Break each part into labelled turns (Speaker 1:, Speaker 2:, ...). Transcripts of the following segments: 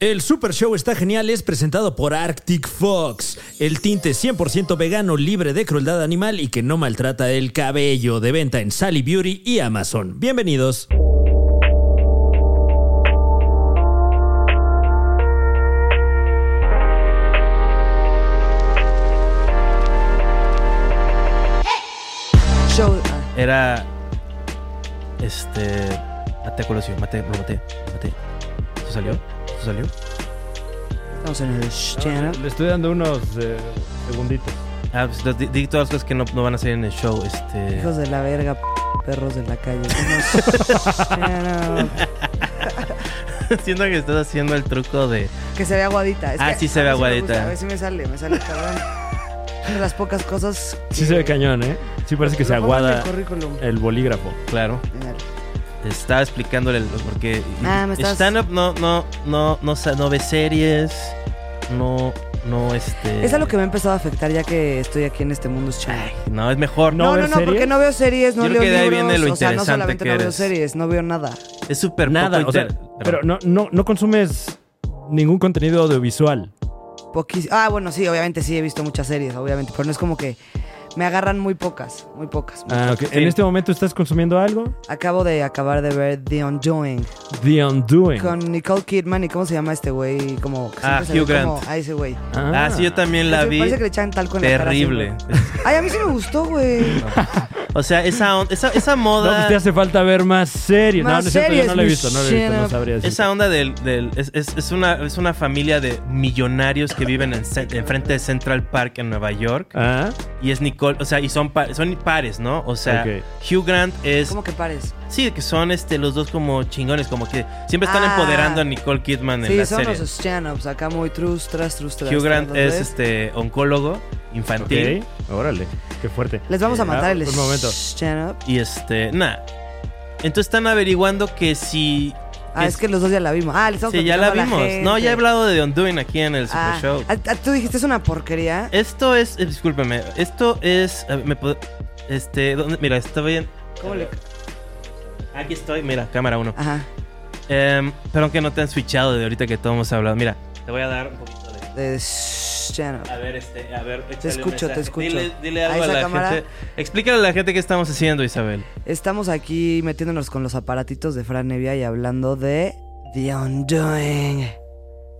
Speaker 1: El Super Show está genial es presentado por Arctic Fox, el tinte 100% vegano libre de crueldad animal y que no maltrata el cabello, de venta en Sally Beauty y Amazon. Bienvenidos.
Speaker 2: Show. ah,
Speaker 3: Era. Este. Mate a Colosio, mate, lo maté, maté. ¿Se salió? ¿Se salió?
Speaker 2: Estamos en el stand-up.
Speaker 4: Le estoy dando unos eh, segunditos.
Speaker 3: Ah, pues los- di, di todas las cosas que no, no van a salir en el show. Este.
Speaker 2: Hijos de la verga, p- perros de la calle. No, no, no.
Speaker 3: Siento que estás haciendo el truco de.
Speaker 2: Que se ve aguadita. Es
Speaker 3: Ah,
Speaker 2: que
Speaker 3: sí se ve
Speaker 2: a mí me
Speaker 3: aguadita.
Speaker 2: gusta, A ver si me sale, me sale cabrón. De las pocas cosas.
Speaker 4: Sí se ve cañón, ¿eh? Sí parece que se
Speaker 2: Lo pongo en el
Speaker 4: aguada
Speaker 2: currículum.
Speaker 4: el bolígrafo.
Speaker 3: Claro.
Speaker 2: Mira,
Speaker 3: Te estaba explicándole el- porque.
Speaker 2: Ah, me estás-
Speaker 3: Stand-up no, no, no, no, sa- no ve series. No, no, este.
Speaker 2: Es algo que me ha empezado a afectar ya que estoy aquí en este mundo stand-up.
Speaker 3: No, es mejor.
Speaker 4: No.
Speaker 2: No, no,
Speaker 4: ver
Speaker 2: no, porque
Speaker 4: series?
Speaker 2: no veo series, no
Speaker 3: Yo
Speaker 2: leo
Speaker 3: creo que de ahí
Speaker 2: libros.
Speaker 3: viene lo
Speaker 2: o sea, no
Speaker 3: interesante
Speaker 2: solamente
Speaker 3: que
Speaker 2: no veo
Speaker 3: eres.
Speaker 2: series, no veo nada.
Speaker 3: Es súper
Speaker 4: Nada,
Speaker 3: poco
Speaker 4: o sea,
Speaker 3: inter-
Speaker 4: pero no, no, no consumes ningún contenido audiovisual.
Speaker 2: Poquis- Ah, bueno, sí, obviamente sí he visto muchas series, obviamente, pero no es como que me agarran muy pocas, muy pocas. muy
Speaker 4: Ah,
Speaker 2: pocas.
Speaker 4: ok. ¿En este momento estás consumiendo algo?
Speaker 2: Acabo de acabar de ver The Undoing
Speaker 4: The Undoing.
Speaker 2: con Nicole Kidman y cómo se llama este güey, como que
Speaker 3: Ah,
Speaker 2: siempre se ve
Speaker 3: Hugh Grant.
Speaker 2: como a ese güey.
Speaker 3: Ah, sí, yo también la
Speaker 2: Parece-
Speaker 3: vi.
Speaker 2: Parece que le echan talco en
Speaker 3: Terrible.
Speaker 2: la cara. siempre. Ay, a mí sí me gustó, güey.
Speaker 3: O sea, esa, on- esa, esa
Speaker 4: No, pues
Speaker 3: moda.
Speaker 4: te hace falta ver más series. no,
Speaker 2: Más
Speaker 4: no es cierto, yo no
Speaker 2: series,
Speaker 4: la he visto, no la he visto,
Speaker 2: Michelle.
Speaker 4: no sabría decir.
Speaker 3: Esa onda del, del- es, es- es una, es una familia de millonarios que viven en, cen- enfrente de Central Park en Nueva York.
Speaker 4: Ah,
Speaker 3: Y es Nicole, o sea, y son, pa- son pares, ¿no? O sea,
Speaker 4: Ok.
Speaker 3: Hugh Grant es.
Speaker 2: ¿Cómo que pares?
Speaker 3: Sí, que son este, los dos como chingones, como que siempre están
Speaker 2: Ah.
Speaker 3: empoderando a Nicole Kidman en
Speaker 2: Sí,
Speaker 3: la
Speaker 2: son
Speaker 3: serie.
Speaker 2: los stand-ups acá muy trus, tras, trus, tras.
Speaker 3: Hugh Grant
Speaker 2: tras,
Speaker 3: es
Speaker 2: ¿ves?
Speaker 3: este oncólogo
Speaker 4: ok.
Speaker 3: infantil.
Speaker 4: Órale, qué fuerte.
Speaker 2: Les vamos a
Speaker 3: este,
Speaker 4: Ah,
Speaker 2: matar el
Speaker 3: pues,
Speaker 4: un momento.
Speaker 2: stand-up.
Speaker 3: Y este, nada. Entonces están averiguando que si.
Speaker 2: Ah, es que los dos ya la vimos. Ah, les estamos
Speaker 3: Sí, ya la
Speaker 2: platicando
Speaker 3: vimos.
Speaker 2: a
Speaker 3: no, ya he
Speaker 2: gente.
Speaker 3: hablado de The Undoing aquí en el Super
Speaker 2: Ah,
Speaker 3: Show.
Speaker 2: ah, ah, tú dijiste es una porquería.
Speaker 3: Esto es, eh, discúlpeme, esto es, eh, me puedo- este, ¿dónde? mira, está bien.
Speaker 2: ¿Cómo le-
Speaker 3: Aquí estoy, mira, cámara 1.
Speaker 2: Ajá,
Speaker 3: pero que no te han switchado de ahorita que todos hemos hablado. Mira, te voy a dar un poquito de...
Speaker 2: de stand-up.
Speaker 3: A ver, este, a ver, échale un
Speaker 2: escucho, te
Speaker 3: mensaje.
Speaker 2: escucho.
Speaker 3: Dile, dile
Speaker 2: ¿A
Speaker 3: algo a,
Speaker 2: esa
Speaker 3: la
Speaker 2: cámara?
Speaker 3: gente. Explícale a la gente qué estamos haciendo, Isabel.
Speaker 2: Estamos aquí metiéndonos con los aparatitos de Fran Nevia y hablando de The Undoing.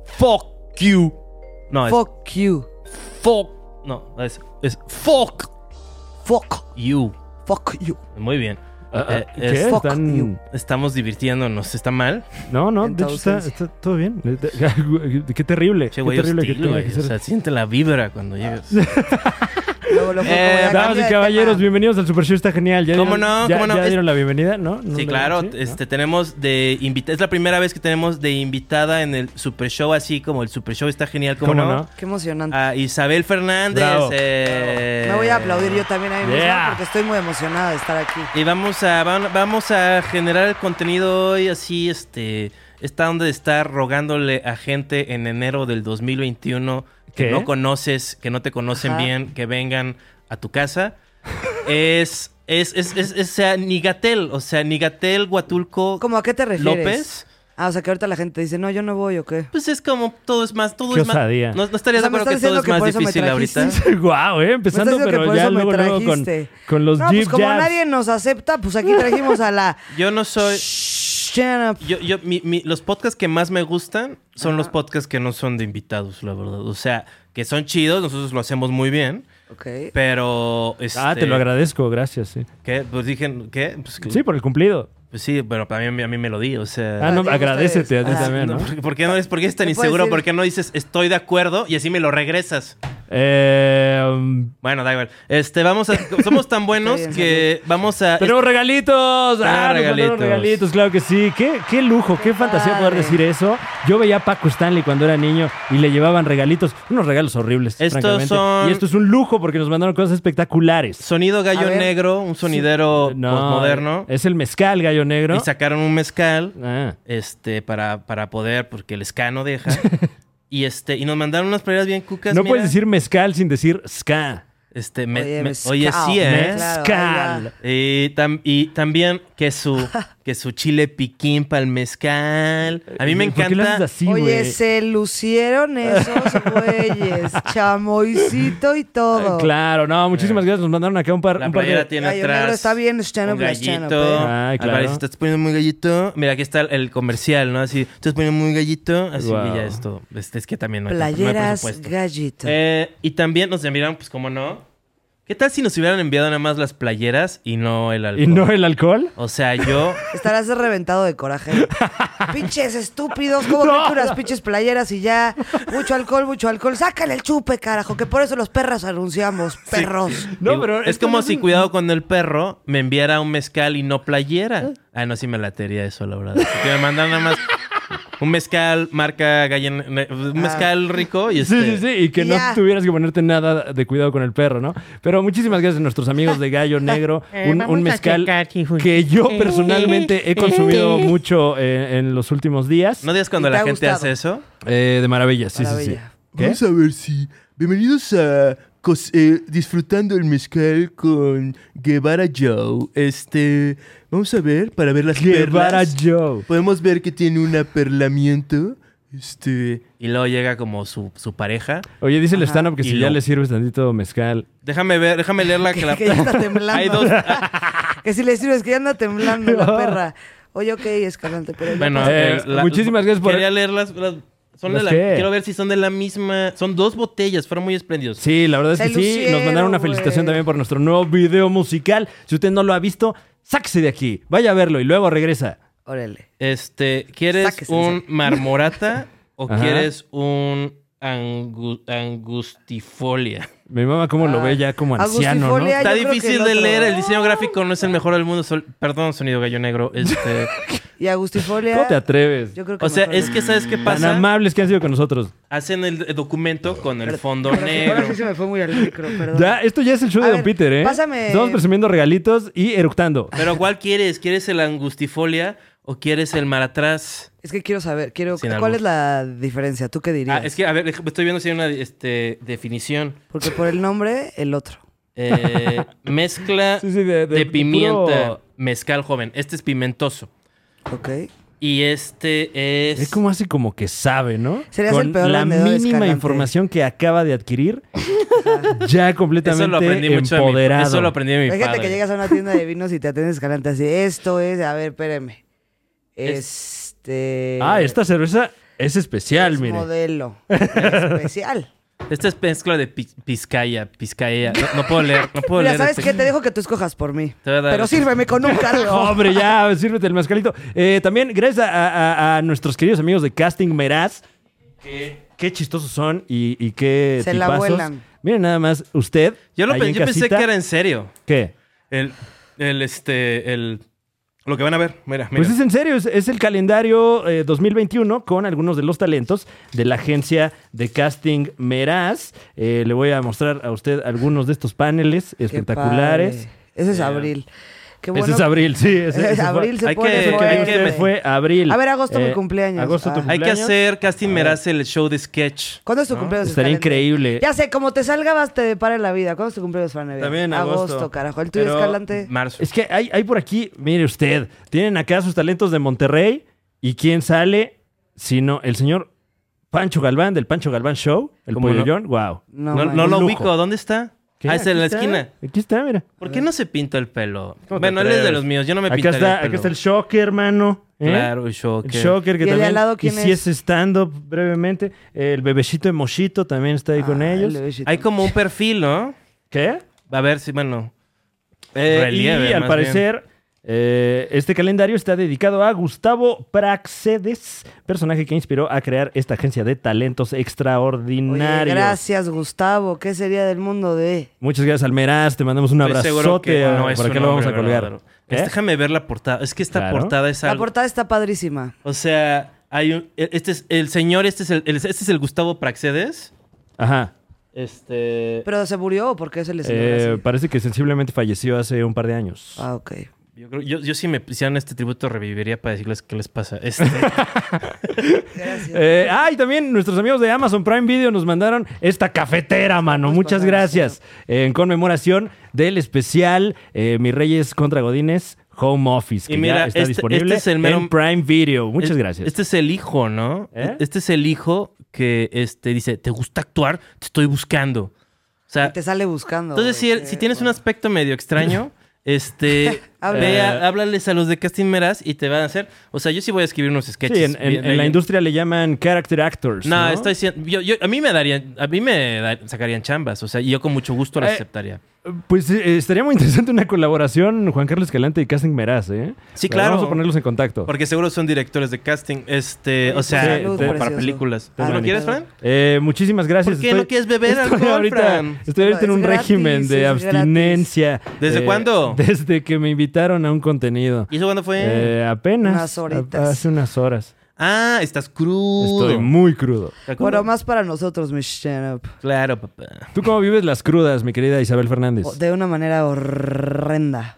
Speaker 3: Fuck you. No,
Speaker 2: Fuck you.
Speaker 3: es fuck. No, es, es fuck
Speaker 2: Fuck.
Speaker 3: you.
Speaker 2: Fuck you.
Speaker 3: Muy bien.
Speaker 4: Ah, ah,
Speaker 3: Eh,
Speaker 4: ¿Qué?
Speaker 3: es-
Speaker 2: Fuck
Speaker 4: Están-
Speaker 2: you.
Speaker 3: Estamos divirtiéndonos, ¿está mal?
Speaker 4: No, no,
Speaker 2: En
Speaker 4: de
Speaker 2: tu
Speaker 4: hecho está,
Speaker 2: ausencia.
Speaker 4: está todo bien. Qué terrible.
Speaker 3: Che,
Speaker 4: qué
Speaker 3: güey,
Speaker 4: terrible
Speaker 3: hostil,
Speaker 4: que tenga
Speaker 3: güey.
Speaker 4: que
Speaker 3: O
Speaker 4: ser. Ah.
Speaker 3: sea, siente la vibra cuando llegas.
Speaker 2: Luego lo fue
Speaker 3: Eh,
Speaker 2: como ya
Speaker 4: Damas
Speaker 2: cambia
Speaker 4: y
Speaker 2: de
Speaker 4: caballeros,
Speaker 2: tema.
Speaker 4: bienvenidos al Super Show, está genial. ¿Ya
Speaker 3: ¿Cómo
Speaker 4: dieron,
Speaker 3: no?
Speaker 4: ya-
Speaker 3: ¿Cómo no?
Speaker 4: ya
Speaker 3: Es-
Speaker 4: dieron la bienvenida? ¿No? ¿No
Speaker 3: Sí,
Speaker 4: la-
Speaker 3: claro,
Speaker 4: sí? ¿No?
Speaker 3: este tenemos de invitada, es la primera vez que tenemos de invitada en el Super Show, así como el Super Show está genial, como
Speaker 4: ¿Cómo
Speaker 3: no?
Speaker 4: no?
Speaker 2: Qué emocionante.
Speaker 4: Ah,
Speaker 3: A Isabel Fernández.
Speaker 4: Bravo.
Speaker 3: eh,
Speaker 2: Me voy a aplaudir yo también a mí misma
Speaker 4: Yeah.
Speaker 2: porque estoy muy emocionada de estar aquí.
Speaker 3: Y vamos a van- vamos a generar el contenido hoy así este esta onda de estar rogándole a gente en enero del 2021 que
Speaker 4: ¿Qué?
Speaker 3: no conoces, que no te conocen
Speaker 2: Ajá.
Speaker 3: bien, que vengan a tu casa. es es es, es- es, o sea, Nigatel, o sea, Nigatel Huatulco
Speaker 2: ¿Cómo a qué te refieres?
Speaker 3: López.
Speaker 2: Ah, o sea que ahorita la gente dice, no, yo no voy o qué.
Speaker 3: Pues es como todo es más, todo
Speaker 4: Qué
Speaker 3: es más.
Speaker 4: osadía.
Speaker 3: No, no estaría
Speaker 2: O sea,
Speaker 3: de
Speaker 2: me
Speaker 3: acuerdo que
Speaker 2: estás
Speaker 3: todo es
Speaker 2: diciendo
Speaker 3: más
Speaker 2: que por eso
Speaker 3: difícil
Speaker 2: me
Speaker 3: ahorita.
Speaker 2: trajiste.
Speaker 4: Guau, eh, empezando,
Speaker 2: diciendo que
Speaker 4: pero
Speaker 2: por
Speaker 4: ya
Speaker 2: eso me
Speaker 4: luego, luego con,
Speaker 2: trajiste.
Speaker 4: con los
Speaker 2: No,
Speaker 4: Jeep
Speaker 2: pues como
Speaker 4: Jabs.
Speaker 2: nadie nos acepta, pues aquí trajimos a la
Speaker 3: Yo no soy.
Speaker 2: stand-up.
Speaker 3: Yo, yo, mi- mi- los podcasts que más me gustan son los podcasts que no son de invitados, la verdad. O sea, que son chidos, nosotros lo hacemos muy bien,
Speaker 2: Ok.
Speaker 3: pero. Este,
Speaker 4: Ah, te lo agradezco, gracias. Sí,
Speaker 3: ¿Qué? Pues dije, ¿qué? Pues,
Speaker 4: sí por el cumplido.
Speaker 3: pues sí, pero para mí, a mí me lo di, o sea.
Speaker 4: Ah, no,
Speaker 2: digan
Speaker 4: agradecete a ti
Speaker 2: ustedes. Ah,
Speaker 4: también,
Speaker 3: no,
Speaker 4: ¿no?
Speaker 3: ¿por, por qué no es? ¿Por qué es tan
Speaker 2: ¿Qué puedo
Speaker 3: inseguro?
Speaker 2: decir?
Speaker 3: ¿Por qué no dices estoy de acuerdo y así me lo regresas?
Speaker 4: Eh, um,
Speaker 3: Bueno, da igual. Este, vamos a. Somos tan buenos
Speaker 2: bien,
Speaker 3: que vamos a.
Speaker 4: ¡Tenemos regalitos! ¡Ah, nos mandaron
Speaker 3: regalitos.
Speaker 4: regalitos. Claro que sí. ¡Qué, qué lujo! ¡Qué, fantasía poder
Speaker 2: padre.
Speaker 4: decir eso! Yo veía a Paco Stanley cuando era niño y le llevaban regalitos. Unos regalos horribles,
Speaker 3: Estos
Speaker 4: francamente.
Speaker 3: son-
Speaker 4: Y esto es un lujo porque nos mandaron cosas espectaculares.
Speaker 3: Sonido Gallo
Speaker 2: A ver.
Speaker 3: Negro, un sonidero postmoderno.
Speaker 4: Es el mezcal, gallo negro.
Speaker 3: Y sacaron un mezcal
Speaker 4: Ah.
Speaker 3: este, para, para poder, porque el ska no deja. y, este, y nos mandaron unas playeras bien cucas.
Speaker 4: No
Speaker 3: mira.
Speaker 4: puedes decir mezcal sin decir ska.
Speaker 3: Este, me-
Speaker 2: Oye,
Speaker 3: me-
Speaker 2: mezcal.
Speaker 3: oye, sí, ¿eh?
Speaker 2: Mezcal.
Speaker 4: Mezcal.
Speaker 3: Y, tam- y también que su, que su chile piquín para el mezcal. A mí me
Speaker 4: ¿Por qué lo haces
Speaker 3: encanta.
Speaker 4: así,
Speaker 2: Oye,
Speaker 4: güey?
Speaker 2: se lucieron esos güeyes. Chamoycito y todo.
Speaker 4: Eh, Claro, no, muchísimas gracias. Nos mandaron acá un par,
Speaker 3: Eh, La
Speaker 4: un par de-
Speaker 3: playera tiene
Speaker 2: Gallo Negro
Speaker 3: atrás.
Speaker 2: está bien, Stand
Speaker 3: un
Speaker 2: Up, Stand Up,
Speaker 3: gallito.
Speaker 4: eh. Ay, claro.
Speaker 3: Álvarez, estás poniendo muy gallito. Mira, aquí está el comercial, ¿no? Así, estás poniendo muy gallito. Así
Speaker 4: Wow.
Speaker 3: que ya es todo. Este, Es, es que también no hay, tanto- no hay
Speaker 2: Playeras
Speaker 3: presupuesto.
Speaker 2: gallito.
Speaker 3: Eh, y también nos enviaron, pues, como no? ¿Qué tal si nos hubieran enviado nada más las playeras y no el alcohol?
Speaker 4: ¿Y no el alcohol?
Speaker 3: O sea, yo...
Speaker 2: Estarás reventado de coraje. pinches estúpidos, ¿cómo creen que unas pinches playeras y ya? Mucho alcohol, mucho alcohol. Sácale el chupe, carajo, que por eso los perros anunciamos, perros.
Speaker 4: No,
Speaker 3: y-
Speaker 4: pero
Speaker 3: es
Speaker 4: esto
Speaker 3: como
Speaker 4: no
Speaker 3: si
Speaker 4: un-
Speaker 3: cuidado con el perro me enviara un mezcal y no playera. Ah, no, sí me latería eso, la verdad. Que me mandan nada más un mezcal marca gallen... Un mezcal rico y este...
Speaker 4: Ah. Sí, sí, sí, y que no
Speaker 2: Ya.
Speaker 4: tuvieras que ponerte nada de cuidado con el perro, ¿no? Pero muchísimas gracias a nuestros amigos de Gallo Negro,
Speaker 2: Eh,
Speaker 4: un, un mezcal que yo personalmente he consumido mucho eh, en los últimos días.
Speaker 3: ¿No digas cuando
Speaker 2: ¿Y te
Speaker 3: la
Speaker 2: ha
Speaker 3: gente
Speaker 2: gustado?
Speaker 3: hace eso?
Speaker 4: Eh, de maravilla, sí, sí,
Speaker 2: Maravilla.
Speaker 4: sí. ¿Qué?
Speaker 5: Vamos a ver si. Bienvenidos a cos- eh, Disfrutando el Mezcal con Guevara Joe. Este. Vamos a ver, para ver las
Speaker 4: Guevara
Speaker 5: perlas.
Speaker 4: Joe.
Speaker 5: Podemos ver que tiene un aperlamiento. Este.
Speaker 3: Y luego llega como su, su pareja.
Speaker 4: Oye, dice el stand-up que
Speaker 3: Y
Speaker 4: si
Speaker 3: lo-
Speaker 4: ya le sirves tantito mezcal.
Speaker 3: Déjame ver, déjame leer la...
Speaker 2: Que,
Speaker 3: que la-
Speaker 2: que ya está temblando.
Speaker 3: Hay dos... Ah,
Speaker 2: Que si le sirves, que ya anda temblando la perra. Oye, ok, escalante, pero ya
Speaker 3: Bueno,
Speaker 2: pasó.
Speaker 4: Eh, muchísimas gracias por-
Speaker 3: Quería leer las... las- son de la-
Speaker 4: ¿Las qué?
Speaker 3: quiero ver si son de la misma... Son dos botellas, fueron muy espléndidos.
Speaker 4: Sí, la verdad es
Speaker 2: Se
Speaker 4: que sí. Nos
Speaker 2: lucieron,
Speaker 4: mandaron una felicitación
Speaker 2: güey.
Speaker 4: también por nuestro nuevo video musical. Si usted no lo ha visto, sáquese de aquí. Vaya a verlo y luego regresa.
Speaker 2: Órale.
Speaker 3: Este, ¿quieres
Speaker 2: Sáquese,
Speaker 3: un
Speaker 2: dice.
Speaker 3: marmorata o
Speaker 4: Ajá.
Speaker 3: quieres un angu- angustifolia?
Speaker 4: Mi mamá cómo lo
Speaker 2: Ah,
Speaker 4: ve ya como
Speaker 2: Agustín
Speaker 4: anciano, ¿no?
Speaker 2: Folia, Ah,
Speaker 3: Está
Speaker 2: yo Ah, creo que
Speaker 3: difícil
Speaker 2: el
Speaker 3: de
Speaker 2: otro-
Speaker 3: leer, el diseño gráfico no es el mejor del mundo. sol- Perdón, sonido gallo negro. Este,
Speaker 2: Y Agustifolia.
Speaker 4: ¿Cómo te atreves?
Speaker 2: Yo creo que
Speaker 3: o sea,
Speaker 2: mejor
Speaker 3: es
Speaker 2: no.
Speaker 3: que ¿sabes qué
Speaker 4: Tan
Speaker 3: pasa?
Speaker 4: amables que han sido con nosotros.
Speaker 3: Hacen el documento con el fondo
Speaker 2: Ahora sí-
Speaker 3: negro.
Speaker 2: Ahora sí se me fue muy al micro, perdón.
Speaker 4: Ya, esto ya es el show
Speaker 2: A
Speaker 4: de
Speaker 2: ver,
Speaker 4: Don Peter, ¿eh?
Speaker 2: pásame- Ah,
Speaker 4: Estamos presumiendo regalitos y eructando.
Speaker 3: Pero ¿cuál quieres? ¿Quieres el angustifolia o quieres el maratrás?
Speaker 2: Es que quiero saber, quiero
Speaker 3: Sin
Speaker 2: ¿cuál
Speaker 3: albur.
Speaker 2: es la diferencia? ¿Tú qué
Speaker 3: Ah,
Speaker 2: dirías?
Speaker 3: es que, a ver, dej- estoy viendo si hay una este, definición.
Speaker 2: Porque por el nombre, el otro.
Speaker 3: Eh, mezcla
Speaker 4: Sí, sí, de- de-
Speaker 3: de,
Speaker 4: de
Speaker 3: pimienta,
Speaker 4: puro-
Speaker 3: mezcal joven. Este es pimentoso.
Speaker 2: Ok.
Speaker 3: Y este es.
Speaker 4: Es como así como que sabe, ¿no?
Speaker 2: Serías
Speaker 4: Con
Speaker 2: el peor
Speaker 4: la
Speaker 2: vendedor,
Speaker 4: mínima
Speaker 2: Escalante.
Speaker 4: información que acaba de adquirir, ya completamente
Speaker 3: Eso lo aprendí mucho. de mi-
Speaker 4: empoderado.
Speaker 3: eso lo aprendí de mi
Speaker 2: Imagínate
Speaker 3: padre.
Speaker 2: que llegas a una tienda de vinos y te atiendes escalante así. Esto es, a ver, espérame. Este.
Speaker 4: Ah, esta cerveza es especial,
Speaker 2: es
Speaker 4: mire.
Speaker 2: modelo. especial.
Speaker 3: Esta es mezcla de pi- pizcaya, pizcaya. No, no puedo leer, no puedo
Speaker 2: Mira,
Speaker 3: leer.
Speaker 2: ¿sabes
Speaker 3: este-
Speaker 2: qué? Te dejo que tú escojas por mí.
Speaker 3: Te voy a dar
Speaker 2: Pero
Speaker 3: este.
Speaker 2: sírveme con un cargo.
Speaker 4: Hombre, ya, sírvete el mascarito. Eh, también gracias a, a- a nuestros queridos amigos de Casting Meraz. que- Qué chistosos son y, y qué
Speaker 2: Se la
Speaker 4: tipazos.
Speaker 2: vuelan.
Speaker 4: Miren nada más, usted.
Speaker 3: Yo, lo
Speaker 4: ahí
Speaker 3: pen-
Speaker 4: en
Speaker 3: yo pensé
Speaker 4: casita,
Speaker 3: que era en serio.
Speaker 4: ¿Qué?
Speaker 3: El, el, este, el. Lo que van a ver. Mira, mira.
Speaker 4: Pues es en serio, es, es el calendario eh, 2021 con algunos de los talentos de la agencia de casting Meraz. Eh, le voy a mostrar a usted algunos de estos paneles
Speaker 2: Qué
Speaker 4: espectaculares.
Speaker 2: padre. Ese es abril. Qué bueno.
Speaker 4: Ese es abril, sí. Ese,
Speaker 2: Ese
Speaker 4: ese fue-
Speaker 2: abril se
Speaker 3: Hay
Speaker 2: pone
Speaker 3: que-
Speaker 4: Porque
Speaker 3: hay que-
Speaker 4: usted
Speaker 2: fuerte.
Speaker 4: fue abril. Eh,
Speaker 2: A ver, agosto, mi cumpleaños.
Speaker 4: Agosto, tu
Speaker 2: Ah.
Speaker 3: Hay que
Speaker 4: cumpleaños.
Speaker 3: hacer casting Meraz el show de sketch.
Speaker 2: ¿Cuándo es tu cumpleaños?
Speaker 4: Estaría
Speaker 2: Escalante?
Speaker 4: increíble.
Speaker 2: Ya sé, como te salgabas, te depara la vida. ¿Cuándo es tu cumpleaños, Fran Evia?
Speaker 4: También agosto.
Speaker 2: carajo. El tuyo,
Speaker 4: Pero-
Speaker 2: Escalante.
Speaker 3: Marzo.
Speaker 4: Es que hay, hay por aquí, mire usted, tienen acá sus talentos de Monterrey y quién sale, sino el señor Pancho Galván del Pancho Galván Show, el
Speaker 3: ¿Cómo no?
Speaker 4: pollollón, wow.
Speaker 2: No,
Speaker 3: No, no
Speaker 2: man.
Speaker 3: lo
Speaker 4: lujo.
Speaker 3: ubico. ¿Dónde está? Ah, es en la esquina.
Speaker 4: Aquí está, mira.
Speaker 3: ¿Por qué no se pinta el pelo?
Speaker 4: ¿Cómo te
Speaker 3: Bueno, él es de
Speaker 4: atreves?
Speaker 3: los míos. Yo no me
Speaker 4: acá
Speaker 3: pintaría
Speaker 4: está,
Speaker 3: el pelo.
Speaker 4: acá está el Shocker, hermano. ¿eh?
Speaker 3: Claro, el show.
Speaker 4: El
Speaker 3: que-
Speaker 4: Shocker que
Speaker 2: ¿Y el de
Speaker 4: también
Speaker 2: al lado quién
Speaker 4: y si
Speaker 2: es?
Speaker 4: es stand-up brevemente. El bebecito de Moshito también está ahí con
Speaker 2: Ah,
Speaker 4: ellos.
Speaker 2: el bebecito.
Speaker 3: Hay como un perfil, ¿no?
Speaker 4: ¿Qué?
Speaker 3: A ver si, bueno.
Speaker 4: Eh,
Speaker 3: Relieve,
Speaker 4: y al
Speaker 3: más
Speaker 4: parecer, eh, este calendario está dedicado a Gustavo Praxedes, personaje que inspiró a crear esta agencia de talentos
Speaker 2: Oye,
Speaker 4: extraordinarios.
Speaker 2: gracias, Gustavo. ¿Qué sería del mundo de...?
Speaker 4: Muchas gracias, Almeraz. Te mandamos un
Speaker 3: Estoy seguro
Speaker 4: abrazote.
Speaker 3: que no es
Speaker 4: Por
Speaker 3: un
Speaker 4: acá lo vamos a
Speaker 3: hombre
Speaker 4: colgar.
Speaker 3: verdadero.
Speaker 4: ¿Eh?
Speaker 3: Es- Este, Déjame ver la portada. Es que esta
Speaker 4: Claro.
Speaker 3: portada es
Speaker 2: La
Speaker 3: algo.
Speaker 2: portada está padrísima.
Speaker 3: o sea, hay un. Este es el señor, este es el, el- este es el Gustavo Praxedes.
Speaker 4: Ajá.
Speaker 3: Este.
Speaker 2: ¿Pero se murió o por qué se le
Speaker 4: Eh,
Speaker 2: celebró así?
Speaker 4: parece que sensiblemente falleció hace un par de años.
Speaker 2: Ah, ok.
Speaker 3: Yo, creo- yo, yo si me hicieran este tributo reviviría para decirles qué les pasa. Este,
Speaker 2: Gracias.
Speaker 4: Eh, ah, y también nuestros amigos de Amazon Prime Video nos mandaron esta cafetera, mano.
Speaker 3: Pues
Speaker 4: Muchas gracias. En conmemoración del especial eh, Mis Reyes contra Godines, Home Office, que
Speaker 3: Y mira,
Speaker 4: ya está
Speaker 3: este-
Speaker 4: disponible
Speaker 3: este es el mero-
Speaker 4: en Prime Video. Muchas
Speaker 3: Es-
Speaker 4: gracias.
Speaker 3: Este es el hijo, ¿no?
Speaker 4: ¿Eh?
Speaker 3: Este es el hijo que este, dice, ¿te gusta actuar? Te estoy buscando. O sea,
Speaker 2: Y te sale buscando.
Speaker 3: entonces si,
Speaker 2: güey,
Speaker 3: si
Speaker 2: sí,
Speaker 3: tienes un
Speaker 2: bueno.
Speaker 3: aspecto medio extraño, este, ve a- háblales a los de Casting Meras y te van a hacer... O sea, yo sí voy a escribir unos sketches.
Speaker 4: Sí, en, en-
Speaker 3: bien-
Speaker 4: en la
Speaker 3: bien-
Speaker 4: industria le llaman character actors.
Speaker 3: Pues, No,
Speaker 4: No,
Speaker 3: estoy diciendo... yo- yo- a mí me darían... A mí me da- sacarían chambas. O sea, y yo con mucho gusto las
Speaker 4: Eh,
Speaker 3: aceptaría.
Speaker 4: Pues eh, estaría muy interesante una colaboración Juan Carlos Escalante y Casting Meraz, ¿eh?
Speaker 3: Sí,
Speaker 4: Pero
Speaker 3: claro.
Speaker 4: Vamos a ponerlos en contacto.
Speaker 3: Porque seguro son directores de casting. Este, o
Speaker 2: pues,
Speaker 3: sea,
Speaker 4: salud,
Speaker 3: como para
Speaker 2: precioso.
Speaker 3: películas. ¿Tú
Speaker 2: Ah,
Speaker 3: lo
Speaker 4: Fran.
Speaker 3: quieres, Fran?
Speaker 4: Eh, muchísimas gracias.
Speaker 3: ¿Por qué no quieres beber
Speaker 4: estoy
Speaker 3: alcohol,
Speaker 4: ahorita,
Speaker 3: Fran?
Speaker 4: Estoy ahorita en
Speaker 2: No,
Speaker 4: un
Speaker 2: es gratis,
Speaker 4: régimen de
Speaker 2: es
Speaker 4: abstinencia. eh,
Speaker 3: ¿Desde cuándo?
Speaker 4: Desde que me invitaron a un contenido.
Speaker 3: ¿Y eso cuándo fue?
Speaker 4: Eh, apenas.
Speaker 2: Unas horitas.
Speaker 4: a- Hace unas horas.
Speaker 3: Ah, estás crudo.
Speaker 4: Estoy muy crudo.
Speaker 3: ¿Te acuerdas?
Speaker 2: Bueno, más para nosotros, mi stand up.
Speaker 3: Claro, papá.
Speaker 4: ¿Tú cómo vives las crudas, mi querida Isabel Fernández?
Speaker 2: Oh, De una manera horrenda.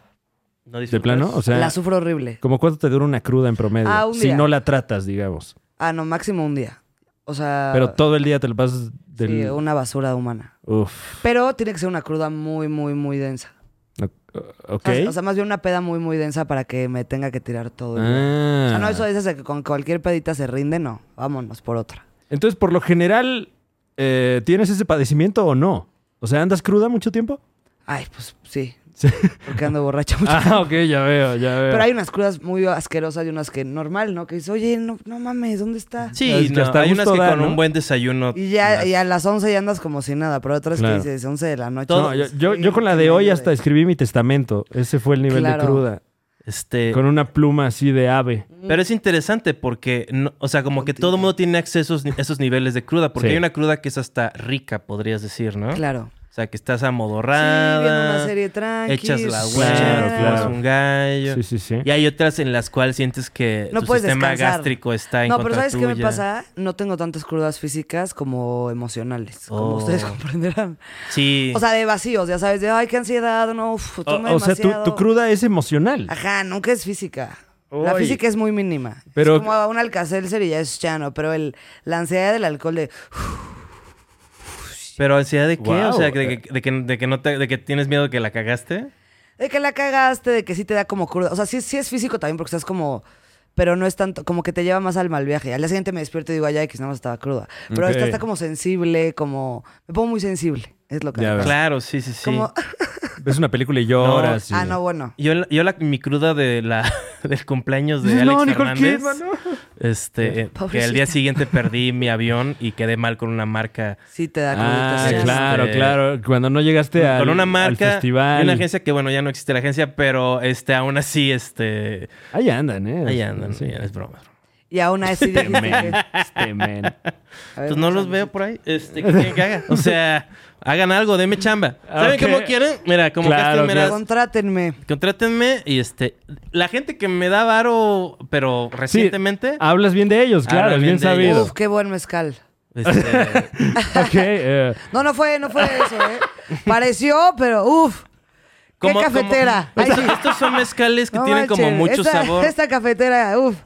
Speaker 3: No
Speaker 4: ¿De
Speaker 3: disfrutas.
Speaker 4: plano? O sea,
Speaker 2: La sufro horrible.
Speaker 4: ¿como cuánto te dura una cruda en promedio?
Speaker 2: Ah, un
Speaker 4: si
Speaker 2: día.
Speaker 4: no la tratas, digamos.
Speaker 2: Ah, no, máximo un día. O sea.
Speaker 4: Pero todo el día te lo pasas del...
Speaker 2: Ah. sí, una basura humana.
Speaker 4: Uf.
Speaker 2: Pero tiene que ser una cruda muy, muy, muy densa.
Speaker 4: No-
Speaker 2: O
Speaker 4: Ok.
Speaker 2: sea, O sea, más bien una peda muy, muy densa para que me tenga que tirar todo. el día.
Speaker 4: Ah.
Speaker 2: O sea, no, eso dices de que con cualquier pedita se rinde, no. Vámonos por otra.
Speaker 4: Entonces, por lo general, eh, ¿tienes ese padecimiento o no? O sea, ¿andas cruda mucho tiempo?
Speaker 2: Ay, pues sí.
Speaker 4: Sí.
Speaker 2: Porque ando borracha mucho.
Speaker 4: Ah, ok, ya veo, ya veo.
Speaker 2: Pues, Pero hay unas crudas muy asquerosas y unas que normal, ¿no? Que dices, oye, no, no mames, ¿dónde está?
Speaker 4: Es
Speaker 3: Sí,
Speaker 4: que
Speaker 3: no,
Speaker 4: hasta
Speaker 3: hay unas
Speaker 4: gusto
Speaker 3: que
Speaker 4: da,
Speaker 3: con
Speaker 4: ¿no?
Speaker 3: un buen desayuno.
Speaker 2: Y ya
Speaker 3: las-
Speaker 2: y a las 11 ya andas como si nada, pero otras
Speaker 4: Claro.
Speaker 2: que dices 11 de la noche.
Speaker 4: No, yo, yo- yo con la de hoy hasta escribí mi testamento. Ese fue el nivel
Speaker 2: Claro.
Speaker 4: de cruda. Eh,
Speaker 3: Este,
Speaker 4: Con una pluma así de ave.
Speaker 3: Pero es interesante porque, no- o sea, como que todo el mundo tiene acceso a esos, esos niveles de cruda. Porque
Speaker 4: Sí.
Speaker 3: hay una cruda que es hasta rica, podrías decir, ¿no?
Speaker 2: Claro.
Speaker 3: O sea, que estás
Speaker 2: Sí, viendo una
Speaker 3: amodorrada.
Speaker 2: serie tranqui.
Speaker 3: echas la
Speaker 2: sí.
Speaker 3: hueva,
Speaker 4: Claro,
Speaker 3: te
Speaker 4: claro.
Speaker 3: comes un gallo.
Speaker 4: Sí, sí, sí.
Speaker 3: Y hay otras en las cuales sientes que
Speaker 2: No
Speaker 3: tu
Speaker 2: puedes
Speaker 3: sistema
Speaker 2: descansar.
Speaker 3: gástrico está en
Speaker 2: No, pero
Speaker 3: contra
Speaker 2: ¿sabes qué me
Speaker 3: tuya.
Speaker 2: pasa? No tengo tantas crudas físicas como emocionales, como
Speaker 3: Oh.
Speaker 2: ustedes comprenderán.
Speaker 3: Sí.
Speaker 2: O sea, de vacíos, ya sabes, de ay, qué ansiedad, no, uf,
Speaker 4: O,
Speaker 2: toma
Speaker 4: o sea, tu,
Speaker 2: demasiado. Ah.
Speaker 4: tu cruda es emocional.
Speaker 2: Ajá, nunca es física. La
Speaker 4: Uy.
Speaker 2: física es muy mínima.
Speaker 4: Pero-
Speaker 2: es como un alcacelser y ya es chano, pero el, la ansiedad del alcohol de
Speaker 3: ¿Pero ansiedad de qué? O
Speaker 4: Wow.
Speaker 3: sea, de que, de que- de que no te- de que tienes miedo de que la cagaste.
Speaker 2: De que la cagaste, de que sí te da como cruda. O sea, sí, sí es físico también porque estás como... Pero no es tanto... Como que te lleva más al mal viaje. Al día siguiente me despierto y digo, ay, X, nada más estaba cruda. Pero
Speaker 4: Ok.
Speaker 2: esta está como sensible, como... Me pongo muy sensible. Es lo que...
Speaker 4: Ya
Speaker 2: me
Speaker 4: veo.
Speaker 2: pasa.
Speaker 3: Claro, sí, sí, sí.
Speaker 2: Como-
Speaker 4: Ves una película y lloras. y-
Speaker 2: Ah, no, bueno.
Speaker 3: Yo, la- yo la, mi cruda de la, del cumpleaños de
Speaker 4: Dices,
Speaker 3: Alex
Speaker 4: no, Nicole
Speaker 3: Fernández,
Speaker 4: Kidman, no.
Speaker 3: este, eh, que
Speaker 2: Pobrecita.
Speaker 3: al día siguiente perdí mi avión y quedé mal con una marca,
Speaker 2: Sí te da
Speaker 4: Ah,
Speaker 2: crudita.
Speaker 4: claro,
Speaker 3: Este-
Speaker 4: claro. Cuando no llegaste al,
Speaker 3: con una
Speaker 4: al
Speaker 3: marca,
Speaker 4: festival.
Speaker 3: y una agencia que bueno ya no existe la agencia, pero este aún así este,
Speaker 4: Ahí andan, ¿eh?
Speaker 3: ahí andan,
Speaker 4: Sí.
Speaker 3: ya, es broma.
Speaker 2: Y aún así dijiste que...
Speaker 4: Men,
Speaker 2: A
Speaker 4: este men.
Speaker 2: ver,
Speaker 3: Pues no
Speaker 2: vamos
Speaker 3: los
Speaker 2: a-
Speaker 3: veo por ahí. Este, ¿qué quieren que haga? O sea, hagan algo, denme chamba. ¿Saben
Speaker 4: Ah, Ok.
Speaker 3: cómo quieren? Mira, como
Speaker 4: Claro,
Speaker 3: casting, mira,
Speaker 4: claro.
Speaker 2: Contrátenme.
Speaker 3: contrátenme y este, la gente que me da varo, pero
Speaker 4: Sí, Ah.
Speaker 3: recientemente,
Speaker 4: Hablas bien de ellos, claro,
Speaker 3: Hablo
Speaker 4: es bien
Speaker 3: bien de ellos.
Speaker 4: sabido.
Speaker 2: Uf, qué buen mezcal.
Speaker 3: este,
Speaker 4: Ok, eh,
Speaker 2: No, no fue, no fue eso, ¿eh? Pareció, pero uf. Qué
Speaker 3: como-
Speaker 2: cafetera.
Speaker 3: como-
Speaker 2: Ay,
Speaker 3: Estos-
Speaker 2: sí.
Speaker 3: estos son mezcales que
Speaker 2: No
Speaker 3: tienen como
Speaker 2: manches,
Speaker 3: mucho
Speaker 2: esta-
Speaker 3: sabor.
Speaker 2: Esta cafetera, uff.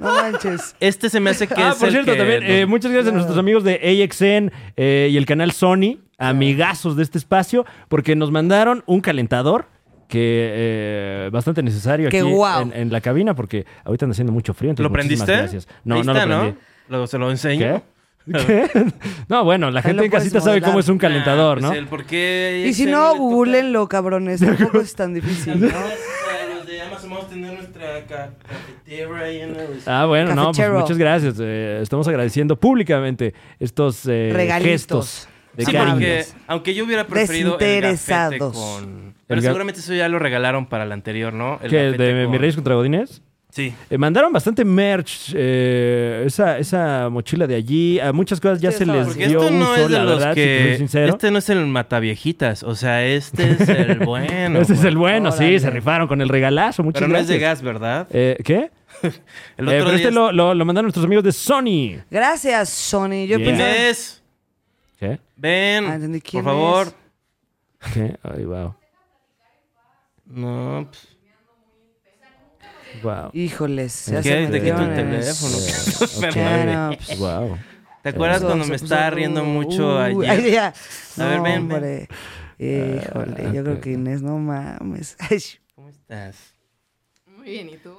Speaker 2: No manches.
Speaker 3: Este se me hace que
Speaker 4: Ah,
Speaker 3: es
Speaker 4: por
Speaker 3: el
Speaker 4: cierto,
Speaker 3: que
Speaker 4: también
Speaker 3: nos- Ah.
Speaker 4: eh, muchas gracias a nuestros amigos de AXN eh, y el canal Sony, amigazos de este espacio, porque nos mandaron un calentador que eh, bastante necesario
Speaker 2: Qué
Speaker 4: aquí
Speaker 2: guau.
Speaker 4: en, en la cabina porque ahorita anda haciendo mucho frío. entonces
Speaker 3: ¿Lo
Speaker 4: muchísimas
Speaker 3: prendiste?
Speaker 4: Gracias. No,
Speaker 3: Ahí
Speaker 4: no
Speaker 3: está,
Speaker 4: lo prendí.
Speaker 3: Luego se lo enseño.
Speaker 4: ¿Qué? ¿Qué? No, bueno, la
Speaker 2: Ahí
Speaker 4: gente
Speaker 2: lo
Speaker 4: en
Speaker 2: puedes
Speaker 4: casita sabe
Speaker 2: modelar.
Speaker 4: cómo es un
Speaker 3: Ah,
Speaker 4: calentador,
Speaker 3: pues
Speaker 4: ¿no?
Speaker 3: el por qué
Speaker 2: Y si
Speaker 3: ese
Speaker 2: no,
Speaker 3: le toca.
Speaker 2: googleenlo, cabrones. Tampoco es tan difícil, ¿no?
Speaker 3: Los de Amazon vamos a tener nuestra ca- cafetera ahí en el-
Speaker 4: Ah, bueno, no, pues
Speaker 2: Cafechero.
Speaker 4: muchas gracias. eh, estamos agradeciendo públicamente estos eh,
Speaker 2: Regalitos.
Speaker 4: gestos de
Speaker 3: Sí,
Speaker 4: cariño.
Speaker 3: porque aunque yo hubiera preferido el gafete
Speaker 2: Desinteresados.
Speaker 3: con... Pero
Speaker 4: El ga-
Speaker 3: seguramente eso ya lo regalaron para el anterior, ¿no? El
Speaker 4: ¿Qué?
Speaker 3: gafete
Speaker 4: ¿De
Speaker 3: con-
Speaker 4: mi Reyes contra Godines?
Speaker 3: Sí.
Speaker 4: Eh, mandaron bastante merch, eh, esa, esa mochila de allí, a muchas cosas ya
Speaker 2: Sí,
Speaker 4: se
Speaker 2: estaba
Speaker 4: les
Speaker 2: bonito.
Speaker 3: Porque
Speaker 4: dio
Speaker 3: esto no
Speaker 4: uso,
Speaker 3: es de
Speaker 4: la
Speaker 3: los
Speaker 4: verdad, si te soy
Speaker 3: que...
Speaker 4: sincero.
Speaker 3: este no es el mataviejitas. O sea, este es el bueno.
Speaker 4: Ese Este es
Speaker 3: güey.
Speaker 4: el bueno, sí,
Speaker 2: Órale.
Speaker 4: se rifaron con el regalazo, muchas
Speaker 3: Pero no es
Speaker 4: gracias.
Speaker 3: de gas, ¿verdad?
Speaker 4: Eh, ¿Qué?
Speaker 3: El
Speaker 4: Eh,
Speaker 3: otro
Speaker 4: pero
Speaker 3: día...
Speaker 4: este lo, lo- lo mandaron nuestros amigos de Sony.
Speaker 2: Gracias, Sony. Yo
Speaker 4: Yeah.
Speaker 2: pensé.
Speaker 3: Inés,
Speaker 4: ¿Qué?
Speaker 3: ven,
Speaker 2: Ah, entendí,
Speaker 3: por
Speaker 2: ¿quién
Speaker 3: favor.
Speaker 2: es?
Speaker 4: ¿Qué? Ay, wow.
Speaker 3: No, pues,
Speaker 4: Wow.
Speaker 2: Híjoles. ya
Speaker 4: ¿Qué?
Speaker 2: se
Speaker 3: ¿de qué tu
Speaker 2: metieron en-
Speaker 3: teléfono?
Speaker 2: Claro, pues,
Speaker 4: Wow.
Speaker 3: ¿Te acuerdas
Speaker 2: eso,
Speaker 3: cuando
Speaker 2: se
Speaker 3: me
Speaker 2: puso
Speaker 3: estaba
Speaker 2: rudo.
Speaker 3: riendo
Speaker 4: Uh,
Speaker 3: mucho
Speaker 2: Uy,
Speaker 3: ayer?
Speaker 2: ay, ya.
Speaker 3: A ver,
Speaker 2: No,
Speaker 3: ven, Ah, ven.
Speaker 2: hombre. Híjole, yo creo que Inés, no mames. Ay,
Speaker 3: ¿Cómo estás?
Speaker 6: Muy bien, ¿y tú?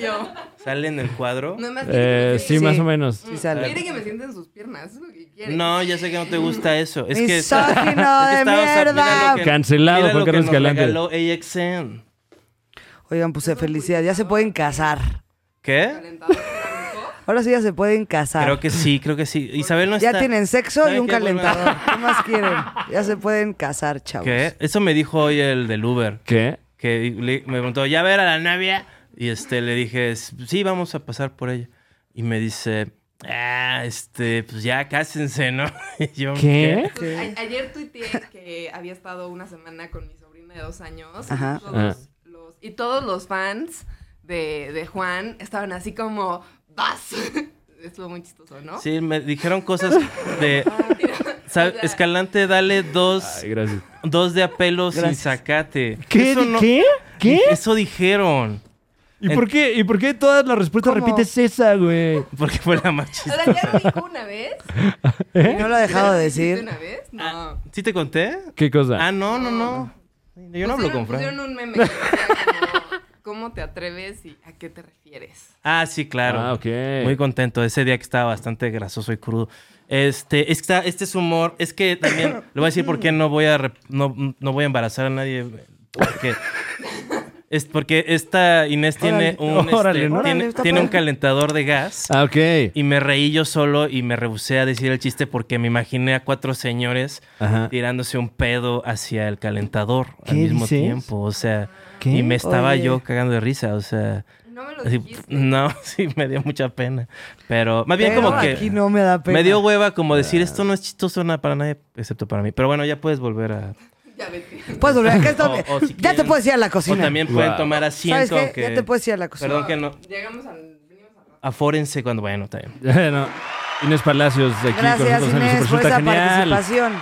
Speaker 6: yo.
Speaker 3: ¿Sale en el cuadro?
Speaker 6: No más
Speaker 4: Eh, sí, más o menos.
Speaker 2: Sí sale.
Speaker 6: Quiere que me sienten sus piernas, eso es lo que quiere.
Speaker 3: No, ya sé que no te gusta eso. Es que
Speaker 2: Misógino
Speaker 3: está-
Speaker 2: de
Speaker 3: mira lo
Speaker 2: mierda.
Speaker 3: que-
Speaker 4: Cancelado
Speaker 3: mira
Speaker 4: por
Speaker 3: lo que
Speaker 4: Carlos
Speaker 3: nos
Speaker 4: Escalante.
Speaker 3: regaló AXN.
Speaker 2: Oigan, puse felicidad. Ya se pueden casar.
Speaker 3: ¿Qué?
Speaker 2: Ahora sí ya se pueden casar.
Speaker 3: Creo que sí, creo que sí. Isabel no
Speaker 2: ya
Speaker 3: está.
Speaker 2: tienen sexo y
Speaker 3: ¿Sabe
Speaker 2: un
Speaker 3: qué? Vuelvan a-
Speaker 2: calentador. ¿Qué más quieren? Ya se pueden casar, chavos.
Speaker 3: ¿Qué? Eso me dijo hoy el del Uber.
Speaker 4: ¿Qué?
Speaker 3: Que le- me preguntó, ¿ya ver a la novia? Y este, le dije, "S- sí, vamos a pasar por ella. Y me dice, ah, este, pues ya cásense, ¿no? Y yo,
Speaker 4: ¿Qué?
Speaker 6: Pues, a- ayer tuiteé que había estado una semana con mi sobrina de dos años.
Speaker 2: Ajá.
Speaker 6: Y todos,
Speaker 3: Ah.
Speaker 6: los, y todos los fans de, de Juan estaban así como, ¡vas! Estuvo muy chistoso, ¿no?
Speaker 3: Sí, me dijeron cosas de...
Speaker 2: Ah,
Speaker 3: "Sa- Escalante, dale dos,
Speaker 4: Ay, gracias.
Speaker 3: dos de apelo sin
Speaker 2: Gracias.
Speaker 3: sacate.
Speaker 4: ¿Qué?
Speaker 3: Eso no-
Speaker 4: ¿Qué? ¿Qué?
Speaker 3: Eso dijeron.
Speaker 4: ¿Y por qué? ¿Y por qué todas las respuestas
Speaker 2: ¿Cómo?
Speaker 4: repites esa, güey?
Speaker 3: Porque fue la más chistosa.
Speaker 6: Ahora ya lo dijo una vez.
Speaker 2: ¿Y no lo ha dejado de
Speaker 6: ¿Hiciste
Speaker 2: decir.
Speaker 6: una vez? No.
Speaker 3: ¿Sí te conté?
Speaker 4: ¿Qué cosa?
Speaker 3: Ah, no, no, no. Yo no hablo con Fran.
Speaker 6: Pusieron un meme que decía como, ¿cómo te atreves y a qué te refieres?
Speaker 3: Ah, sí, claro.
Speaker 4: Ah, ok.
Speaker 3: Muy contento. Ese día que estaba bastante grasoso y crudo. Este, esta, este es humor. Es que también le voy a decir por qué no voy a, rep- no, no voy a embarazar a nadie. Porque, es porque esta Inés tiene
Speaker 4: Órale.
Speaker 3: un, este,
Speaker 4: Órale, ¿no?
Speaker 3: tiene,
Speaker 2: Órale, está
Speaker 3: tiene un
Speaker 2: padre.
Speaker 3: calentador de gas.
Speaker 4: Ah, ok.
Speaker 3: Y me reí yo solo y me rehusé a decir el chiste porque me imaginé a cuatro señores
Speaker 4: Ajá.
Speaker 3: tirándose un pedo hacia el calentador al
Speaker 4: ¿Qué
Speaker 3: mismo
Speaker 4: dices?
Speaker 3: tiempo. O sea,
Speaker 4: ¿Qué?
Speaker 3: y me estaba
Speaker 2: Oye.
Speaker 3: yo cagando de risa. O sea,
Speaker 6: No me lo
Speaker 3: así, mm.
Speaker 6: dijiste.
Speaker 3: no, sí, me dio mucha pena. Pero más bien
Speaker 2: Pero
Speaker 3: como
Speaker 2: Aquí
Speaker 3: que
Speaker 2: no me da pena. Ah.
Speaker 3: me dio hueva como decir esto no es chistoso nada para nadie excepto para mí. Pero bueno, ya puedes volver a...
Speaker 6: Ya vete.
Speaker 2: Puedes volver. acá está-
Speaker 3: O- o si
Speaker 2: ya te
Speaker 3: quieren-
Speaker 2: puedes ir a la
Speaker 3: O
Speaker 2: cocina.
Speaker 3: también pueden tomar
Speaker 2: ¿Sabes
Speaker 3: asiento.
Speaker 2: qué?
Speaker 3: aunque-
Speaker 2: Ya te puedes ir a la cocina.
Speaker 3: Perdón que no.
Speaker 6: Llegamos al... venimos al rato.
Speaker 3: Afórense cuando... Bueno, también.
Speaker 4: Bueno, Inés Palacios de aquí con
Speaker 2: Gracias,
Speaker 4: nosotros en
Speaker 2: Inés,
Speaker 4: su
Speaker 2: por
Speaker 4: consulta
Speaker 2: esa
Speaker 4: genial.
Speaker 2: participación.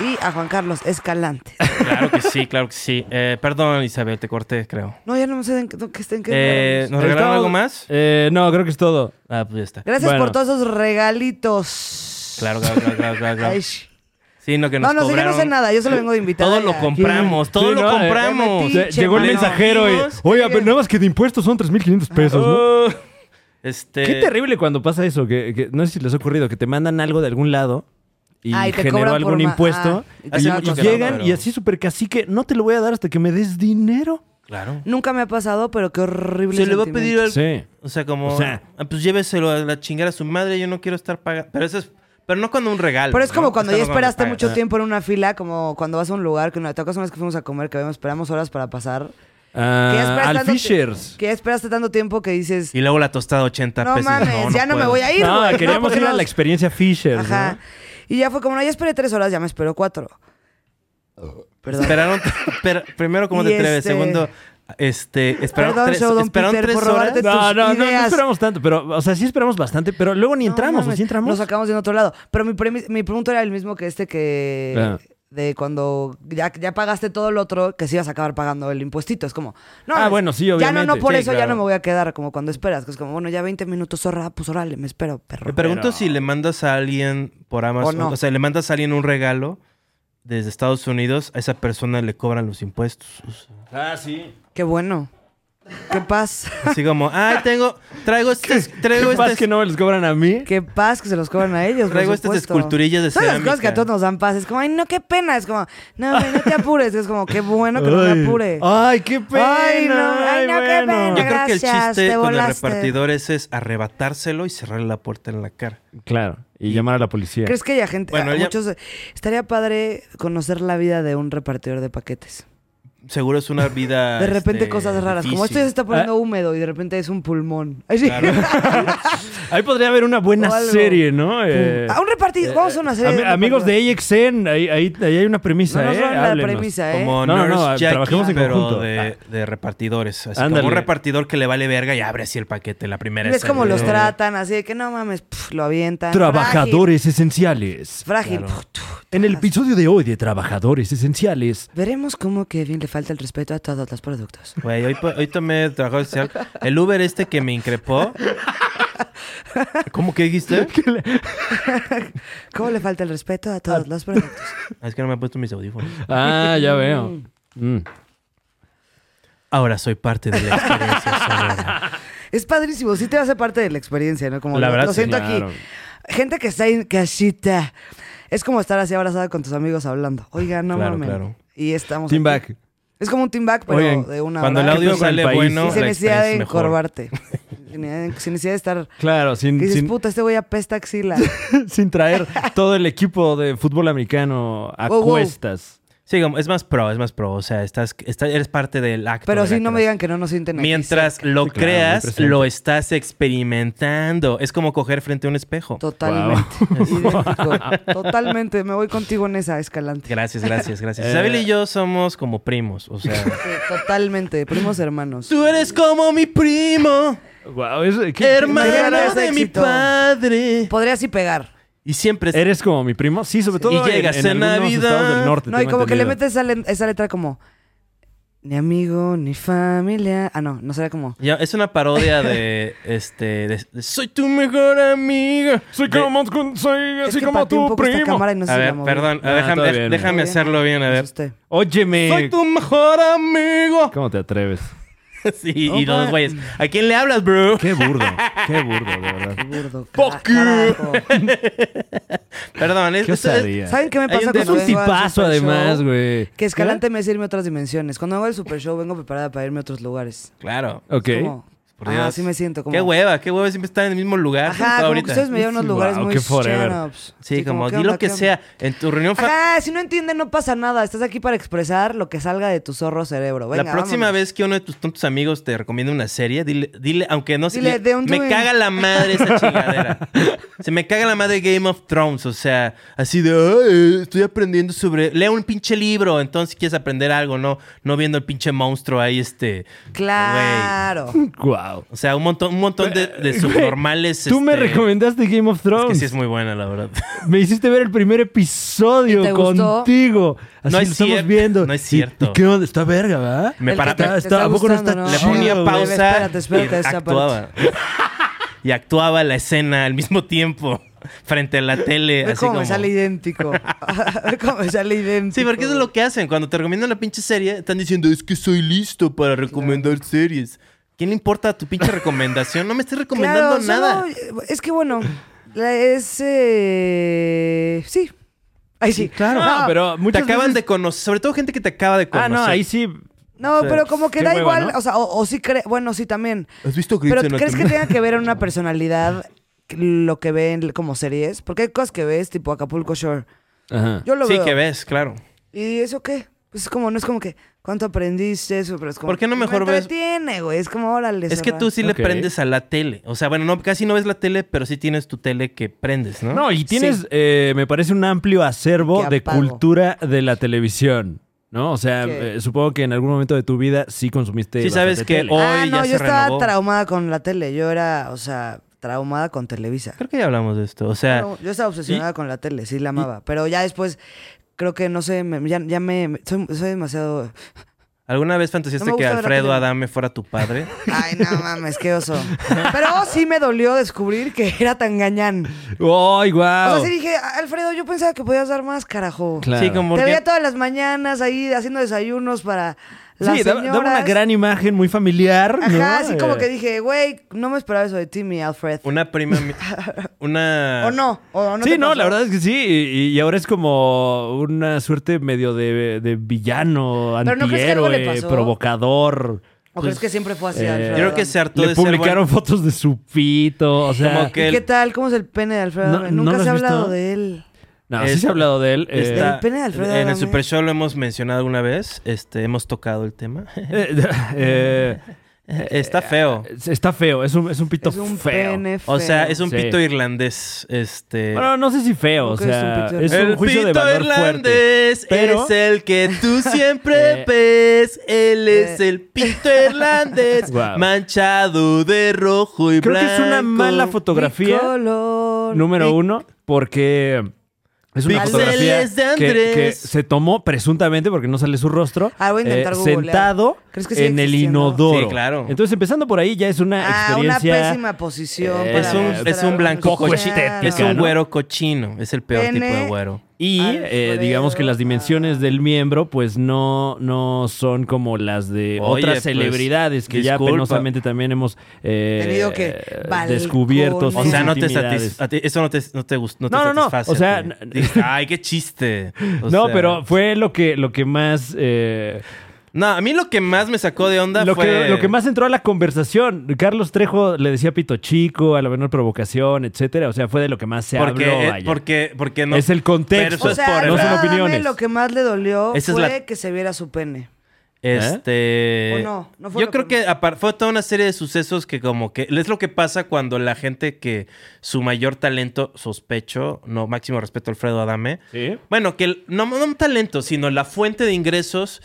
Speaker 2: Y a Juan Carlos Escalante.
Speaker 3: Claro que sí, claro que sí. Eh, perdón, Isabel, te corté, creo.
Speaker 2: No, ya no sé en qué, en qué estén
Speaker 3: Eh,
Speaker 2: quedando.
Speaker 3: ¿Nos regalaron
Speaker 4: Estamos-
Speaker 3: algo más?
Speaker 4: Eh, no, creo que es todo.
Speaker 3: Ah, pues ya está.
Speaker 2: Gracias
Speaker 4: bueno.
Speaker 2: por todos esos regalitos.
Speaker 3: Claro, claro, claro, claro, claro, claro.
Speaker 2: Ay,
Speaker 3: Sí, no, que nos
Speaker 2: no, no sé, yo no
Speaker 3: cobraron.
Speaker 2: sé nada. Yo solo vengo de invitada.
Speaker 3: Todo lo
Speaker 2: ya.
Speaker 3: compramos, todo
Speaker 4: Sí,
Speaker 3: lo
Speaker 4: no, eh,
Speaker 3: compramos.
Speaker 2: Pinche
Speaker 4: Lle- Llegó el
Speaker 2: mano.
Speaker 4: mensajero y.
Speaker 3: Amigos,
Speaker 4: Oiga, pero nada más que de impuestos son 3.500 pesos, ¿no?
Speaker 3: Oh, este,
Speaker 4: Qué terrible cuando pasa eso, que, que- no sé si les ha ocurrido, que te mandan algo de algún lado y
Speaker 2: Ah, y te
Speaker 4: generó
Speaker 2: cobran
Speaker 4: algún
Speaker 2: por ma-
Speaker 4: impuesto.
Speaker 2: ah, y te
Speaker 4: así,
Speaker 3: cobran
Speaker 4: y
Speaker 3: por-
Speaker 4: llegan
Speaker 3: Claro.
Speaker 4: y así súper cacique, no te lo voy a dar hasta que me des dinero.
Speaker 3: Claro.
Speaker 2: Nunca me ha pasado, pero qué horrible.
Speaker 3: Se le va a pedir
Speaker 2: sentimiento.
Speaker 3: al...
Speaker 4: Sí.
Speaker 3: O sea, como...
Speaker 4: O sea-
Speaker 3: ah, pues lléveselo a la chingada a su madre, yo no quiero estar pagando. Pero eso es... Pero no cuando un regalo.
Speaker 2: Pero es como
Speaker 3: ¿no?
Speaker 2: cuando
Speaker 3: Eso
Speaker 2: ya
Speaker 3: no cuando
Speaker 2: esperaste
Speaker 3: pagas.
Speaker 4: Ah.
Speaker 2: mucho tiempo en una fila, como cuando vas a un lugar, que no, te acuerdas una vez que fuimos a comer, que habíamos- esperamos horas para pasar. Que ya
Speaker 4: Ah,
Speaker 2: esperas
Speaker 4: al
Speaker 2: tanto ti-
Speaker 4: Fishers.
Speaker 2: Que ya esperaste tanto tiempo que dices,
Speaker 3: Y luego la tostada 80
Speaker 2: no
Speaker 3: pesos.
Speaker 2: mames, ya no me
Speaker 3: puedo.
Speaker 2: voy a ir.
Speaker 4: No,
Speaker 2: güey,
Speaker 4: queríamos
Speaker 2: porque
Speaker 4: ir a
Speaker 2: no-
Speaker 4: la experiencia Fishers.
Speaker 2: Ajá. Y ya fue como, no, ya esperé tres horas, ya me espero cuatro. Perdón.
Speaker 3: Esperaron... pero primero, ¿cómo
Speaker 2: Y
Speaker 3: te atreves?
Speaker 2: este-
Speaker 3: Segundo, este... Esperaron
Speaker 2: Perdón,
Speaker 3: tres,
Speaker 2: Sheldon
Speaker 3: esperaron
Speaker 2: Peter,
Speaker 3: tres
Speaker 2: por
Speaker 3: horas.
Speaker 2: robarte-
Speaker 4: ¿no? No,
Speaker 2: tus
Speaker 4: no, no, no
Speaker 2: ideas.
Speaker 4: esperamos tanto, pero, o sea, sí esperamos bastante, pero luego ni entramos,
Speaker 2: No
Speaker 4: ¿o sí
Speaker 2: mames,
Speaker 4: entramos?
Speaker 2: Lo sacamos de otro lado. Pero mi, premi- mi pregunta era el mismo que este que...
Speaker 4: Ah.
Speaker 2: De cuando ya, ya pagaste todo lo otro, que sí ibas a acabar pagando el impuestito. Es como, no.
Speaker 4: Ah,
Speaker 2: es-
Speaker 4: bueno, sí,
Speaker 2: Ya no, no,
Speaker 4: obviamente.
Speaker 2: por
Speaker 4: Sí,
Speaker 2: eso ya
Speaker 4: claro.
Speaker 2: no me voy a quedar, como cuando esperas. Que es como, bueno, ya 20 minutos, zorra, pues órale, me espero, perro.
Speaker 3: Me pregunto si le mandas a alguien por Amazon,
Speaker 2: O no.
Speaker 3: o, sea, le mandas a alguien un regalo desde Estados Unidos, a esa persona le cobran los impuestos. O sea,
Speaker 4: Ah, sí.
Speaker 2: Qué bueno. Qué paz.
Speaker 3: Así como, ay, tengo, traigo estas, traigo este
Speaker 4: ¿Qué pasa
Speaker 3: estas,
Speaker 4: que no me les cobran a mí?
Speaker 2: Qué paz que se los cobran a ellos. por
Speaker 3: traigo estas
Speaker 2: supuesto.
Speaker 3: esculturillas de
Speaker 2: Todas las
Speaker 3: cerámica.
Speaker 2: cosas que a todos nos dan paz. Es como, ay, no, qué pena. Es como, no, güey, no te apures. Es como, qué bueno que no me apure.
Speaker 4: Ay, qué pena.
Speaker 2: Ay, no, ay, no, qué pena.
Speaker 3: Yo creo que el
Speaker 2: Gracias, te
Speaker 3: chiste con el
Speaker 2: volaste.
Speaker 3: repartidor ese es arrebatárselo y cerrarle la puerta en la cara.
Speaker 4: Claro, y llamar a la policía.
Speaker 2: ¿Crees que haya gente?
Speaker 3: Bueno,
Speaker 2: a
Speaker 3: ella-
Speaker 2: muchos, estaría padre conocer la vida de un repartidor de paquetes.
Speaker 3: Seguro es una vida.
Speaker 2: De repente
Speaker 3: este,
Speaker 2: cosas raras, como esto ya se
Speaker 3: difícil.
Speaker 2: está poniendo
Speaker 4: Ah.
Speaker 2: húmedo y de repente es un pulmón. Ay, sí.
Speaker 4: Ahí podría haber una buena
Speaker 2: O algo.
Speaker 4: serie, ¿no? Eh,
Speaker 2: a un repartidor, vamos a una serie.
Speaker 4: ami-
Speaker 2: de un
Speaker 4: amigos
Speaker 2: repartidor.
Speaker 4: de AXN, ahí, ahí, ahí hay una premisa,
Speaker 2: No nos
Speaker 4: ¿eh?
Speaker 2: roban la
Speaker 4: Háblenos.
Speaker 2: premisa, ¿eh?
Speaker 3: Como
Speaker 4: No, no,
Speaker 3: Nurse
Speaker 4: no,
Speaker 3: Jackie,
Speaker 4: trabajemos en
Speaker 3: pero
Speaker 4: conjunto. Ah.
Speaker 3: De, de repartidores. Así
Speaker 4: Ándale.
Speaker 3: como un repartidor que le vale verga y abre así el paquete la primera
Speaker 2: Es como
Speaker 3: escena.
Speaker 4: eh.
Speaker 2: los tratan, así de que no mames, pf, lo avientan.
Speaker 4: Trabajadores esenciales.
Speaker 2: Frágil. frágil, pf, tu,
Speaker 4: En el episodio de hoy de Trabajadores esenciales.
Speaker 2: Veremos cómo Kevin le falta el respeto a todos los productos.
Speaker 3: Güey, hoy, po- hoy tomé trabajo social. El Uber este que me increpó. ¿Cómo que dijiste?
Speaker 2: ¿Cómo le falta el respeto a todos los productos?
Speaker 4: Mm.
Speaker 3: Ah, Es que no me he puesto mis audífonos.
Speaker 4: Ah, ya veo. Mm.
Speaker 3: Ahora soy parte de la experiencia sonora.
Speaker 2: Es padrísimo, sí te hace parte de la experiencia, ¿no? Como
Speaker 3: La
Speaker 2: lo,
Speaker 3: verdad,
Speaker 2: lo
Speaker 3: sí.
Speaker 2: siento
Speaker 4: Claro.
Speaker 2: aquí. Gente que está en casita. Es como estar así abrazada con tus amigos hablando. Oiga, no
Speaker 3: Claro,
Speaker 2: mames.
Speaker 3: claro.
Speaker 2: Y estamos.
Speaker 4: Team
Speaker 2: aquí.
Speaker 4: back.
Speaker 2: Es como un team back, pero
Speaker 4: Oigan,
Speaker 2: de una
Speaker 3: Cuando el
Speaker 2: hora.
Speaker 4: ¿Qué
Speaker 3: audio
Speaker 4: pasa en el
Speaker 3: sale
Speaker 4: país?
Speaker 3: bueno,
Speaker 4: no,
Speaker 2: sin
Speaker 3: la
Speaker 2: necesidad de
Speaker 3: experiencia es mejor.
Speaker 2: encorvarte. sin necesidad de estar.
Speaker 4: Claro,
Speaker 2: que
Speaker 4: sin,
Speaker 2: dices,
Speaker 4: sin,
Speaker 2: puta, este güey apesta axila.
Speaker 4: sin traer todo el equipo de fútbol americano a
Speaker 2: Wow, wow.
Speaker 4: cuestas.
Speaker 3: Sí, como- es más pro, es más pro. O sea, estás, está- eres parte del acto.
Speaker 2: Pero
Speaker 3: de la
Speaker 2: sí, no me
Speaker 3: creación.
Speaker 2: digan que no nos sienten aquí
Speaker 3: Mientras
Speaker 2: cerca.
Speaker 3: lo
Speaker 4: Sí, claro, muy
Speaker 3: creas,
Speaker 4: presente.
Speaker 3: lo estás experimentando. Es como coger frente a un espejo.
Speaker 2: Totalmente. idéntico. Totalmente. Me voy contigo en esa, Escalante.
Speaker 3: Gracias, gracias, gracias.
Speaker 4: Eh.
Speaker 3: Isabel y yo somos como primos. O sea,
Speaker 2: Sí, Totalmente. Primos hermanos.
Speaker 3: tú eres como mi primo,
Speaker 4: Wow, es, ¿qué- qué-
Speaker 2: Hermana.
Speaker 3: hermano
Speaker 2: Hermanas de
Speaker 3: de mi
Speaker 2: éxito.
Speaker 3: padre.
Speaker 2: Podría sí pegar.
Speaker 3: Y siempre es-
Speaker 4: ¿Eres como mi primo? Sí, sobre todo
Speaker 3: Y llegas
Speaker 4: en, en
Speaker 3: en
Speaker 4: algunos
Speaker 3: Navidad.
Speaker 4: estados del norte.
Speaker 2: No, y
Speaker 4: tengo
Speaker 2: como que le
Speaker 4: entendido.
Speaker 2: metes esa, len- esa letra como ni amigo, ni familia. Ah, no, no sería como.
Speaker 3: ya, es una parodia de este de- de soy tu mejor amiga.
Speaker 4: Soy
Speaker 3: De-
Speaker 4: como, soy
Speaker 2: Es
Speaker 4: así
Speaker 2: que
Speaker 4: como
Speaker 2: pateé un
Speaker 4: tu
Speaker 2: poco esta
Speaker 4: primo.
Speaker 2: cámara y no sé
Speaker 3: a
Speaker 2: si la
Speaker 3: ver,
Speaker 2: moví.
Speaker 3: perdón,
Speaker 4: Ah,
Speaker 3: déjame,
Speaker 4: todo bien.
Speaker 3: déjame
Speaker 2: Todo bien.
Speaker 3: hacerlo bien, a
Speaker 2: Me
Speaker 3: ver.
Speaker 2: asusté.
Speaker 4: Óyeme.
Speaker 3: Soy tu mejor amigo.
Speaker 4: ¿Cómo te atreves?
Speaker 3: Sí, y los güeyes. ¿A quién le hablas, bro?
Speaker 4: Qué burdo. Qué burdo, de verdad.
Speaker 2: Qué burdo. cara- carajo.
Speaker 3: Perdón, es,
Speaker 4: Qué
Speaker 3: es- es-
Speaker 4: osadía.
Speaker 2: ¿Saben qué me
Speaker 3: Hay
Speaker 2: pasa
Speaker 3: un-
Speaker 2: cuando
Speaker 4: Es un
Speaker 2: vengo al
Speaker 4: tipazo,
Speaker 2: Super Show?
Speaker 4: además, güey.
Speaker 2: Que Escalante me sirve otras dimensiones. Cuando hago el super show vengo preparada para irme a otros lugares.
Speaker 3: Claro.
Speaker 4: Ok.
Speaker 2: Como,
Speaker 3: Por Dios.
Speaker 2: ah, sí me siento como.
Speaker 3: Qué hueva, qué hueva siempre estar en el mismo lugar.
Speaker 2: Ajá, como que
Speaker 3: ahorita.
Speaker 2: ustedes me llevan a unos
Speaker 4: Sí,
Speaker 2: lugares
Speaker 4: wow,
Speaker 2: muy
Speaker 4: qué forever.
Speaker 2: chinos.
Speaker 3: Sí, como,
Speaker 2: ¿qué
Speaker 3: di
Speaker 2: onda,
Speaker 3: lo que
Speaker 2: qué onda?
Speaker 3: sea. En tu reunión fa-
Speaker 2: Ajá, si no entienden, no pasa nada. Estás aquí para expresar lo que salga de tu zorro cerebro. Venga,
Speaker 3: la próxima
Speaker 2: vámonos.
Speaker 3: vez que uno de tus tontos amigos te recomienda una serie, dile, dile aunque no se
Speaker 2: Dile, "De un
Speaker 3: me
Speaker 2: tuit".
Speaker 3: caga la madre esa chingadera. se me caga la madre Game of Thrones, o sea, así de, "Ay, eh, estoy aprendiendo sobre, lea un pinche libro, entonces si quieres aprender algo, no no viendo el pinche monstruo ahí este.
Speaker 2: Claro.
Speaker 4: Wow.
Speaker 3: O sea, un montón un montón de, de subnormales
Speaker 4: Tú me
Speaker 3: este,
Speaker 4: recomendaste Game of
Speaker 3: Es
Speaker 4: Thrones.
Speaker 3: que sí es muy buena, la verdad.
Speaker 4: Me hiciste ver el primer episodio
Speaker 2: ¿Y te gustó?
Speaker 4: contigo. Así
Speaker 3: No
Speaker 4: lo
Speaker 3: es
Speaker 4: estamos
Speaker 3: cier-
Speaker 4: viendo.
Speaker 3: no es
Speaker 4: ¿Y-
Speaker 3: cierto.
Speaker 4: ¿Y, qué onda? Está verga, ¿verdad?
Speaker 3: Me
Speaker 2: El
Speaker 3: para-
Speaker 2: que te-
Speaker 3: me-
Speaker 2: te está
Speaker 4: ¿a poco no
Speaker 2: gustando,
Speaker 4: está
Speaker 3: Le
Speaker 4: chido,
Speaker 3: ponía
Speaker 4: güey.
Speaker 3: pausa
Speaker 2: Espérate, espérate,
Speaker 3: y
Speaker 2: esa parte.
Speaker 3: actuaba. y actuaba la escena al mismo tiempo frente a la tele.
Speaker 2: Ve
Speaker 3: así
Speaker 2: cómo
Speaker 3: como...
Speaker 2: me sale idéntico. Ve cómo me sale idéntico.
Speaker 3: Sí, porque eso es lo que hacen. Cuando te recomiendan una pinche serie, están diciendo, es que soy listo para recomendar series. ¿Quién le importa tu pinche recomendación? No me estoy recomendando
Speaker 2: Claro, solo-
Speaker 3: nada.
Speaker 2: es que bueno, la- es. eh, sí. Ahí sí. Ah,
Speaker 4: Claro,
Speaker 2: No,
Speaker 4: no, pero
Speaker 3: Te
Speaker 4: muchas
Speaker 3: acaban
Speaker 4: veces-
Speaker 3: de conocer, sobre todo gente que te acaba de
Speaker 4: Ah,
Speaker 3: conocer.
Speaker 4: no, ahí sí.
Speaker 2: No, pero como que
Speaker 4: Qué
Speaker 2: da
Speaker 4: hueva,
Speaker 2: igual.
Speaker 4: ¿no?
Speaker 2: O sea, o, o sí cree. Bueno, sí también.
Speaker 5: ¿Has visto Grey's
Speaker 2: Pero ¿tú ¿crees que
Speaker 5: Anatomy?
Speaker 2: tenga que ver en una personalidad lo que ven como series? Porque hay cosas que ves, tipo Acapulco Shore.
Speaker 4: Ajá.
Speaker 2: Yo lo
Speaker 3: Sí,
Speaker 2: veo.
Speaker 3: que ves, claro.
Speaker 2: ¿Y eso qué? Pues es como, no es como que, ¿cuánto aprendiste eso? Pero es como,
Speaker 3: ¿Por qué no mejor
Speaker 2: me
Speaker 3: ves-
Speaker 2: entretiene, güey. Es como, órale.
Speaker 3: Es que
Speaker 2: zorra.
Speaker 3: tú sí le
Speaker 4: Ok.
Speaker 3: prendes a la tele. O sea, bueno, no, casi no ves la tele, pero sí tienes tu tele que prendes, ¿no?
Speaker 4: No, y tienes, eh, me parece, un amplio acervo
Speaker 2: Que
Speaker 4: de
Speaker 2: apago.
Speaker 4: cultura de la televisión. ¿No? O sea,
Speaker 2: Que-
Speaker 4: eh, supongo que en algún momento de tu vida sí consumiste.
Speaker 3: Sí, sabes
Speaker 4: bastante
Speaker 3: que
Speaker 4: tele.
Speaker 3: hoy
Speaker 2: ah, no,
Speaker 3: ya se
Speaker 2: yo estaba
Speaker 3: renovó.
Speaker 2: traumada con la tele. Yo era, o sea, traumada con Televisa.
Speaker 3: Creo que ya hablamos de esto. O sea,
Speaker 2: Pero yo estaba obsesionada con la tele, sí la amaba. Pero ya después, creo que no sé, me- ya, ya me. me- Soy, soy demasiado.
Speaker 3: ¿alguna vez fantaseaste
Speaker 2: No me
Speaker 3: que
Speaker 2: gusta ver la
Speaker 3: Alfredo
Speaker 2: tele.
Speaker 3: Adame fuera tu padre?
Speaker 2: Ay, no mames, qué oso. Pero sí me dolió descubrir que era tan gañán.
Speaker 4: ¡Ay,
Speaker 2: O
Speaker 4: guau!
Speaker 2: sea, sí dije, Alfredo, yo pensaba que podías dar más, carajo.
Speaker 4: Claro.
Speaker 3: Sí, como
Speaker 2: Te
Speaker 3: que-
Speaker 2: veía todas las mañanas ahí haciendo desayunos para las
Speaker 4: Sí, daba, daba una
Speaker 2: señoras.
Speaker 4: gran imagen muy familiar. ¿no?
Speaker 2: Ajá, así como
Speaker 4: Eh,
Speaker 2: que dije, güey, no me esperaba eso de ti, mi Alfred.
Speaker 3: una prima... mi- Una...
Speaker 2: O no, o no
Speaker 4: sí,
Speaker 2: te
Speaker 4: no,
Speaker 2: pasó.
Speaker 4: la verdad es que sí. Y, y ahora es como una suerte medio de, de villano,
Speaker 2: Pero ¿no crees que algo le
Speaker 4: antihéroe,
Speaker 2: pasó?
Speaker 4: provocador.
Speaker 2: ¿O crees que siempre fue así,
Speaker 4: eh,
Speaker 2: Alfredo?
Speaker 3: Yo creo que se hartó
Speaker 4: Le
Speaker 3: de ser buen-
Speaker 4: publicaron fotos de su pito. O sea,
Speaker 3: Como que-
Speaker 2: ¿Y
Speaker 3: el-
Speaker 2: qué tal? ¿Cómo es el pene de Alfredo?
Speaker 4: No,
Speaker 2: Adame?
Speaker 4: ¿no
Speaker 2: Nunca
Speaker 4: lo
Speaker 2: se ha
Speaker 4: has
Speaker 2: hablado
Speaker 4: visto?
Speaker 2: de él.
Speaker 4: No, sí se ha hablado de él. eh,
Speaker 3: Está-
Speaker 2: Del pene de Alfredo
Speaker 3: en el
Speaker 2: Adame.
Speaker 3: Super Show lo hemos mencionado alguna vez. Este, hemos tocado el tema.
Speaker 4: eh, eh,
Speaker 3: Está feo.
Speaker 4: Está feo, es un, es un pito
Speaker 2: Es un
Speaker 4: feo.
Speaker 2: pene
Speaker 3: O sea, es un
Speaker 4: Sí.
Speaker 3: pito irlandés. Este...
Speaker 4: Bueno, no sé si feo, o
Speaker 2: Creo que es
Speaker 4: sea,
Speaker 2: un pito
Speaker 4: es un,
Speaker 2: irlandés.
Speaker 4: juicio de
Speaker 3: pito
Speaker 4: valor fuerte.
Speaker 3: irlandés
Speaker 4: Pero-
Speaker 3: es el que tú siempre
Speaker 4: Eh.
Speaker 3: ves. Él es
Speaker 2: Eh.
Speaker 3: el pito irlandés
Speaker 4: Guau.
Speaker 3: manchado de rojo y
Speaker 4: Creo
Speaker 3: blanco.
Speaker 4: que es una mala fotografía,
Speaker 2: Mi color.
Speaker 4: número uno, porque es una
Speaker 3: Pixeles
Speaker 4: fotografía
Speaker 3: de
Speaker 4: que, que
Speaker 3: Andrés.
Speaker 4: se tomó presuntamente, porque no sale su rostro, eh,
Speaker 2: Ah, voy a intentar googlear.
Speaker 4: sentado
Speaker 2: ¿Crees que sigue
Speaker 4: en el
Speaker 2: existiendo?
Speaker 4: inodoro.
Speaker 3: Sí, claro.
Speaker 4: Entonces, empezando por ahí, ya es una
Speaker 2: Ah, una
Speaker 4: experiencia.
Speaker 2: pésima posición.
Speaker 4: Eh,
Speaker 2: para
Speaker 4: es un- pues,
Speaker 2: mostrar
Speaker 3: es un blanco
Speaker 2: algún
Speaker 4: cochino.
Speaker 2: claro.
Speaker 3: Es
Speaker 4: Estética,
Speaker 3: un
Speaker 4: ¿no?
Speaker 3: güero cochino. Es el peor
Speaker 2: Tiene-
Speaker 3: tipo de güero.
Speaker 4: Y eh,
Speaker 2: Alfredo.
Speaker 4: digamos que las dimensiones del miembro, pues no, no son como las de
Speaker 3: Oye,
Speaker 4: otras
Speaker 3: pues,
Speaker 4: celebridades que ya
Speaker 3: disculpa.
Speaker 4: penosamente también hemos eh,
Speaker 2: Tenido que
Speaker 4: descubierto.
Speaker 2: balcones.
Speaker 3: O
Speaker 4: sus
Speaker 3: sea, no te
Speaker 4: intimidades.
Speaker 3: satis- a ti- Eso no te, no te gust- No, te
Speaker 4: No, no, no.
Speaker 3: satisface
Speaker 4: O
Speaker 3: a
Speaker 4: sea,
Speaker 3: ti.
Speaker 4: n-
Speaker 3: Dices, Ay, qué chiste. O
Speaker 4: No,
Speaker 3: sea,
Speaker 4: pero fue lo que, lo que más. eh,
Speaker 3: No, a mí lo que más me sacó de onda
Speaker 4: lo,
Speaker 3: fue.
Speaker 4: que, lo que más entró a la conversación. Carlos Trejo le decía pito chico, a la menor provocación, etcétera. O sea, fue de lo que más se
Speaker 3: Porque,
Speaker 4: habló.
Speaker 3: eh,
Speaker 4: vaya.
Speaker 3: porque, porque no.
Speaker 4: Es el contexto.
Speaker 3: Pero eso
Speaker 2: O
Speaker 3: es
Speaker 2: sea,
Speaker 3: por edad.
Speaker 4: no son
Speaker 2: Alfredo Adame
Speaker 4: opiniones.
Speaker 2: lo que más le dolió
Speaker 3: Esa es
Speaker 2: fue
Speaker 3: la-
Speaker 2: que se viera su pene.
Speaker 4: ¿eh?
Speaker 3: Este.
Speaker 2: ¿O no? No fue
Speaker 3: yo
Speaker 2: lo
Speaker 3: creo
Speaker 2: que-
Speaker 3: que apar- fue toda una serie de sucesos que, como que. Es lo que pasa cuando la gente que su mayor talento, sospecho, no, máximo respeto a Alfredo Adame.
Speaker 4: Sí.
Speaker 3: Bueno, que el- no, no un talento, sino la fuente de ingresos.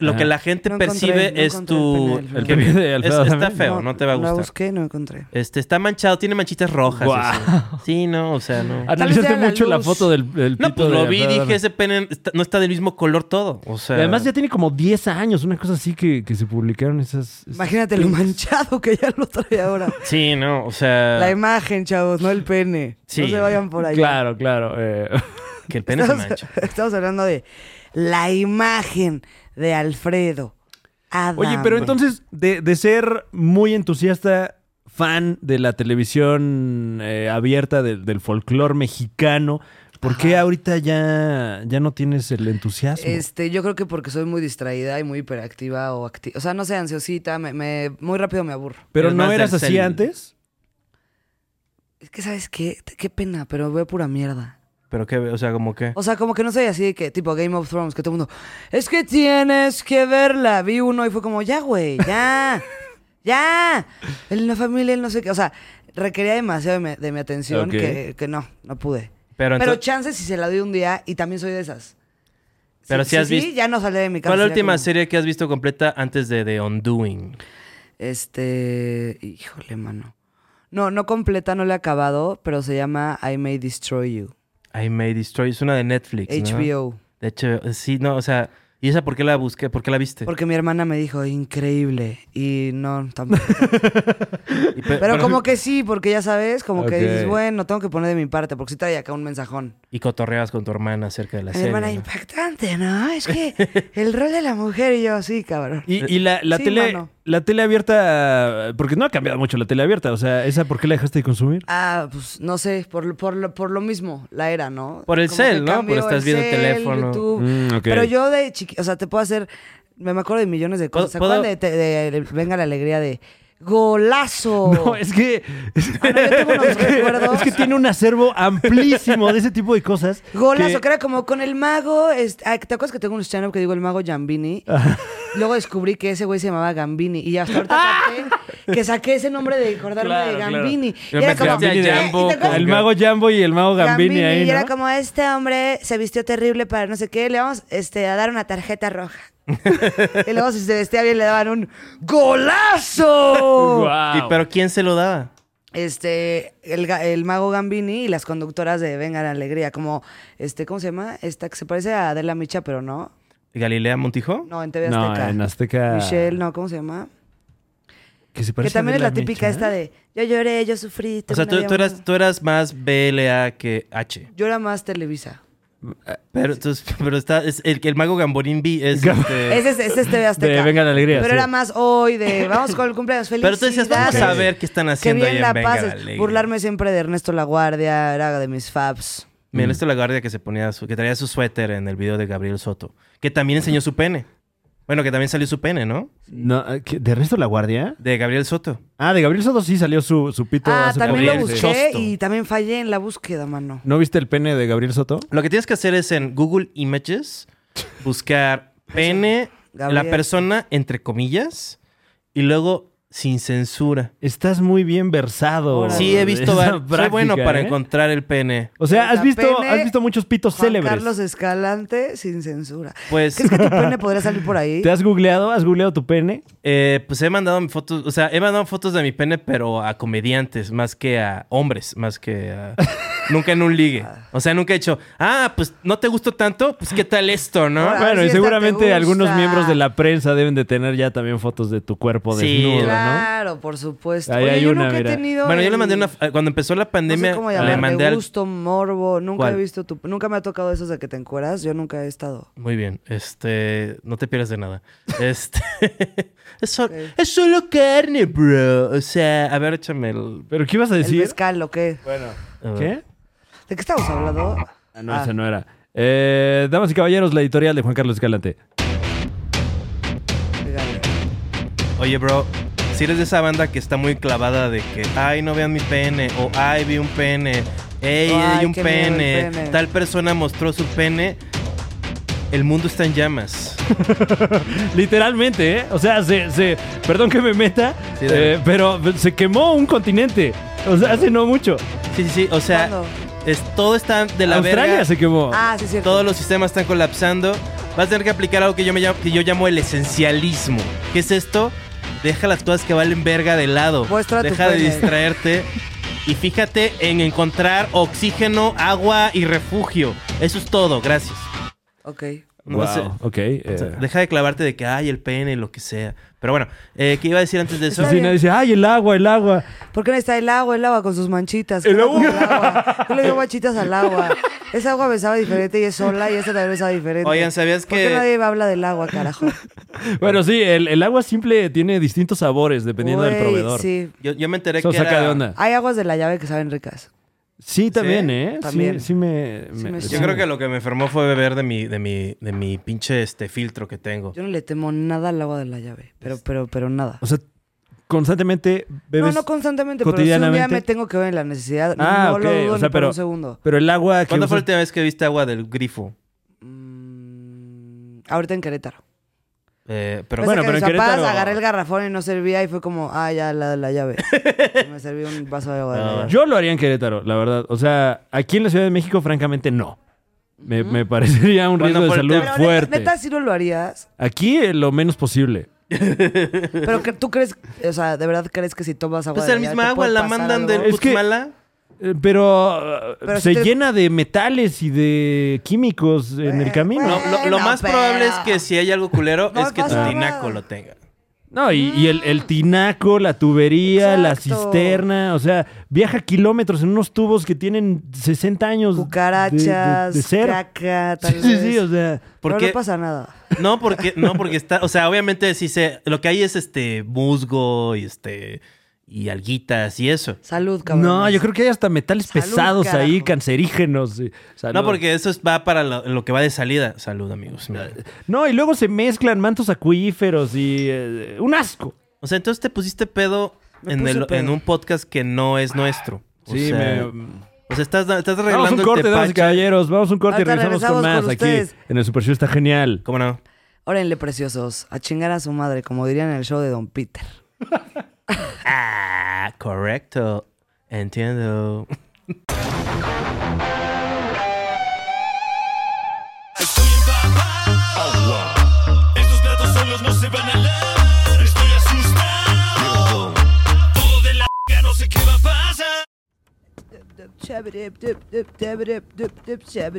Speaker 3: Lo
Speaker 4: Ajá.
Speaker 3: que la gente
Speaker 2: No encontré,
Speaker 3: percibe
Speaker 2: no
Speaker 3: es
Speaker 2: encontré
Speaker 3: tu.
Speaker 2: el pene del
Speaker 3: que-
Speaker 4: Alfredo. El pene de Alfredo
Speaker 3: es- está
Speaker 4: Adame.
Speaker 3: feo, no, te va a
Speaker 2: La
Speaker 3: gustar.
Speaker 2: busqué y no encontré.
Speaker 3: Este, está manchado, tiene manchitas rojas.
Speaker 4: Guau.
Speaker 3: así. Sí, no, o sea, no.
Speaker 4: Analizaste
Speaker 2: sea la
Speaker 4: mucho la
Speaker 2: luz.
Speaker 4: foto del, del
Speaker 3: No,
Speaker 4: pito
Speaker 3: pues
Speaker 4: de
Speaker 3: lo vi,
Speaker 4: Alfredo
Speaker 3: dije,
Speaker 4: Adame.
Speaker 3: ese pene está- no está del mismo color todo. O sea,
Speaker 4: Y Además ya tiene como 10 años, una cosa así que, que se publicaron esas... esas-
Speaker 2: Imagínate lo manchado que ya lo trae ahora.
Speaker 3: Sí, no, o
Speaker 4: Ah.
Speaker 3: sea.
Speaker 2: La imagen, chavos, no el pene.
Speaker 3: Sí.
Speaker 2: No se vayan por ahí.
Speaker 4: Claro, claro. eh.
Speaker 3: Que el pene se
Speaker 2: Estamos,
Speaker 3: mancha.
Speaker 2: estamos hablando de la imagen de Alfredo. Adame.
Speaker 4: Oye, pero entonces, de, de ser muy entusiasta, fan de la televisión eh, abierta del- del folclore mexicano, ¿por qué ahorita ya, ya no tienes el entusiasmo?
Speaker 2: Este, yo creo que porque soy muy distraída y muy hiperactiva o activa. O sea, no sé, ansiosita, me, me- muy rápido me aburro.
Speaker 4: ¿Pero
Speaker 3: eres
Speaker 4: no
Speaker 3: más
Speaker 4: eras
Speaker 3: del
Speaker 4: así
Speaker 3: cel.
Speaker 4: antes?
Speaker 2: Es que, ¿sabes qué? T- Qué pena, pero veo pura mierda.
Speaker 3: Pero que, o sea, como que.
Speaker 2: O sea, como que no soy así de que, tipo Game of Thrones, que todo el mundo, es que tienes que verla. Vi uno y fue como, ya, güey, ya, ya. En la familia, el no sé qué. O sea, requería demasiado de mi, de mi atención
Speaker 4: Ok.
Speaker 2: que, que no, no pude.
Speaker 3: Pero,
Speaker 2: Pero
Speaker 3: entonces,
Speaker 2: chance si se la doy un día y también soy de esas.
Speaker 3: Pero si has visto-
Speaker 2: ya no salí de mi casa.
Speaker 3: ¿cuál es la
Speaker 2: sería
Speaker 3: última
Speaker 2: como-
Speaker 3: serie que has visto completa antes de The Undoing?
Speaker 2: Este, híjole, mano. No, no completa, no la he acabado, pero se llama I May Destroy You,
Speaker 3: I May Destroy. Es una de Netflix. ¿no?
Speaker 2: HBO.
Speaker 3: De hecho, sí, no, o sea. ¿Y esa por qué la busqué? ¿Por qué la viste?
Speaker 2: Porque mi hermana me dijo, increíble. Y no, tampoco.
Speaker 3: Y pe-
Speaker 2: Pero como que sí, porque ya sabes, como
Speaker 4: Ok.
Speaker 2: que dices, bueno, tengo que poner de mi parte, porque si trae acá un mensajón.
Speaker 3: Y cotorreabas con tu hermana acerca de la
Speaker 2: Mi
Speaker 3: serie.
Speaker 2: hermana,
Speaker 3: ¿no?
Speaker 2: impactante, ¿no? Es que el rol de la mujer y yo, sí, cabrón.
Speaker 4: Y, y la, la
Speaker 2: Sí,
Speaker 4: tele
Speaker 2: mano.
Speaker 4: la tele abierta, porque no ha cambiado mucho la tele abierta, o sea, ¿esa por qué la dejaste de consumir?
Speaker 2: Ah, pues no sé, por, lo- por, lo- por lo mismo, la era, ¿no?
Speaker 3: Por el
Speaker 2: Como
Speaker 3: cel,
Speaker 2: que
Speaker 3: ¿no?
Speaker 2: cambió
Speaker 3: Por estás viendo el teléfono.
Speaker 2: YouTube.
Speaker 4: Mm, ok.
Speaker 2: Pero yo de chiqui, o sea, te puedo hacer, me me acuerdo de millones de cosas. ¿Se
Speaker 3: ¿Puedo-
Speaker 2: acuerdan de, te- de- de Venga la Alegría de Golazo? Ah,
Speaker 4: No, es que. Es,
Speaker 2: no, yo tengo unos
Speaker 4: es que,
Speaker 2: recuerdos.
Speaker 4: es que tiene un acervo amplísimo de ese tipo de cosas.
Speaker 2: Golazo, que...
Speaker 4: que-
Speaker 2: era como con el mago. este, ah, ¿Te acuerdas que tengo un stand-up que digo el mago Gambini? Luego descubrí que ese güey se llamaba Gambini. Y hasta ahorita capté que saqué ese nombre de acordarme
Speaker 4: Claro,
Speaker 2: de
Speaker 4: claro.
Speaker 2: Gambini.
Speaker 3: Yo
Speaker 2: Y era
Speaker 3: me
Speaker 2: como,
Speaker 3: cambié a
Speaker 2: ¿y te
Speaker 3: Jambo
Speaker 2: acuerdas?
Speaker 3: con-
Speaker 4: El mago Jambo y el mago Gambini,
Speaker 2: Gambini,
Speaker 4: ahí.
Speaker 2: y era
Speaker 4: ¿no?
Speaker 2: como, este hombre se vistió terrible para no sé qué, le vamos este, a dar una tarjeta roja. y luego si se vestía bien le daban un golazo.
Speaker 4: Guau.
Speaker 3: Y- pero ¿quién se lo daba?
Speaker 2: este, el, ga- el mago Gambini y las conductoras de Venga la Alegría, como, este, ¿cómo se llama? Esta que se parece a Adela Micha, pero no.
Speaker 3: ¿Galilea Montijo?
Speaker 2: No, en TV
Speaker 4: No,
Speaker 2: Azteca.
Speaker 4: en Azteca.
Speaker 2: Michelle, no, ¿cómo se llama?
Speaker 4: Que, se
Speaker 2: Que
Speaker 4: parece a
Speaker 2: también es la
Speaker 4: Adela
Speaker 2: típica
Speaker 4: Micha. ¿eh?
Speaker 2: esta de, yo lloré, yo sufrí.
Speaker 3: O sea,
Speaker 2: tuve
Speaker 3: tú,
Speaker 2: una
Speaker 3: tú eras,
Speaker 2: llamada".
Speaker 3: tú eras más BLA que H.
Speaker 2: Yo era más Televisa.
Speaker 3: Pero, entonces- pero está, es el, el mago Gamborín B es...
Speaker 4: Gam-
Speaker 3: este-
Speaker 2: Ese es, ese es TV Azteca.
Speaker 4: De Venga la Alegría,
Speaker 2: Pero
Speaker 4: sí.
Speaker 2: era más hoy de vamos con el cumpleaños feliz.
Speaker 3: Pero tú decías, vamos a ver qué están haciendo
Speaker 2: bien
Speaker 3: ahí en
Speaker 2: la
Speaker 3: Venga la
Speaker 2: pases.
Speaker 3: Alegre.
Speaker 2: Burlarme siempre de Ernesto La Guardia, era de mis fabs.
Speaker 4: Mm.
Speaker 3: Mira, esto es la guardia que se ponía su- que traía su suéter en el video de Gabriel Soto, que también enseñó su pene. Bueno, que también salió su pene, ¿no?
Speaker 4: No, ah, ¿qué? ¿De resto la guardia?
Speaker 3: De Gabriel Soto.
Speaker 4: Ah, de Gabriel Soto sí salió su, su pito.
Speaker 2: Ah,
Speaker 4: hace
Speaker 2: también
Speaker 4: poco.
Speaker 2: lo
Speaker 3: Gabriel, sí.
Speaker 2: busqué
Speaker 3: Sosto.
Speaker 2: y también fallé en la búsqueda, mano.
Speaker 4: ¿No viste el pene de Gabriel Soto?
Speaker 3: Lo que tienes que hacer es en Google Images buscar pene, la
Speaker 2: Gabriel.
Speaker 3: persona entre comillas y luego sin censura.
Speaker 4: Estás muy bien versado.
Speaker 3: Sí, he visto
Speaker 4: Esa
Speaker 3: varios. Soy bueno
Speaker 4: práctica,
Speaker 3: para
Speaker 4: ¿eh?
Speaker 3: encontrar el pene.
Speaker 4: O sea, has
Speaker 2: Cuenta
Speaker 4: visto,
Speaker 2: pene,
Speaker 4: has visto muchos pitos
Speaker 2: Juan
Speaker 4: célebres.
Speaker 2: Carlos Escalante sin censura.
Speaker 3: Pues
Speaker 2: ¿Crees que tu pene podría salir por ahí?
Speaker 4: ¿Te has googleado? ¿Has googleado tu pene?
Speaker 3: eh, pues he mandado fotos, o sea, he mandado fotos de mi pene, pero a comediantes, más que a hombres, más que a... nunca en un ligue. O sea, nunca he hecho, ah, pues no te gustó tanto, pues qué tal esto, ¿no?
Speaker 2: Ahora
Speaker 4: Bueno,
Speaker 2: Ah, sí,
Speaker 4: y
Speaker 2: esta te
Speaker 4: seguramente
Speaker 2: gusta.
Speaker 4: algunos miembros de la prensa deben de tener ya también fotos de tu cuerpo
Speaker 3: Sí,
Speaker 4: desnudo, ¿no?
Speaker 2: Claro, por supuesto.
Speaker 4: Ahí
Speaker 2: Oye,
Speaker 4: hay
Speaker 2: yo
Speaker 4: una,
Speaker 2: nunca
Speaker 4: mira.
Speaker 2: he tenido.
Speaker 3: Bueno, yo le
Speaker 2: el-
Speaker 3: mandé una... eh, Cuando empezó la
Speaker 2: No
Speaker 3: pandemia,
Speaker 2: sé cómo
Speaker 3: le
Speaker 2: llamarle,
Speaker 3: mandé al-
Speaker 2: gusto, morbo. Nunca
Speaker 3: ¿Cuál?
Speaker 2: he visto tu. Nunca me ha tocado eso de que te encueras. Yo nunca he estado.
Speaker 3: Muy bien, este, no te pierdas de nada. Este, es, sol- es solo carne, bro. O sea, a ver, échame el...
Speaker 4: ¿Pero qué ibas a
Speaker 2: ¿El
Speaker 4: decir?
Speaker 2: mezcal o qué?
Speaker 3: a ver.
Speaker 4: ¿Qué?
Speaker 2: ¿De qué estamos hablando?
Speaker 4: Ah, no,
Speaker 2: Ah.
Speaker 4: esa no era. Eh, damas y caballeros, la editorial de Juan Carlos Escalante.
Speaker 2: Fíjate.
Speaker 3: Oye, bro, si eres de esa banda que está muy clavada de que, ay, no vean mi pene, o ay, vi un pene, ey,
Speaker 2: Ay,
Speaker 3: hay un
Speaker 2: qué miedo el
Speaker 3: pene,
Speaker 2: pene.
Speaker 3: tal persona mostró su pene, el mundo está en llamas.
Speaker 4: Literalmente, ¿eh? O sea, se, se- perdón que me meta,
Speaker 3: Sí, dale.
Speaker 4: eh, pero se quemó un continente. O sea, hace no mucho.
Speaker 3: Sí, sí, sí, o sea,
Speaker 2: ¿Cuándo?
Speaker 3: es, todo está de la
Speaker 4: Australia
Speaker 3: verga.
Speaker 4: se quemó.
Speaker 2: Ah, sí, es cierto.
Speaker 3: Todos los sistemas están colapsando. Vas a tener que aplicar algo que yo, me llamo, que yo llamo el esencialismo. ¿Qué es esto? Deja las cosas que valen verga de lado.
Speaker 2: Muestra tu
Speaker 3: Deja de
Speaker 2: pene.
Speaker 3: distraerte. Y fíjate en encontrar oxígeno, agua y refugio. Eso es todo, gracias.
Speaker 2: Ok.
Speaker 3: No
Speaker 4: Wow,
Speaker 3: sé.
Speaker 4: ok. eh.
Speaker 3: O sea, Deja de clavarte de que hay el pene, lo que sea. Pero bueno, eh, ¿qué iba a decir antes de eso?
Speaker 4: Sí, nadie dice, ay, el agua, el agua.
Speaker 2: ¿Por qué no está el agua? El agua con sus manchitas. ¿Qué
Speaker 4: El
Speaker 2: onda con
Speaker 4: agua.
Speaker 2: agua? Yo le digo manchitas al agua. Esa agua me sabe diferente y es sola y esta también me sabe diferente.
Speaker 3: Oigan, ¿sabías
Speaker 2: ¿Por qué
Speaker 3: que-
Speaker 2: nadie me habla del agua, carajo?
Speaker 4: Bueno, sí, el, el agua simple tiene distintos sabores dependiendo del
Speaker 2: Güey,
Speaker 4: proveedor. Sí,
Speaker 2: Sí.
Speaker 3: Yo, yo me enteré
Speaker 4: Eso
Speaker 3: que
Speaker 4: saca
Speaker 3: era-
Speaker 4: de onda.
Speaker 2: Hay aguas de la llave que saben ricas.
Speaker 4: Sí, también,
Speaker 3: Sí,
Speaker 4: ¿eh? Sí,
Speaker 2: también.
Speaker 4: Sí, me,
Speaker 2: Sí
Speaker 4: me-
Speaker 2: me
Speaker 4: sí
Speaker 3: Yo
Speaker 2: suena.
Speaker 3: creo que lo que me enfermó fue beber de mi, de mi, de mi pinche este, filtro que tengo.
Speaker 2: Yo no le temo nada al agua de la llave, pero, pero, pero nada.
Speaker 4: O sea, constantemente bebes...
Speaker 2: no, no constantemente, pero si un día
Speaker 4: cotidianamente?
Speaker 2: me tengo que ver en la necesidad,
Speaker 4: Ah,
Speaker 2: no
Speaker 4: ok,
Speaker 2: lo dudo
Speaker 4: o
Speaker 2: ni
Speaker 4: sea,
Speaker 2: por
Speaker 4: pero-
Speaker 2: un segundo.
Speaker 4: Pero el agua... que
Speaker 3: ¿Cuándo fue la
Speaker 4: usas-
Speaker 3: última vez que viste agua del grifo?
Speaker 2: Mm, ahorita en Querétaro.
Speaker 3: Eh,
Speaker 2: Pero
Speaker 3: pero
Speaker 2: bueno,
Speaker 4: Pues- bueno,
Speaker 2: que
Speaker 4: pero
Speaker 2: mis
Speaker 4: en
Speaker 2: papás
Speaker 4: Querétaro-
Speaker 2: agarré el garrafón y no servía y fue como, ah, ya la de la llave. Y me serví un vaso de agua de la
Speaker 3: Ah.
Speaker 2: llave.
Speaker 4: Yo lo haría en Querétaro, la verdad. O sea, aquí en la Ciudad de México, francamente, no. Me, me parecería un
Speaker 3: Bueno,
Speaker 4: riesgo de
Speaker 3: fuerte.
Speaker 4: salud
Speaker 3: Pero
Speaker 2: Pero
Speaker 4: fuerte.
Speaker 2: Neta, neta, sí no lo harías.
Speaker 4: Aquí eh, lo menos posible.
Speaker 2: Pero que tú crees, o sea, ¿de verdad crees que si tomas agua
Speaker 3: pues
Speaker 2: de la
Speaker 3: el
Speaker 2: llave
Speaker 3: misma
Speaker 2: te
Speaker 3: agua
Speaker 2: puede
Speaker 3: la
Speaker 2: pasar
Speaker 3: mandan
Speaker 2: algo?
Speaker 3: del
Speaker 4: Es que-
Speaker 3: Putzmala.
Speaker 4: Eh, Pero, eh,
Speaker 2: Pero
Speaker 4: se
Speaker 2: si te-
Speaker 4: llena de metales y de químicos en el camino.
Speaker 2: Eh, bueno.
Speaker 3: No, lo, lo
Speaker 2: Bueno,
Speaker 3: más
Speaker 2: pero-
Speaker 3: probable es que si hay algo culero
Speaker 2: No
Speaker 3: es que tu
Speaker 2: pasa
Speaker 3: tinaco
Speaker 2: nada.
Speaker 3: lo tenga.
Speaker 4: No, y, y el, el tinaco, la tubería, la
Speaker 2: Exacto.
Speaker 4: cisterna, o sea, viaja kilómetros en unos tubos que tienen 60 años. de- de-
Speaker 2: Cucarachas,
Speaker 4: de, ser.
Speaker 2: caca, tal
Speaker 4: Sí, sí,
Speaker 2: vez.
Speaker 4: sí, o sea.
Speaker 3: Porque-
Speaker 2: Pero no pasa nada.
Speaker 3: No, porque no porque está, o sea, obviamente sí se lo que hay es este musgo y este y alguitas y eso.
Speaker 2: Salud, cabrón.
Speaker 4: No, yo creo que hay hasta metales
Speaker 2: Salud,
Speaker 4: pesados ahí,
Speaker 2: carajo.
Speaker 4: cancerígenos. sí. Salud.
Speaker 3: No, porque eso es- va para lo, lo que va de salida. Salud, amigos. mira.
Speaker 4: No, y luego se mezclan mantos acuíferos y eh, un asco.
Speaker 3: O sea, entonces te pusiste pedo
Speaker 2: Me
Speaker 3: en,
Speaker 2: puse
Speaker 3: el-
Speaker 2: pedo.
Speaker 3: en un podcast que no es nuestro. O
Speaker 4: Sí,
Speaker 3: sea,
Speaker 4: me-
Speaker 3: o sea, estás, estás arreglando
Speaker 4: Vamos a un
Speaker 3: el
Speaker 4: corte, damas y
Speaker 3: tepache.
Speaker 4: caballeros. Vamos a un corte y
Speaker 2: Ahorita
Speaker 4: regresamos con
Speaker 2: regresamos
Speaker 4: más
Speaker 2: con
Speaker 4: aquí
Speaker 2: ustedes.
Speaker 4: en el Super Show. Está genial.
Speaker 3: ¿Cómo no?
Speaker 2: Órenle, preciosos, a chingar a su madre, como dirían en el show de Don Peter.
Speaker 3: Ah, correcto. Entiendo.
Speaker 7: Estoy empapado. Estos platos solos no se van a lavar. Estoy asustado. Todo de la no sé qué va a pasar.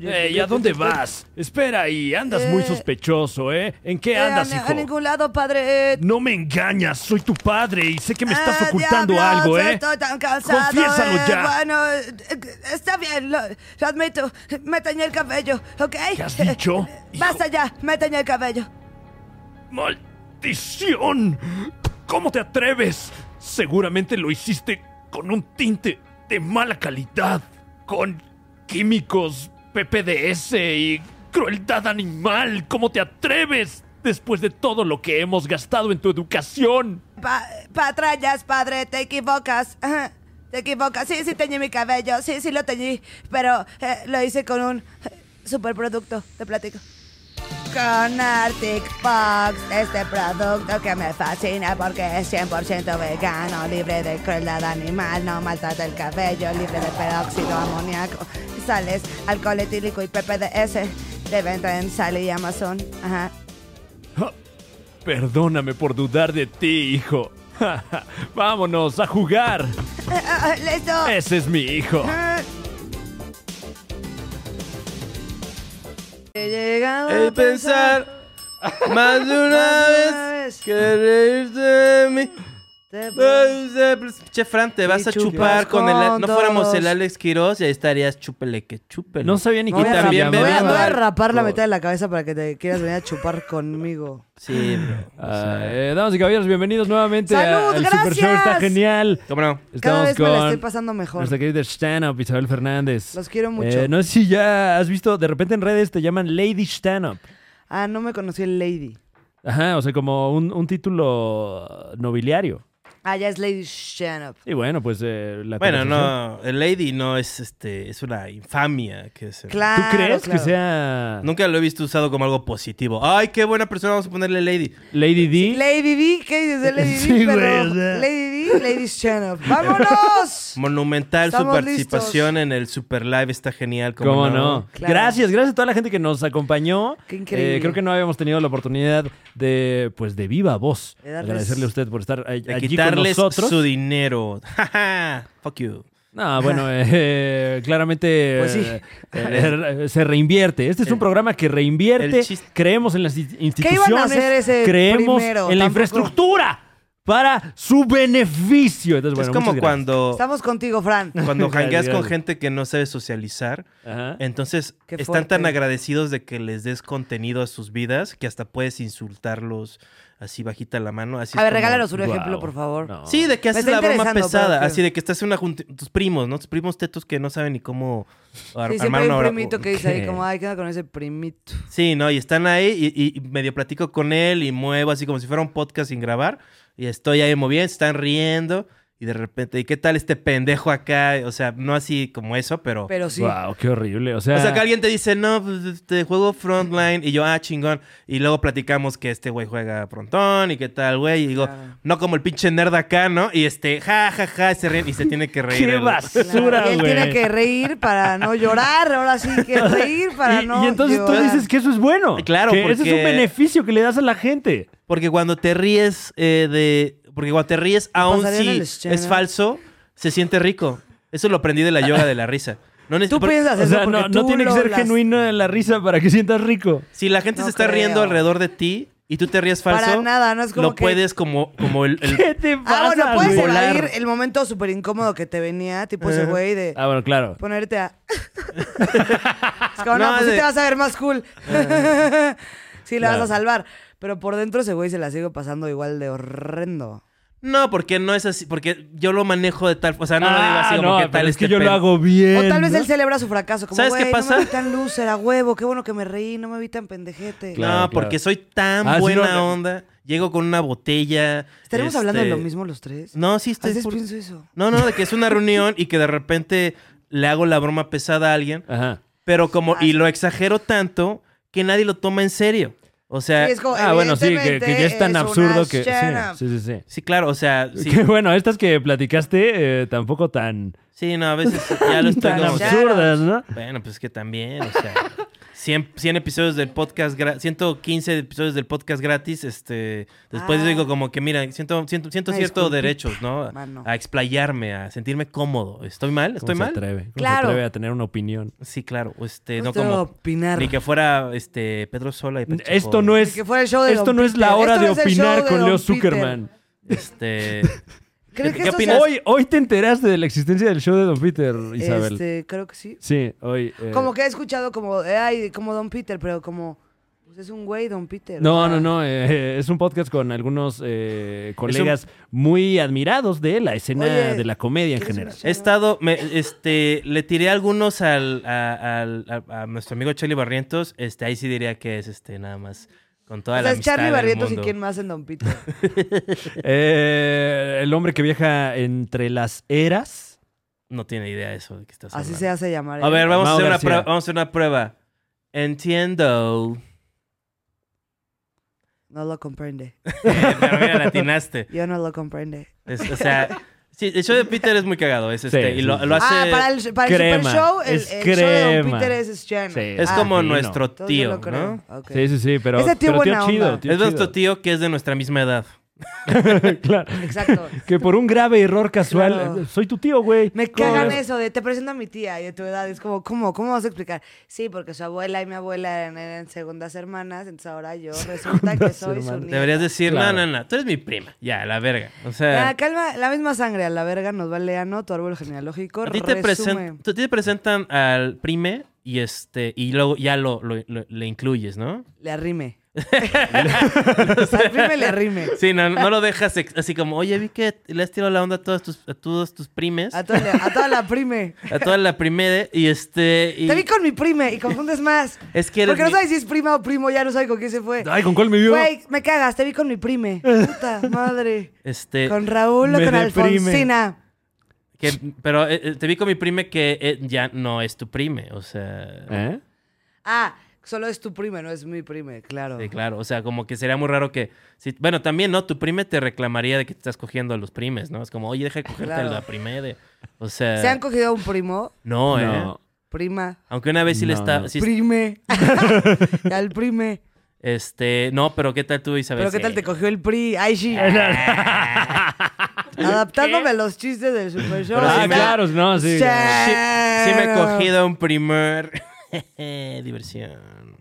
Speaker 4: Ey, Eh, ¿a dónde vas? Espera ahí, andas muy
Speaker 2: Eh,
Speaker 4: sospechoso, ¿eh? ¿En qué
Speaker 2: Eh,
Speaker 4: andas,
Speaker 2: a,
Speaker 4: hijo?
Speaker 2: a ningún lado, padre. Eh,
Speaker 4: No me engañas, soy tu padre y sé que me estás
Speaker 2: ah,
Speaker 4: ocultando
Speaker 2: diablos,
Speaker 4: algo, ¿eh?
Speaker 2: Estoy tan cansado.
Speaker 4: Confiésalo
Speaker 2: eh,
Speaker 4: ya.
Speaker 2: Bueno, eh, eh, está bien, lo, lo admito. Me teñí el cabello, ¿ok?
Speaker 4: ¿Qué has dicho?
Speaker 2: Eh, Basta ya, me teñí el cabello.
Speaker 4: ¡Maldición! ¿Cómo te atreves? Seguramente lo hiciste con un tinte de mala calidad, con químicos, PPDS y crueldad animal. ¿Cómo te atreves? Después de todo lo que hemos gastado en tu educación.
Speaker 2: Pa patrañas, padre, te equivocas. Ajá, Te equivocas. Sí, sí teñí mi cabello. Sí, sí lo teñí. Pero eh, lo hice con un eh, superproducto. Te platico. Con Arctic Fox, este producto que me fascina porque es 100% vegano, libre de crueldad animal, no maltrata el cabello, libre de peróxido amoníaco, sales, alcohol etílico y PPDS, de venta en Sally y Amazon. Ajá.
Speaker 4: Perdóname por dudar de ti, hijo. Vámonos a jugar.
Speaker 2: Ah, ¡Listo!
Speaker 4: Ese es mi hijo.
Speaker 2: He llegado a
Speaker 5: El pensar más de una vez que reírte de mí.
Speaker 2: te-
Speaker 3: Che, Fran, te vas
Speaker 2: Y
Speaker 3: a chupar
Speaker 2: chupas
Speaker 3: con el.
Speaker 2: con
Speaker 3: No fuéramos
Speaker 2: dos.
Speaker 3: el Alex Quiroz y ahí estarías chúpele que chúpele.
Speaker 4: No sabía ni
Speaker 2: Me
Speaker 4: que
Speaker 2: voy, a,
Speaker 3: también
Speaker 2: me voy a-
Speaker 3: bebiendo
Speaker 2: me voy a
Speaker 3: alcohol.
Speaker 2: rapar la mitad de la cabeza para que te quieras venir a chupar conmigo.
Speaker 3: Sí, bro. O sea,
Speaker 4: Ah, eh, damas y caballeros, bienvenidos nuevamente a-
Speaker 2: ¡Salud,
Speaker 4: al Super Show.
Speaker 2: gracias!
Speaker 4: Está genial.
Speaker 3: ¿Cómo no?
Speaker 2: Cada
Speaker 4: Estamos
Speaker 2: vez me la estoy
Speaker 4: con
Speaker 2: pasando mejor.
Speaker 4: nuestra querida stand-up Isabel Fernández.
Speaker 2: Los quiero mucho.
Speaker 4: Eh, no sé si ya has visto, de repente en redes te llaman Lady Stand-up.
Speaker 2: Ah, no me conocí el Lady.
Speaker 4: Ajá, o sea, como un, un título nobiliario.
Speaker 2: Ah, ya es Lady Shannon.
Speaker 4: Y bueno, pues eh, la
Speaker 3: Bueno,
Speaker 4: conversación-
Speaker 3: no, el Lady no es este, es una infamia que se.
Speaker 2: Claro.
Speaker 4: ¿Tú crees
Speaker 2: claro.
Speaker 4: que sea
Speaker 3: Nunca lo he visto usado como algo positivo. Ay, qué buena persona, vamos a ponerle Lady.
Speaker 4: Lady D?
Speaker 2: Lady D, ¿qué dices de Lady
Speaker 4: Sí,
Speaker 2: D?
Speaker 4: güey,
Speaker 2: Pero
Speaker 4: o sea.
Speaker 2: Lady D, Lady Shannon. ¡Vámonos!
Speaker 3: Monumental
Speaker 2: Estamos
Speaker 3: su participación en el Super Live está genial. ¿cómo,
Speaker 4: ¿Cómo
Speaker 3: no?
Speaker 4: no?
Speaker 2: Claro.
Speaker 4: Gracias, gracias a toda la gente que nos acompañó. Eh,
Speaker 2: Qué increíble.
Speaker 4: creo que no habíamos tenido la oportunidad de, pues, de viva voz.
Speaker 2: De darles-
Speaker 4: Agradecerle a usted por estar a-
Speaker 3: De
Speaker 4: allí
Speaker 3: quitarles
Speaker 4: con nosotros.
Speaker 3: su dinero. Ja, ja. Fuck you.
Speaker 4: No, bueno, eh, claramente
Speaker 2: Pues sí.
Speaker 4: eh, eh, se reinvierte. Este es un programa que reinvierte.
Speaker 3: el chiste-
Speaker 4: Creemos en las i-
Speaker 2: a
Speaker 4: instituciones.
Speaker 2: hacer ese
Speaker 4: creemos
Speaker 2: primero?
Speaker 4: en la
Speaker 2: Tampoco-
Speaker 4: infraestructura para su beneficio. Entonces, bueno,
Speaker 3: es como
Speaker 4: muchas gracias.
Speaker 3: cuando,
Speaker 2: Estamos contigo, Fran.
Speaker 3: cuando
Speaker 4: Gracias,
Speaker 3: jangueas con
Speaker 4: gracias.
Speaker 3: gente que no sabe socializar.
Speaker 4: Ajá.
Speaker 3: Entonces,
Speaker 2: Qué
Speaker 3: están tan
Speaker 2: fuerte.
Speaker 3: agradecidos de que les des contenido a sus vidas que hasta puedes insultarlos así bajita la mano. Así
Speaker 2: A
Speaker 3: es
Speaker 2: ver,
Speaker 3: como-
Speaker 2: regálanos un
Speaker 4: Guau.
Speaker 2: ejemplo, por favor.
Speaker 4: No.
Speaker 3: Sí, de que haces
Speaker 2: está
Speaker 3: la broma
Speaker 2: interesando,
Speaker 3: pesada.
Speaker 2: pero-
Speaker 3: Así de que estás en una junta. Tus primos, ¿no? Tus primos tetos que no saben ni cómo ar-
Speaker 2: Sí, siempre
Speaker 3: armar
Speaker 2: hay
Speaker 3: una
Speaker 2: un
Speaker 3: obra-
Speaker 2: primito que dice
Speaker 4: ¿Qué?
Speaker 2: ahí como, ay, ¿qué onda con ese primito?
Speaker 3: Sí, ¿no? Y están ahí y, y medio platico con él y muevo así como si fuera un podcast sin grabar. Y estoy ahí moviendo, se están riendo. Y de repente, ¿y qué tal este pendejo acá? O sea, no así como eso, pero...
Speaker 2: Pero sí.
Speaker 4: Wow, qué horrible. O sea,
Speaker 3: O sea, que alguien te dice, no, pues, te juego frontline. Y yo, ah, chingón. Y luego platicamos que este güey juega frontón y qué tal, güey. Y digo,
Speaker 2: Claro.
Speaker 3: no como el pinche nerd acá, ¿no? Y este, ja, ja, ja, y se ríen y se tiene que reír.
Speaker 4: qué
Speaker 3: el-
Speaker 4: basura,
Speaker 2: Claro, y él
Speaker 4: güey.
Speaker 2: tiene que reír para no llorar. Ahora sí que reír para
Speaker 4: y,
Speaker 2: no
Speaker 4: y entonces tú
Speaker 2: llorar.
Speaker 4: dices que eso es bueno.
Speaker 3: Claro,
Speaker 4: que ese es un
Speaker 3: porque-
Speaker 4: beneficio que le das a la gente.
Speaker 3: Porque cuando te ríes eh, de. Porque cuando te ríes, aún
Speaker 2: pasaría en
Speaker 3: si
Speaker 2: el escenario.
Speaker 3: es falso, se siente rico. Eso lo aprendí de la yoga de la risa. No neces-
Speaker 2: Tú
Speaker 3: por-
Speaker 2: piensas
Speaker 4: O
Speaker 2: eso
Speaker 4: sea, no,
Speaker 2: porque
Speaker 4: no
Speaker 2: tú
Speaker 4: tiene que
Speaker 2: lo
Speaker 4: ser
Speaker 2: las-
Speaker 4: genuina la risa para que sientas rico.
Speaker 3: Si la gente
Speaker 2: No
Speaker 3: se está
Speaker 2: creo.
Speaker 3: riendo alrededor de ti y tú te ríes falso,
Speaker 2: Para nada, no es como
Speaker 3: lo
Speaker 2: que-
Speaker 3: puedes como, como el. el-
Speaker 4: ¿Qué te pasa?
Speaker 2: Ah, bueno, puedes
Speaker 4: güey?
Speaker 2: evadir el momento súper incómodo que te venía, tipo ese güey de
Speaker 4: Ah, bueno, claro.
Speaker 2: ponerte a... es como,
Speaker 3: No,
Speaker 2: no, pues
Speaker 3: de-
Speaker 2: sí te vas a ver más cool. sí, la
Speaker 4: Ah. Claro.
Speaker 2: vas a salvar. Pero por dentro ese güey se la sigo pasando igual de horrendo.
Speaker 3: No, porque no es así. Porque yo lo manejo de tal. O sea, no lo digo
Speaker 4: Ah,
Speaker 3: así como
Speaker 4: no,
Speaker 3: que
Speaker 4: pero
Speaker 3: tal
Speaker 4: es que
Speaker 3: este
Speaker 4: yo lo
Speaker 3: pedo.
Speaker 4: hago bien.
Speaker 2: O tal vez
Speaker 4: ¿no?
Speaker 2: él celebra su fracaso, como,
Speaker 3: ¿Sabes qué
Speaker 2: güey, no
Speaker 3: pasa?
Speaker 2: me vi tan loser, a huevo, qué bueno que me reí, no me vi tan pendejete.
Speaker 3: No,
Speaker 4: Claro, claro.
Speaker 3: porque soy tan
Speaker 4: Ah, sí,
Speaker 3: buena
Speaker 4: no, no.
Speaker 3: onda. Llego con una botella.
Speaker 2: ¿Estaremos
Speaker 3: este,
Speaker 2: hablando de lo mismo los tres?
Speaker 3: No, este, sí,
Speaker 2: A
Speaker 3: estoy.
Speaker 2: veces
Speaker 3: full-
Speaker 2: pienso eso.
Speaker 3: No, no, de que es una reunión y que de repente le hago la broma pesada a alguien.
Speaker 4: Ajá.
Speaker 3: Pero como, y lo exagero tanto que nadie lo toma en serio. O sea,
Speaker 2: Sí, es como-
Speaker 4: Ah, bueno, sí, que, que ya es
Speaker 2: Evidentemente
Speaker 4: tan
Speaker 2: es
Speaker 4: absurdo
Speaker 2: una
Speaker 4: que. Sí,
Speaker 2: stand-up.
Speaker 4: sí, sí. sí.
Speaker 3: sí, claro, o sea, sí,
Speaker 4: Que bueno, estas que platicaste eh, tampoco tan,
Speaker 3: sí, no, a veces ya lo estoy
Speaker 4: tan
Speaker 3: como,
Speaker 2: absurdo.
Speaker 4: absurdas, ¿no?
Speaker 3: bueno, pues que también, o sea, 100, 100 episodios del podcast, gra- 115 episodios del podcast gratis, este, después
Speaker 2: Ah.
Speaker 3: digo como que, mira, siento, siento, siento
Speaker 2: Una
Speaker 3: ciertos
Speaker 2: disculpita,
Speaker 3: derechos, ¿no?
Speaker 2: mano.
Speaker 3: A explayarme, a sentirme cómodo. ¿Estoy mal? ¿Estoy
Speaker 4: ¿Cómo
Speaker 3: mal?
Speaker 4: Se atreve? ¿Cómo
Speaker 2: Claro.
Speaker 4: se atreve a tener una opinión?
Speaker 3: Sí, claro, este, no
Speaker 2: Justo
Speaker 3: como...
Speaker 2: opinar.
Speaker 3: Ni que fuera este Pedro Sola y Pepito
Speaker 4: Esto
Speaker 3: Joven.
Speaker 4: no
Speaker 2: Que
Speaker 4: es.
Speaker 2: fuera el show de
Speaker 4: Esto
Speaker 2: Don
Speaker 4: no es la
Speaker 2: Peter.
Speaker 4: hora
Speaker 2: Esto
Speaker 4: de
Speaker 2: no es el
Speaker 4: opinar
Speaker 2: show de
Speaker 4: con
Speaker 2: Don
Speaker 4: Leo
Speaker 2: Peter.
Speaker 4: Zuckerman.
Speaker 3: Este.
Speaker 2: ¿Crees
Speaker 3: ¿Qué-
Speaker 2: que
Speaker 3: qué
Speaker 2: esto
Speaker 3: opinas?
Speaker 2: se-
Speaker 4: Hoy, hoy te enteraste de la existencia del show de Don Peter, Isabel.
Speaker 2: Este, creo que sí.
Speaker 4: Sí, hoy. eh,
Speaker 2: Como que he escuchado como, eh, ay, como Don Peter, pero como, pues es un güey Don Peter. o
Speaker 4: No,
Speaker 2: sea,
Speaker 4: no, no. eh, es un podcast con algunos eh, colegas muy admirados de la escena
Speaker 2: Oye,
Speaker 4: de la comedia en
Speaker 2: ¿quieres
Speaker 4: general.
Speaker 2: una-
Speaker 3: He estado. me- este, le tiré algunos al, a, al- a- a nuestro amigo Charlie Barrientos. Este, ahí sí diría que es este, nada más. Con toda
Speaker 2: O
Speaker 3: la
Speaker 2: sea, es
Speaker 3: amistad
Speaker 2: Charlie
Speaker 3: del
Speaker 2: Barrientos y
Speaker 3: mundo.
Speaker 2: quién más en Don Peter.
Speaker 4: Eh, el hombre que viaja entre las eras.
Speaker 3: No tiene idea de eso de que estás
Speaker 2: Así se
Speaker 3: hablando.
Speaker 2: hace llamar.
Speaker 3: A
Speaker 2: ¿eh?
Speaker 3: ver, vamos a,
Speaker 4: Mau
Speaker 3: hacer una
Speaker 4: García.
Speaker 3: prueba, vamos a hacer una prueba. Entiendo.
Speaker 2: No lo comprende.
Speaker 3: Eh, pero mira, la atinaste.
Speaker 2: Yo no lo comprende.
Speaker 3: Es- o sea, Sí, el show de Peter es muy cagado. Es este,
Speaker 4: Sí,
Speaker 3: y lo,
Speaker 4: sí,
Speaker 3: lo hace.
Speaker 2: ah, para el, para el
Speaker 4: crema,
Speaker 2: Super Show, el,
Speaker 4: es
Speaker 2: el show de Don
Speaker 4: crema.
Speaker 2: Peter es Stern.
Speaker 4: Sí,
Speaker 3: Es
Speaker 4: Ah,
Speaker 3: como
Speaker 4: sí, no.
Speaker 3: nuestro
Speaker 2: Entonces yo
Speaker 3: tío,
Speaker 2: lo creo.
Speaker 3: ¿no?
Speaker 2: Ok.
Speaker 4: Sí, sí, sí, pero,
Speaker 2: Ese tío
Speaker 4: pero
Speaker 2: buena
Speaker 4: chido.
Speaker 2: onda.
Speaker 4: Tío
Speaker 3: es nuestro
Speaker 4: chido.
Speaker 3: tío que es de nuestra misma edad.
Speaker 4: claro.
Speaker 2: Exacto.
Speaker 4: Que por un grave error casual,
Speaker 2: Claro.
Speaker 4: eh, soy tu tío, güey.
Speaker 2: Me cagan
Speaker 4: Joder.
Speaker 2: eso de te presento a mi tía y de tu edad. Es como, ¿cómo? ¿Cómo vas a explicar? Sí, porque su abuela y mi abuela eran, eran segundas hermanas, entonces ahora yo resulta que soy su
Speaker 4: hermanas.
Speaker 2: nieta.
Speaker 3: Deberías decir,
Speaker 4: Claro.
Speaker 3: no, no, no, tú eres mi prima. Ya, la verga. O
Speaker 2: La
Speaker 3: sea,
Speaker 2: calma, la misma sangre a la verga nos vale a no tu árbol genealógico.
Speaker 3: a ti te, presen-
Speaker 2: resume.
Speaker 3: a ti te presentan al prime y este y luego ya lo, lo- lo- le incluyes, ¿no?
Speaker 2: Le arrime. o sea, al prime le arrime.
Speaker 3: Sí, no, no lo dejas ex- así como, oye, vi que le has tirado la onda a todos tus, a todos tus primes,
Speaker 2: A toda, la, a toda la prime.
Speaker 3: a toda la primera y este... y-
Speaker 2: Te vi con mi prime y confundes más.
Speaker 3: Es que eres
Speaker 2: Porque no
Speaker 3: mi-
Speaker 2: sabes si es prima o primo, ya no sabes con quién se fue.
Speaker 4: Ay, ¿con cuál me vio?
Speaker 2: Güey, me cagas, te vi con mi prime. Puta madre.
Speaker 3: Este,
Speaker 2: Con Raúl o
Speaker 4: me
Speaker 2: con
Speaker 4: deprime.
Speaker 2: Alfonsina.
Speaker 3: que- pero eh, eh, te vi con mi prime que eh, ya no es tu prime, o sea...
Speaker 4: ¿Eh?
Speaker 2: Ah, solo es tu prime, no es mi prime, claro.
Speaker 3: Sí, claro. O sea, como que sería muy raro que. si- bueno, también, ¿no? Tu prime te reclamaría de que te estás cogiendo a los primes, ¿no? Es como, oye, deja de cogerte
Speaker 2: Claro.
Speaker 3: a la prime de. O sea.
Speaker 2: ¿Se han cogido a un primo?
Speaker 3: No, ¿eh?
Speaker 4: No.
Speaker 2: Prima.
Speaker 3: Aunque una vez sí le
Speaker 4: No,
Speaker 3: está.
Speaker 4: no.
Speaker 3: sí-
Speaker 2: Prime. Al prime.
Speaker 3: este. No, pero ¿qué tal tú, Isabel?
Speaker 2: Pero ¿qué tal
Speaker 3: Sí.
Speaker 2: te cogió el PRI? Ay, sí.
Speaker 3: Eh,
Speaker 2: Adaptándome a los chistes del Super Show.
Speaker 4: Ah,
Speaker 3: sí me-
Speaker 4: claro, no, sí.
Speaker 3: Sí, sí me he cogido un primer. Diversión.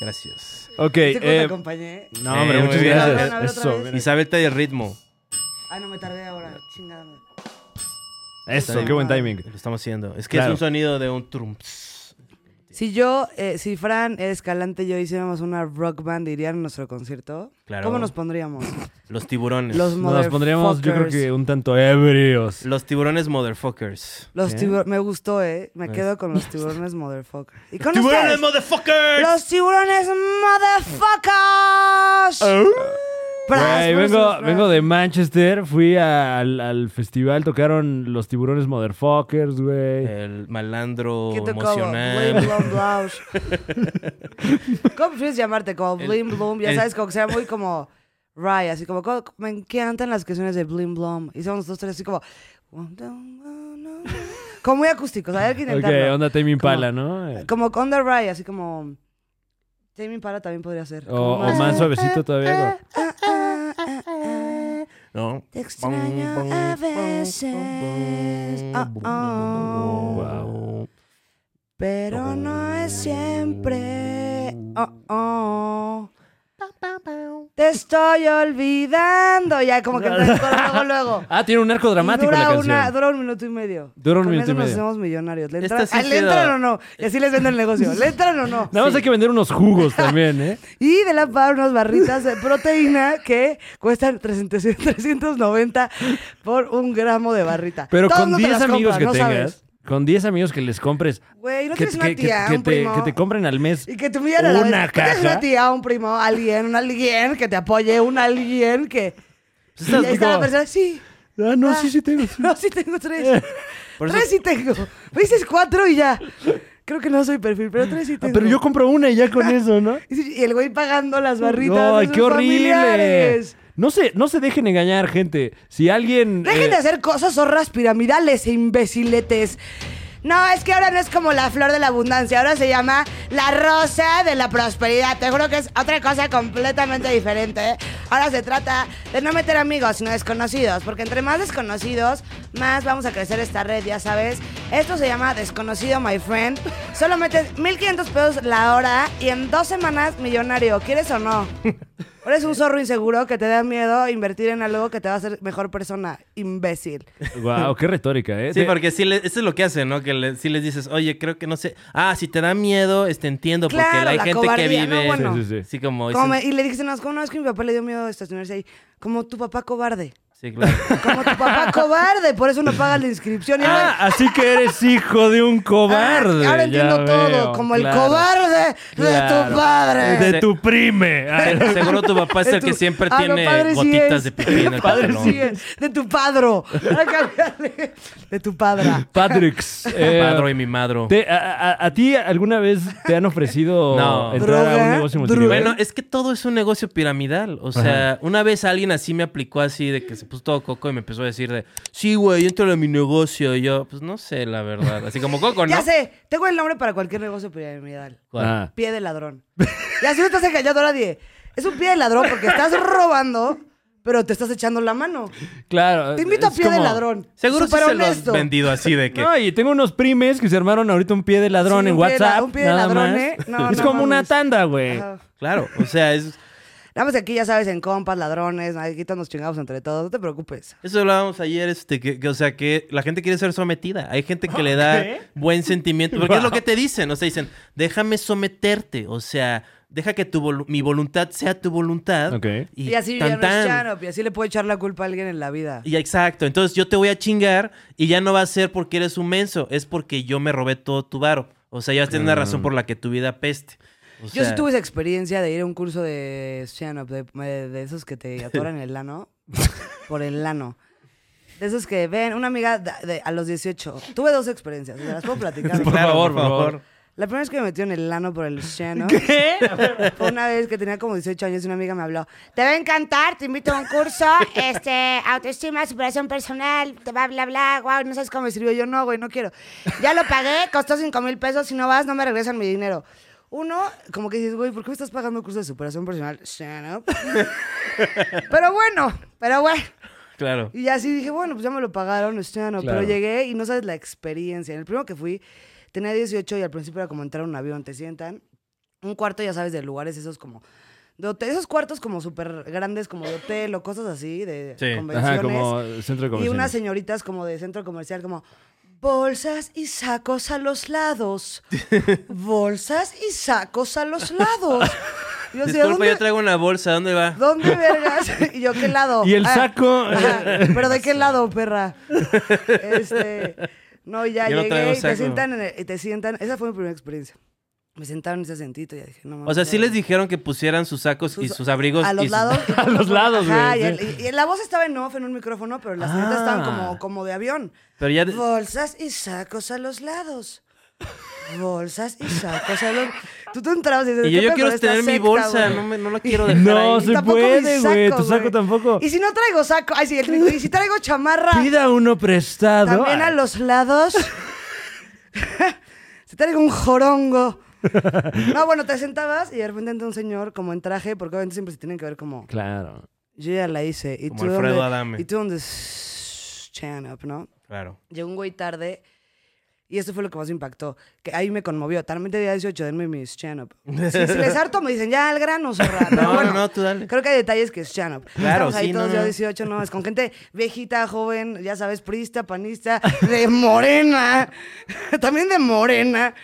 Speaker 3: Gracias.
Speaker 4: Ok.
Speaker 2: ¿Te
Speaker 4: eh,
Speaker 2: acompañé?
Speaker 4: no, hombre,
Speaker 3: Eh,
Speaker 4: muchas
Speaker 3: muy bien.
Speaker 4: gracias.
Speaker 2: Bueno, a ver, otra
Speaker 4: eso,
Speaker 2: vez.
Speaker 4: mira.
Speaker 3: Isabel te de ritmo.
Speaker 2: Ah, no, me tardé ahora. Chingada. madre.
Speaker 4: eso, qué buen timing.
Speaker 3: Lo estamos haciendo. Es que
Speaker 4: Claro.
Speaker 3: es un sonido de un trumps.
Speaker 2: Si yo, eh, si Fran Escalante y yo hiciéramos una rock band, irían a nuestro concierto.
Speaker 3: Claro.
Speaker 2: ¿Cómo nos pondríamos?
Speaker 3: Los tiburones.
Speaker 2: Los
Speaker 4: Nos pondríamos, yo creo que un tanto ebrios.
Speaker 3: Los tiburones motherfuckers.
Speaker 2: Los
Speaker 4: ¿Eh?
Speaker 2: tiburones. Me gustó, ¿eh? Me quedo con los tiburones, motherfucker. ¿Y con
Speaker 3: ¡Tiburones
Speaker 2: ustedes?
Speaker 3: motherfuckers!
Speaker 2: ¡Los tiburones, motherfuckers! Bras,
Speaker 4: Güey,
Speaker 2: bras,
Speaker 4: vengo,
Speaker 2: bras.
Speaker 4: vengo de Manchester, fui al, al festival, tocaron los tiburones motherfuckers, güey.
Speaker 2: Eh.
Speaker 3: El malandro
Speaker 2: ¿Qué tocó? Blim,
Speaker 3: emocional.
Speaker 2: blom, blaush. ¿Cómo prefieres llamarte? Como Blim Blom. Ya
Speaker 3: el-
Speaker 2: sabes, como que sea muy como Ray, así como, como- me encantan las canciones de Blim Blom. Y somos nosotros así como. Como muy acústicos, hay que
Speaker 4: ok,
Speaker 2: intentarlo.
Speaker 4: onda Tame Impala,
Speaker 2: Como-
Speaker 4: ¿no? Eh,
Speaker 2: Como Onda Ray, así como. Jamie Para también podría ser.
Speaker 4: O,
Speaker 2: Como
Speaker 4: o más suavecito todavía. ¿no?
Speaker 2: Ah, ah, ah, ah,
Speaker 3: ¿No?
Speaker 2: te extraño a veces. Ah, ah.
Speaker 3: Wow.
Speaker 2: Pero no es siempre. Oh, oh. Te estoy olvidando. Ya, como que entra el coro luego, luego.
Speaker 4: Ah, tiene un arco dramático
Speaker 2: Y dura,
Speaker 4: la canción.
Speaker 2: una- dura un minuto y medio.
Speaker 4: Dura un
Speaker 2: Con
Speaker 4: minuto
Speaker 2: eso
Speaker 4: y
Speaker 2: nos
Speaker 4: medio.
Speaker 2: hacemos millonarios. ¿Le,
Speaker 3: Esta
Speaker 2: entran-
Speaker 3: sí
Speaker 2: ah, ¿le
Speaker 3: queda-
Speaker 2: entran o no? Y así les vendo el negocio. ¿Le entran o no?
Speaker 4: Nada más hay que vender unos jugos también, ¿eh?
Speaker 2: Y de la par unas barritas de proteína que cuestan 300 390 por un gramo de barrita.
Speaker 4: Pero
Speaker 2: Todos
Speaker 4: con
Speaker 2: no te
Speaker 4: 10
Speaker 2: las
Speaker 4: amigos
Speaker 2: compran,
Speaker 4: que
Speaker 2: no
Speaker 4: tengas,
Speaker 2: sabes.
Speaker 4: con 10 amigos que les compres,
Speaker 2: Güey, ¿no
Speaker 4: que,
Speaker 2: tienes una
Speaker 4: que- que-
Speaker 2: tía,
Speaker 4: que
Speaker 2: un
Speaker 4: te,
Speaker 2: primo?
Speaker 4: que te compren al mes
Speaker 2: Y que te humillan a la
Speaker 4: una
Speaker 2: vez. ¿Qué te hace
Speaker 4: caja.
Speaker 2: una tía, un primo, alguien, un alguien que te apoye, un alguien que... y ahí está la persona, sí,
Speaker 4: Ah, Pues no,
Speaker 2: Ah.
Speaker 4: sí, sí tengo. sí. Eh,
Speaker 2: no, sí tengo tres. Tres sí tengo. Me dices cuatro y ya. Creo que no soy perfil, pero tres sí
Speaker 4: Ah,
Speaker 2: tengo.
Speaker 4: pero yo compro una y ya con eso, ¿no?
Speaker 2: Y sí, Y el güey pagando las barritas de
Speaker 4: ¡Ay,
Speaker 2: sus
Speaker 4: qué horrible!
Speaker 2: familiares.
Speaker 4: No se, no se dejen engañar, gente. Si alguien...
Speaker 2: Dejen
Speaker 4: eh,
Speaker 2: de hacer cosas zorras piramidales, imbeciletes. No, es que ahora no es como la flor de la abundancia, ahora se llama la rosa de la prosperidad. Te juro que es otra cosa completamente diferente. ¿eh? Ahora se trata de no meter amigos, sino desconocidos, porque entre más desconocidos, más vamos a crecer esta red, ya sabes. Esto se llama desconocido, my friend. Solo metes 1500 pesos la hora y en dos semanas millonario, ¿quieres o no? Eres un zorro inseguro que te da miedo invertir en algo que te va a hacer mejor persona, imbécil.
Speaker 4: Wow, qué retórica, ¿eh?
Speaker 3: Sí,
Speaker 4: De-
Speaker 3: porque sí le- eso es lo que hacen, ¿no? Que le- sí les dices, oye, creo que no sé. Ah, si te da miedo, este, entiendo,
Speaker 2: Claro,
Speaker 3: porque hay
Speaker 2: la
Speaker 3: gente que
Speaker 2: cobardía, ¿no?
Speaker 3: vive.
Speaker 2: Bueno.
Speaker 4: Sí, sí, sí.
Speaker 3: Sí, como.
Speaker 2: Como
Speaker 3: dicen-
Speaker 2: me- y le dije, no, como una vez que mi papá le dio miedo estacionarse ahí, como tu papá cobarde.
Speaker 3: Sí, claro.
Speaker 2: Como tu papá cobarde, por eso no pagas la inscripción. Y
Speaker 4: Ah, así que eres hijo de un
Speaker 2: güey, ah,
Speaker 4: cobarde.
Speaker 2: ahora
Speaker 4: ya
Speaker 2: entiendo
Speaker 4: veo,
Speaker 2: todo, como
Speaker 4: claro.
Speaker 2: el cobarde de tu
Speaker 4: Claro.
Speaker 2: padre.
Speaker 4: De tu prime. Ah,
Speaker 3: Se- Seguro tu papá es
Speaker 2: De
Speaker 3: el que
Speaker 2: tu-
Speaker 3: siempre
Speaker 2: Ah, no,
Speaker 3: tiene
Speaker 2: padre sí
Speaker 3: gotitas
Speaker 2: es.
Speaker 3: de pipí en el
Speaker 2: Padre
Speaker 3: pantalón.
Speaker 2: sí es. De tu padro. Ahora cámbiale. De tu padre.
Speaker 4: Patricks. eh,
Speaker 3: Padro y mi madro.
Speaker 4: te- a, a- a ti alguna vez te han ofrecido
Speaker 3: No.
Speaker 4: entrar a un
Speaker 2: Droga,
Speaker 4: negocio
Speaker 2: droga.
Speaker 4: multinivel?
Speaker 3: Bueno, es que todo es un negocio piramidal. O sea, una vez alguien así me aplicó así de que se se puso todo coco y me empezó a decir de, sí, güey, entra a mi negocio. Y yo, pues no sé, la verdad. Así como coco, ¿no?
Speaker 2: Ya sé, tengo el nombre para cualquier negocio piramidal.
Speaker 3: ¿Cuál?
Speaker 4: Ah.
Speaker 2: Pie de ladrón. Y así no estás engañando a nadie. Es un pie de ladrón porque estás robando, pero te estás echando la mano.
Speaker 4: Claro.
Speaker 2: Te invito a
Speaker 4: es
Speaker 2: pie de ladrón.
Speaker 3: Seguro sí
Speaker 2: Súper
Speaker 3: se lo has
Speaker 2: honesto.
Speaker 3: vendido así de que...
Speaker 4: No, y tengo unos primes que se armaron ahorita un pie de ladrón
Speaker 2: Sí,
Speaker 4: en
Speaker 2: un pie de la-
Speaker 4: WhatsApp.
Speaker 2: un pie de
Speaker 4: nada
Speaker 2: ladrón,
Speaker 4: más.
Speaker 2: ¿eh? No,
Speaker 4: es
Speaker 2: no
Speaker 4: como una
Speaker 2: mames.
Speaker 4: tanda, güey.
Speaker 2: Ajá.
Speaker 3: Claro, o sea, es...
Speaker 2: Nada más aquí ya sabes, en compas, ladrones, aquí todos nos chingamos entre todos, no te preocupes.
Speaker 3: Eso hablábamos ayer, este, que, que, o sea, que la gente quiere ser sometida. Hay gente que le da buen sentimiento. Porque es lo que te dicen, o sea, dicen, déjame someterte, o sea, deja que tu volu- mi voluntad sea tu voluntad.
Speaker 4: Ok.
Speaker 2: Y, así ya
Speaker 3: tan,
Speaker 2: no es
Speaker 3: tan.
Speaker 2: Chanop, y así le puedo echar la culpa a alguien en la vida.
Speaker 3: Y exacto, entonces yo te voy a chingar y ya no va a ser porque eres un menso, es porque yo me robé todo tu varo. O sea, ya vas a tener una razón por la que tu vida peste. O
Speaker 2: Yo sí
Speaker 3: sea,
Speaker 2: tuve esa experiencia de ir a un curso de stand-up, de, de esos que te atoran el lano, por el lano. De esos que ven, una amiga de- de- a los 18. Tuve dos experiencias, ¿me las puedo platicar.
Speaker 4: Por
Speaker 3: Claro,
Speaker 4: favor,
Speaker 3: por
Speaker 4: por
Speaker 3: favor.
Speaker 4: favor.
Speaker 2: La primera vez que me metió en el lano por el stand-up fue una vez que tenía como 18 años y una amiga me habló, te va a encantar, te invito a un curso, este, autoestima, superación personal, te va bla bla, wow, no sabes cómo me sirvió, yo no, güey, no quiero. Ya lo pagué, costó 5 mil pesos, si no vas no me regresan mi dinero. Uno, como que dices, güey, ¿por qué me estás pagando un curso de superación personal? Stand-up. pero bueno, pero bueno.
Speaker 3: Claro.
Speaker 2: Y así dije, bueno, pues ya me lo pagaron, este ano.
Speaker 4: Claro.
Speaker 2: Pero llegué y no sabes la experiencia. En el primero que fui, tenía 18 y al principio era como entrar a un avión, te sientan. Un cuarto, ya sabes, de lugares esos como. De hotel- esos cuartos como súper grandes, como de hotel o cosas así, de
Speaker 3: Sí. Ajá,
Speaker 2: convenciones.
Speaker 4: Ajá, como centro de
Speaker 2: Y
Speaker 4: comercio.
Speaker 2: unas señoritas como de centro comercial, como bolsas y sacos a los lados. Bolsas y sacos a los lados. Y yo así, ¿a
Speaker 3: Disculpa,
Speaker 2: dónde-
Speaker 3: yo traigo una bolsa, ¿dónde va?
Speaker 2: ¿Dónde vergas? ¿Y yo qué lado? Ah,
Speaker 4: Y el saco.
Speaker 2: ajá. ¿Pero de qué lado, perra? Este, no, ya
Speaker 3: Yo no traigo
Speaker 2: llegué y
Speaker 3: saco.
Speaker 2: te sientan en el- y te sientan. Esa fue mi primera experiencia. Me sentaron en ese sentito y ya dije, no mames.
Speaker 3: O sea, sí
Speaker 2: ya.
Speaker 3: les dijeron que pusieran sus sacos y sus abrigos.
Speaker 2: a
Speaker 3: y
Speaker 2: los
Speaker 3: sus-
Speaker 2: lados. y
Speaker 4: A los lados,
Speaker 2: ajá,
Speaker 4: güey,
Speaker 2: Y, el- y- y la voz estaba en off en un micrófono, pero las señoritas
Speaker 4: Ah.
Speaker 2: estaban como, como de avión.
Speaker 3: Pero ya... de-
Speaker 2: Bolsas y sacos a los lados. Bolsas y sacos a los Tú te entrabas y dices,
Speaker 3: Y yo,
Speaker 2: ¿qué
Speaker 3: yo
Speaker 2: pedo
Speaker 3: quiero
Speaker 2: con esta
Speaker 3: tener mi
Speaker 2: secta,
Speaker 3: bolsa,
Speaker 2: güey?
Speaker 3: no, me, no la quiero dejar
Speaker 4: No,
Speaker 3: ahí.
Speaker 4: se
Speaker 2: Tampoco
Speaker 4: puede,
Speaker 2: mi
Speaker 4: güey, tu
Speaker 2: güey.
Speaker 4: saco tampoco.
Speaker 2: Y si no traigo saco, ay, sí, el trigo. Y si traigo chamarra,
Speaker 4: Pida uno prestado.
Speaker 2: también a
Speaker 4: Ay.
Speaker 2: los lados. si traigo un jorongo. No, bueno, te sentabas y de repente entra un señor como en traje, porque obviamente siempre se tienen que ver como,
Speaker 4: Claro.
Speaker 2: yo ya la hice. Y
Speaker 3: Como
Speaker 2: tú
Speaker 3: Alfredo
Speaker 2: dónde-
Speaker 3: Adame.
Speaker 2: Y tú donde, stand up, ¿no?
Speaker 3: Claro.
Speaker 2: Llegó un güey tarde y esto fue lo que más me impactó. Que ahí me conmovió. Talmente día 18, denme mis stand-up. Si, si les harto, me dicen, ya al grano, zorra. Pero
Speaker 3: No, no,
Speaker 2: bueno,
Speaker 3: no, tú dale.
Speaker 2: Creo que hay detalles que es stand-up.
Speaker 3: Claro,
Speaker 2: Estamos ahí
Speaker 3: sí,
Speaker 2: todos
Speaker 3: no,
Speaker 2: ya
Speaker 3: no.
Speaker 2: 18, no, es con gente viejita, joven, ya sabes, prista, panista, de morena. También de morena.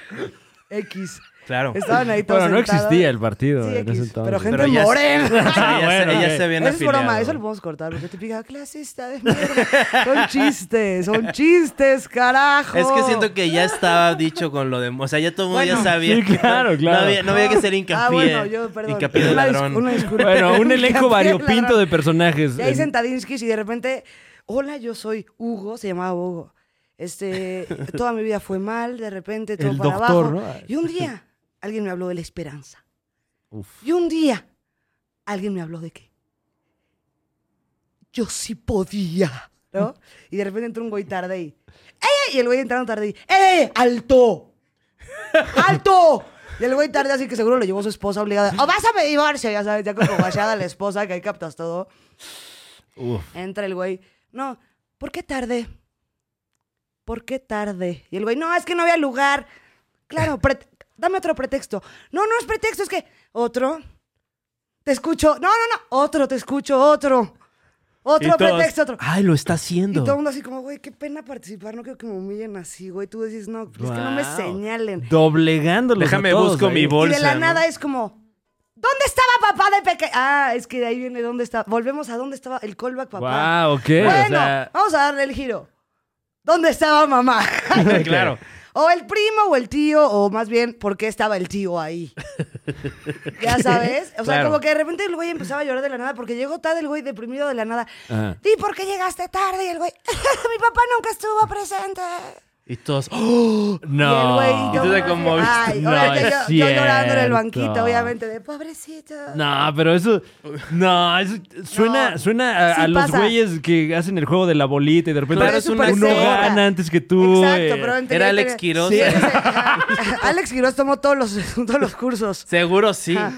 Speaker 2: X.
Speaker 3: Claro.
Speaker 2: Estaban ahí todos
Speaker 4: Bueno, no
Speaker 2: sentados.
Speaker 4: existía el partido
Speaker 2: Sí,
Speaker 4: en
Speaker 2: X,
Speaker 4: ese entonces.
Speaker 2: Pero gente
Speaker 3: Pero ya-
Speaker 2: morena.
Speaker 3: Ah, ella,
Speaker 4: bueno,
Speaker 3: se, ella
Speaker 4: ok.
Speaker 3: se habían
Speaker 2: Eso es broma,
Speaker 3: afiliado.
Speaker 2: eso lo podemos cortar porque te pica clasista de mierda. Son chistes, son chistes, carajo.
Speaker 3: Es que siento que ya estaba dicho con lo de... O sea, ya todo el mundo ya
Speaker 2: Bueno.
Speaker 3: sabía.
Speaker 4: Sí,
Speaker 3: que-
Speaker 4: claro, claro.
Speaker 3: No había, no había que ser hincapié.
Speaker 2: Ah, bueno, yo, perdón.
Speaker 3: Hincapié de
Speaker 2: Una dis-
Speaker 3: ladrón.
Speaker 2: una disculpa.
Speaker 4: Bueno, un
Speaker 2: Hincapié
Speaker 4: elenco
Speaker 2: de
Speaker 4: variopinto
Speaker 2: ladrón.
Speaker 4: de personajes.
Speaker 2: Ya ahí
Speaker 4: En-
Speaker 2: sentadinskis y de repente, hola, yo soy Hugo, se llamaba Hugo. Este, toda mi vida fue mal, de repente todo
Speaker 4: El
Speaker 2: para
Speaker 4: doctor,
Speaker 2: abajo.
Speaker 4: ¿no?
Speaker 2: Y un día alguien me habló de la esperanza.
Speaker 4: Uf.
Speaker 2: Y un día alguien me habló de que yo sí podía, ¿no? Y de repente entró un güey tarde y, ¡eh! Y el güey entraron tarde y, ¡eh! ¡Alto! ¡Alto! Y el güey tarde, así que seguro lo llevó su esposa obligada. ¡O vas a pedir divorcio! Ya sabes, ya como guayada la esposa, que ahí captas todo.
Speaker 4: Uf.
Speaker 2: Entra el güey. No, ¿por qué tarde? ¿Por qué tarde? Y el güey, no, es que no había lugar. Claro, pre- dame otro pretexto. No, no es pretexto, es que otro. Te escucho. No, no, no. Otro, te escucho, otro. Otro
Speaker 3: Y todos,
Speaker 2: pretexto, otro.
Speaker 3: Ay, lo está
Speaker 2: Y
Speaker 3: haciendo.
Speaker 2: todo el mundo así como, güey, qué pena participar, no quiero que me humillen así, güey. Tú decís, no, es que no me
Speaker 4: Wow.
Speaker 2: señalen.
Speaker 4: Doblegándolos.
Speaker 3: Déjame
Speaker 4: a todos
Speaker 3: busco
Speaker 4: ahí.
Speaker 3: mi
Speaker 2: y
Speaker 3: bolsa.
Speaker 2: de la
Speaker 3: ¿no?
Speaker 2: nada es como, ¿dónde estaba papá de pequeño? Ah, es que de ahí viene dónde estaba. Volvemos a dónde estaba el callback, papá.
Speaker 4: Wow, ok.
Speaker 2: Bueno,
Speaker 4: o sea,
Speaker 2: vamos a darle el giro. ¿Dónde estaba mamá?
Speaker 3: claro.
Speaker 2: o el primo o el tío, o más bien, ¿por qué estaba el tío ahí? ya sabes. O sea,
Speaker 3: Claro.
Speaker 2: como que de repente el güey empezaba a llorar de la nada porque llegó tarde el güey deprimido de la nada.
Speaker 4: Ajá.
Speaker 2: ¿Y por qué llegaste tarde? Y el güey, mi papá nunca estuvo presente.
Speaker 3: Y todos, ¡oh!
Speaker 2: Y el güey,
Speaker 4: No.
Speaker 2: yo
Speaker 3: tú te
Speaker 2: así,
Speaker 3: conmoviste.
Speaker 2: Ay,
Speaker 4: No
Speaker 2: ahora
Speaker 4: es
Speaker 2: yo, yo llorando en el
Speaker 4: cierto.
Speaker 2: banquito, obviamente, de pobrecito.
Speaker 4: No, pero eso. No, eso suena,
Speaker 2: No.
Speaker 4: suena a,
Speaker 2: Sí
Speaker 4: a los
Speaker 2: pasa.
Speaker 4: güeyes que hacen el juego de la bolita y de repente
Speaker 3: Pero es
Speaker 4: uno
Speaker 3: súper cerca.
Speaker 4: gana antes que tú.
Speaker 2: Exacto,
Speaker 4: eh.
Speaker 2: pero en
Speaker 3: Era
Speaker 2: teoría
Speaker 3: Alex
Speaker 2: tenía-
Speaker 3: Quiroz. ¿eh?
Speaker 2: Sí,
Speaker 3: Sí.
Speaker 2: ese- Alex Quiroz tomó todos los, todos los cursos.
Speaker 3: Seguro sí.
Speaker 2: Ah.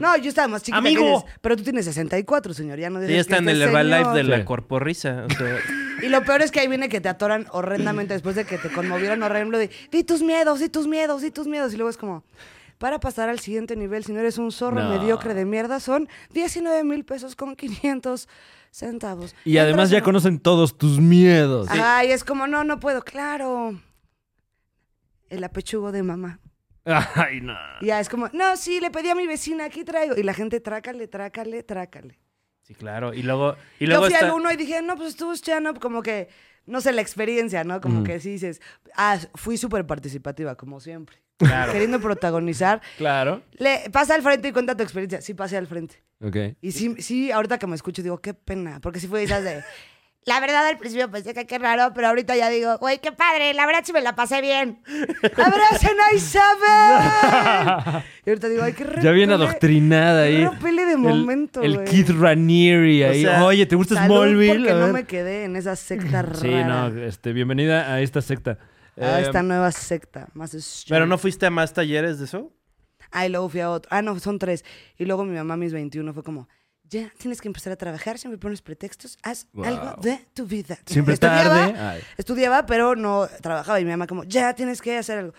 Speaker 2: No, yo estaba más chiquita. que
Speaker 4: Amigo.
Speaker 2: eres, pero tú tienes 64, señor. Ya no dices
Speaker 3: Ella
Speaker 2: que
Speaker 3: está en
Speaker 2: este
Speaker 3: el Herbalife
Speaker 2: señor.
Speaker 3: de
Speaker 4: Sí.
Speaker 3: la corporrisa. o sea,
Speaker 2: Y lo peor es que ahí viene que te atoran horrendamente después de que te conmovieron horrendo de di tus miedos, di tus miedos, di tus miedos. Y luego es como, para pasar al siguiente nivel, si no eres un zorro
Speaker 4: No.
Speaker 2: mediocre de mierda, son 19 mil pesos con 500 centavos.
Speaker 4: Y además ya
Speaker 2: Entras
Speaker 4: conocen todos tus miedos.
Speaker 3: Pues
Speaker 2: en- Ay, es como, no, no puedo, claro. El apechugo de mamá.
Speaker 4: Ay, no.
Speaker 2: Y ya es como, no, sí, le pedí a mi vecina, aquí traigo. Y la gente, trácale, trácale, trácale.
Speaker 3: sí, claro. Y luego, y
Speaker 2: Yo
Speaker 3: luego
Speaker 2: fui al
Speaker 3: está...
Speaker 2: uno y dije, no, pues estuvo chano, como que, no sé, la experiencia, ¿no? Como que sí dices, ah, fui súper participativa, como siempre.
Speaker 3: Claro.
Speaker 2: Queriendo protagonizar.
Speaker 4: Claro.
Speaker 2: Le, pasa al frente y cuenta tu experiencia. Sí, pasé al frente.
Speaker 4: Ok.
Speaker 2: Y sí, sí, ahorita que me escucho, digo, qué pena. Porque sí fue de esas de. La verdad, al principio pensé que qué raro, pero ahorita ya digo, güey, qué padre, la verdad sí me la pasé bien. ¡Abracen a Isabel! Y ahorita digo, ay, qué raro.
Speaker 4: Ya bien adoctrinada ahí.
Speaker 2: Repele de
Speaker 4: El-
Speaker 2: momento,
Speaker 4: El,
Speaker 2: güey.
Speaker 4: Kid Ranieri ahí.
Speaker 3: sea,
Speaker 4: Oye, ¿te gusta
Speaker 2: Salud,
Speaker 4: Smallville?
Speaker 2: Porque
Speaker 4: A
Speaker 2: no
Speaker 4: ver.
Speaker 2: me quedé en esa secta rara.
Speaker 4: Sí, no, este, bienvenida a esta secta.
Speaker 2: A
Speaker 4: Eh,
Speaker 2: esta nueva secta. Más strong.
Speaker 3: Pero no fuiste a más talleres de eso.
Speaker 2: Ah, y luego fui a otro. Ah, no, son tres. Y luego mi mamá, a mis 21, fue como. Ya tienes que empezar a trabajar, siempre pones pretextos, haz algo de tu vida.
Speaker 4: Siempre
Speaker 2: Estudiaba,
Speaker 4: tarde. Ay.
Speaker 2: Estudiaba, pero no trabajaba. Y mi mamá, como, ya tienes que hacer algo.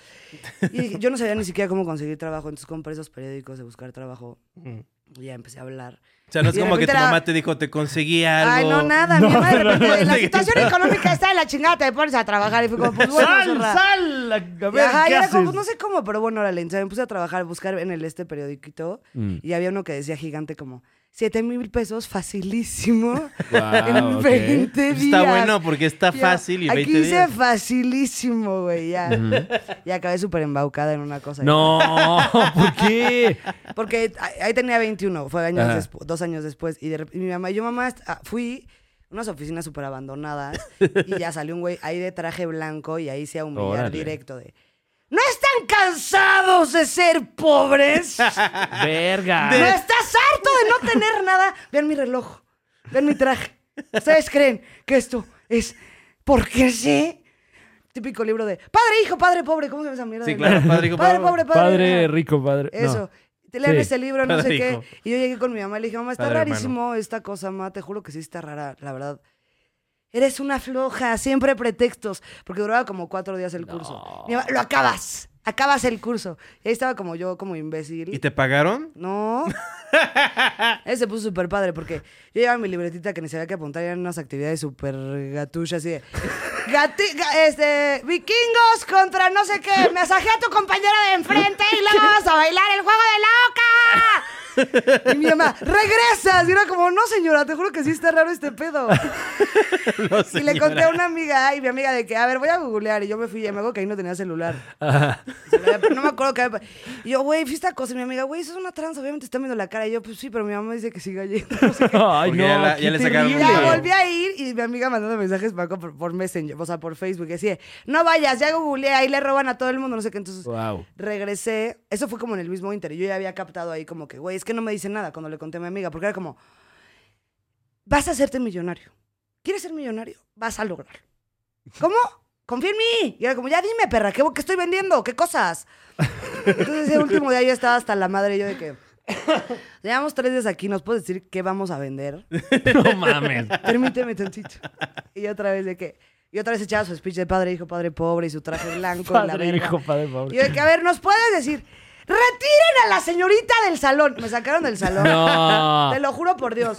Speaker 2: Y dije, yo no sabía ni siquiera cómo conseguir trabajo, entonces compré esos periódicos de buscar trabajo.
Speaker 3: Mm.
Speaker 2: Y ya empecé a hablar.
Speaker 3: O sea, no es
Speaker 2: Y de
Speaker 3: como que tu
Speaker 2: repente era-
Speaker 3: mamá te dijo, te conseguí algo.
Speaker 2: Ay, no, nada, mi mamá de
Speaker 3: no,
Speaker 2: repente,
Speaker 3: no,
Speaker 2: la
Speaker 3: no.
Speaker 2: situación económica está de la chingada, te pones a trabajar. Y fue como, pues bueno, zorra.
Speaker 4: sal! A
Speaker 2: Y ajá, y era como, pues, no sé cómo, pero bueno, órale. Entonces me puse a trabajar, a buscar en el este periodiquito y había uno que decía gigante como, 7 mil pesos, facilísimo, en
Speaker 4: ok.
Speaker 2: 20
Speaker 3: Pues
Speaker 2: días.
Speaker 3: Está bueno porque está
Speaker 2: Yo,
Speaker 3: fácil y
Speaker 2: Aquí
Speaker 3: 20
Speaker 2: hice
Speaker 3: días.
Speaker 2: facilísimo, güey, ya. Y acabé súper embaucada en una cosa.
Speaker 4: No, ¿por qué?
Speaker 2: Porque ahí- ahí tenía 21, fue años
Speaker 4: Ajá.
Speaker 2: despu- dos años después. Y, de rep- y mi mamá, yo mamá, est- ah, fui a unas oficinas súper abandonadas y ya salió un güey ahí de traje blanco y ahí se a humillar
Speaker 4: Órale.
Speaker 2: directo de... ¿No están cansados de ser pobres? ¿No estás
Speaker 4: Verga.
Speaker 2: harto de no tener nada? Vean mi reloj, vean mi traje. ¿Ustedes creen que esto es porque sí? Típico libro de... Padre, hijo, padre, pobre. ¿Cómo se llama esa mierda?
Speaker 3: Sí,
Speaker 2: del-
Speaker 3: claro, padre, hijo,
Speaker 2: Padre,
Speaker 3: pobre.
Speaker 2: pobre, padre.
Speaker 4: Padre
Speaker 2: ajá.
Speaker 4: rico, padre. no.
Speaker 2: Eso. Te leen
Speaker 4: Sí.
Speaker 2: este libro, no
Speaker 3: Padre
Speaker 2: sé qué.
Speaker 3: hijo.
Speaker 2: Y yo llegué con mi mamá y le dije, mamá, está
Speaker 3: Padre
Speaker 2: rarísimo esta cosa, mamá. Te juro que sí está rara, la verdad. Eres una floja, siempre pretextos. Porque duraba como cuatro días el curso. Mi mamá, Lo acabas, acabas el curso. Y ahí estaba como yo, como imbécil.
Speaker 3: ¿Y te pagaron?
Speaker 2: No. Ese puso súper padre porque yo llevaba mi libretita que ni sabía que apuntar. y Eran unas actividades súper gatuchas así de... "Gati- ga- este, vikingos contra no sé qué. Masaje a tu compañero de enfrente y luego vamos a bailar el juego de la oca. Y mi mamá, regresas. Y era como, no señora, te juro que sí está raro este pedo. y le conté a una amiga y mi amiga de que, a ver, voy a googlear. Y yo me fui y me hago que ahí no tenía celular. Se la había- No me acuerdo qué había pa- Y yo, güey, fui a esta cosa. Y mi amiga, güey, eso es una tranza. Obviamente está viendo la cara. Y yo, pues sí, pero mi mamá dice que siga yendo. no sé qué.
Speaker 4: Ay,
Speaker 3: Porque
Speaker 4: no,
Speaker 3: ya la- ya
Speaker 4: qué
Speaker 3: le sacaron un
Speaker 4: terrible.
Speaker 3: Claro.
Speaker 2: Ya volví a ir y mi amiga mandando mensajes para acá por, por Messenger, o sea, por Facebook. Y decía, no vayas, ya googleé, ahí le roban a todo el mundo, no sé qué. Entonces
Speaker 4: Wow.
Speaker 2: regresé. Eso fue como en el mismo inter. Yo ya había captado ahí como que, güey, es que no me dice nada cuando le conté a mi amiga, porque era como, vas a hacerte millonario. ¿Quieres ser millonario? Vas a lograrlo. ¿Cómo? Confía en mí. Y era como, ya dime, perra, ¿qué, qué estoy vendiendo? ¿Qué cosas? Entonces ese último día yo estaba hasta la madre yo de que... Llevamos tres días aquí, ¿nos puedes decir qué vamos a vender?
Speaker 4: No mames.
Speaker 2: Permíteme tantito. Y otra vez de que. Y otra vez echaba su speech de padre, hijo, padre pobre y su traje blanco. y la
Speaker 4: Padre,
Speaker 2: verga.
Speaker 4: hijo, padre,
Speaker 2: Y
Speaker 4: pobre.
Speaker 2: yo de que, a ver, ¿nos puedes decir? ¡Retiren a la señorita del salón! Me sacaron del salón.
Speaker 4: No.
Speaker 2: Te lo juro por Dios.